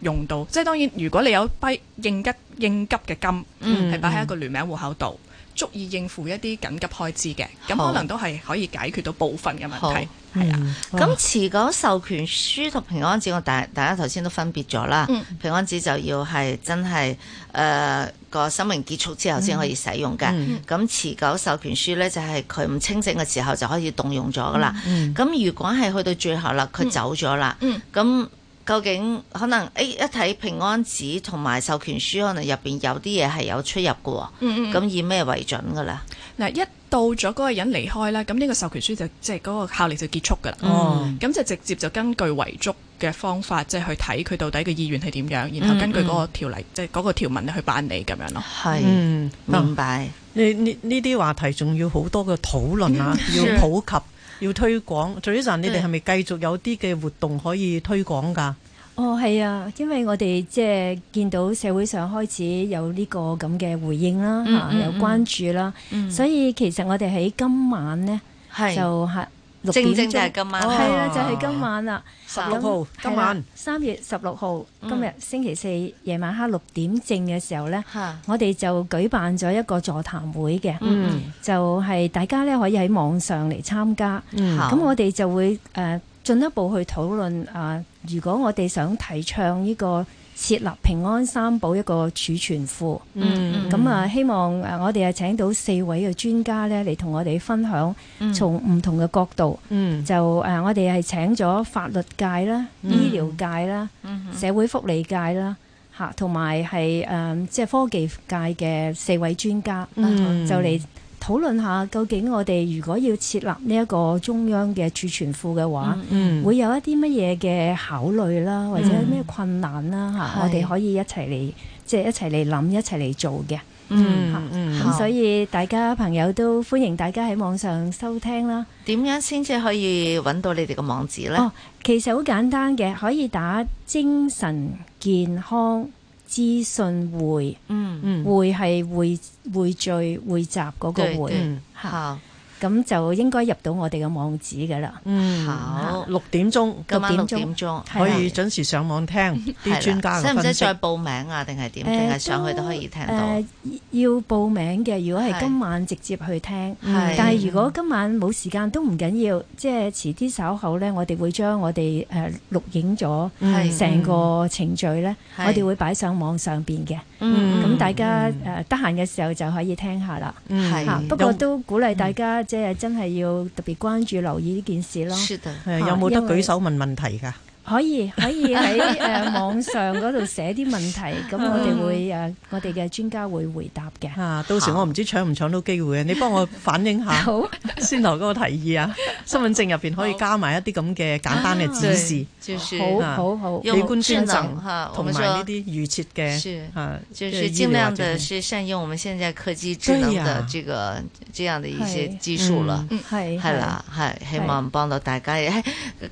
用到，即係當然如果你有筆應急應急嘅金
嗯
係擺喺一個聯名戶口度。足以應付一啲緊急開支嘅，咁
好
可能都係可以解決到部分嘅
好
問題。
係啊，咁持久授權書同平安紙，我大大家頭先都分別咗啦。
嗯
平安紙就要係真係誒個生命結束之後先可以使用嘅。
嗯
咁、持久授權書咧就係佢唔清醒嘅時候就可以動用咗噶啦。咁、
嗯
如果係去到最後啦，佢走咗啦，咁、
嗯
究竟可能誒、哎一睇平安紙同埋授權書，可能入邊有啲嘢係有出入嘅喎。
嗯嗯
咁以咩為準㗎啦？
嗱，一到咗嗰個人離開啦，咁呢個授權書就即係嗰個效力就結束㗎啦。
哦
咁就直接就根據遺囑嘅方法，即係去睇佢到底嘅意願係點樣，
嗯
然後根據嗰個條例，即係嗰個條文去辦理咁樣咯。
係
嗯，
明白。
呢呢呢啲話題仲要好多嘅討論啊，
是
要普及，要推廣。最呢陣你哋
嗯
係咪繼續有啲嘅活動可以推廣㗎？
哦，係啊，因為我哋即係見到社會上開始有呢個咁嘅回應啦，
嗯
嚇
嗯
有關注啦，
嗯
所以其實我哋喺今晚呢，
係
就係六點
正
鐘哦
正就係今晚啦
係啦，就係今晚啦，
16號
咁
今晚
係啦三月十六號，
嗯
今日星期四夜晚黑六點正嘅時候呢，我哋就舉辦咗一個座談會嘅，
嗯
就係大家呢可以喺網上嚟參加，
嗯
咁我哋就會誒、呃、進一步去討論啊、如果我哋想提倡呢個設立平安三寶一個儲存庫，
嗯嗯
咁啊、希望誒我哋啊請到四位嘅專家咧嚟同我哋分享
嗯
從唔同嘅角度，
嗯
就誒、呃我哋係請咗法律界啦、
嗯
醫療界啦、
嗯哼
社會福利界啦。嚇，同埋係誒，即係科技界嘅四位專家，啊
嗯
就嚟討論下究竟我哋如果要設立呢一個中央嘅儲存庫嘅話，
嗯嗯
會有一啲乜嘢嘅考慮啦，或者
嗯
咩困難啦嚇、
係
我哋可以一齊嚟，即係一齊嚟諗，一齊嚟做嘅。
嗯
嚇
嗯
咁、
好
所以大家朋友都歡迎大家喺網上收聽啦。
點樣先至可以揾到你哋嘅網址咧？
哦，其實好簡單嘅，可以打精神健康資訊會，
嗯嗯
會係會會聚會集嗰個
對
會
對嗯，
嚇，咁就應該入到我哋嘅網址㗎啦。
嗯，
好
六點鐘，
今晚六點
鐘
可以準時上網聽
係啦
啲專家
使
嘅
唔
分
使
析
再。報名啊？定係點？定係上去都可以聽到？
誒呃要報名嘅，如果
係
係今晚直接去聽，
係
但係如果今晚冇時間都唔緊要，即係遲啲稍後呢，我哋會將我哋誒錄影咗
係
成個程序呢，
係
我哋會擺上網上邊嘅。
嗯
咁大家誒得閒嘅時候就可以聽下啦。
嗯係嗯
嚇不過都鼓勵大家即係真係要特別關注留意呢件事咯。
是的
誒有冇得
因為
舉手問問題㗎？
可以可以喺誒、呃、網上嗰度寫啲問題，咁我哋會誒、呃我哋嘅專家會回答嘅。
啊，到時我唔知搶唔搶到機會啊！你幫我反映下
好
先頭嗰個提議啊，身份證入邊可以加埋一啲咁嘅簡單嘅指示
啊，就是
啊
好好好
器官捐
用智能哈
贈
我
同
們
埋
說
呢啲預設
是
嘅啊，
就是
即係醫療
尽
啊
量
這
的
些
是善用我们现在科技智能
對
的
呀
这个这样的一些
係
技術啦，
嗯係
係啦，係希望幫到大家。 係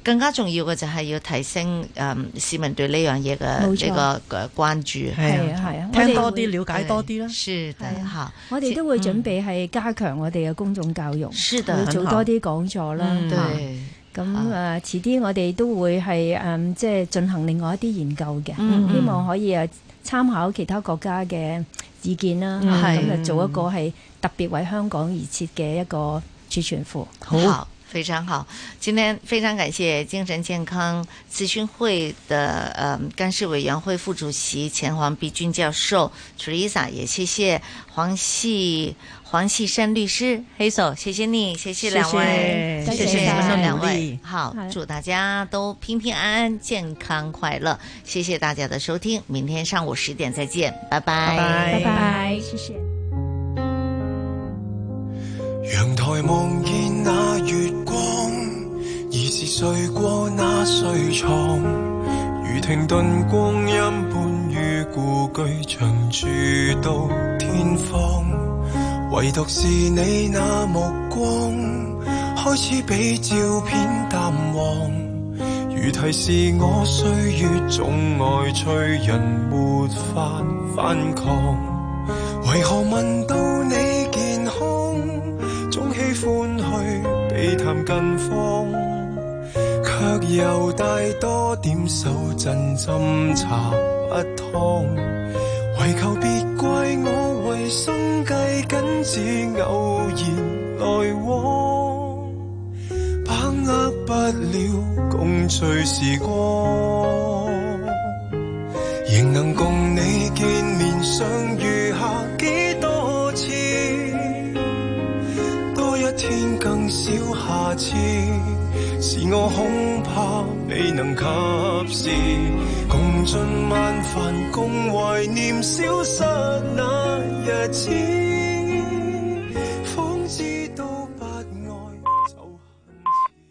更加重要嘅就係要提升誒市民對呢樣嘢
冇
嘅
錯
呢個嘅關注，
係啊係啊
聽
我
多
哋
啲，
會
了解多啲啦。
是的，好。
啊我哋都會準備係加強我哋嘅公眾教育，
是的
會
很
做
好
多啲講座啦。
嗯
嚇
對
咁誒，遲啲我哋都會係誒，即係進行另外一啲研究嘅，
嗯
希望可以誒呃參考其他國家嘅意見啦，
嗯
嚇
係
咁就做一個係特別為香港而設嘅一個儲存庫。
好，非常好。今天非常感谢精神健康咨询会的呃干事委员会副主席钱黄碧君教授 Teresa，也谢谢黄系黄系山律师 Hazel，谢谢你，谢谢两位，
谢谢
谢
多谢
你们两
努
位
力。
好
好，
祝大家都平平安安、健康快乐。谢谢大家的收听，明天上午十点再见，拜拜，
拜拜，謝謝。
阳台望见那月光，已是睡过那睡床。如停顿光阴般于故居長住到天荒，唯獨是你那目光開始比照片淡忘。如提示我歲月總愛催人沒法反抗，為何問到你健康？總喜歡去避談近況，卻又帶多點手震斟茶不湯，唯求別怪我為生計緊，只偶然來往，把握不了共聚時光。仍能共你見面相遇下幾多次，多一天更少下次，次，是我恐怕未能及時，共盡晚飯，共懷念消失那日子。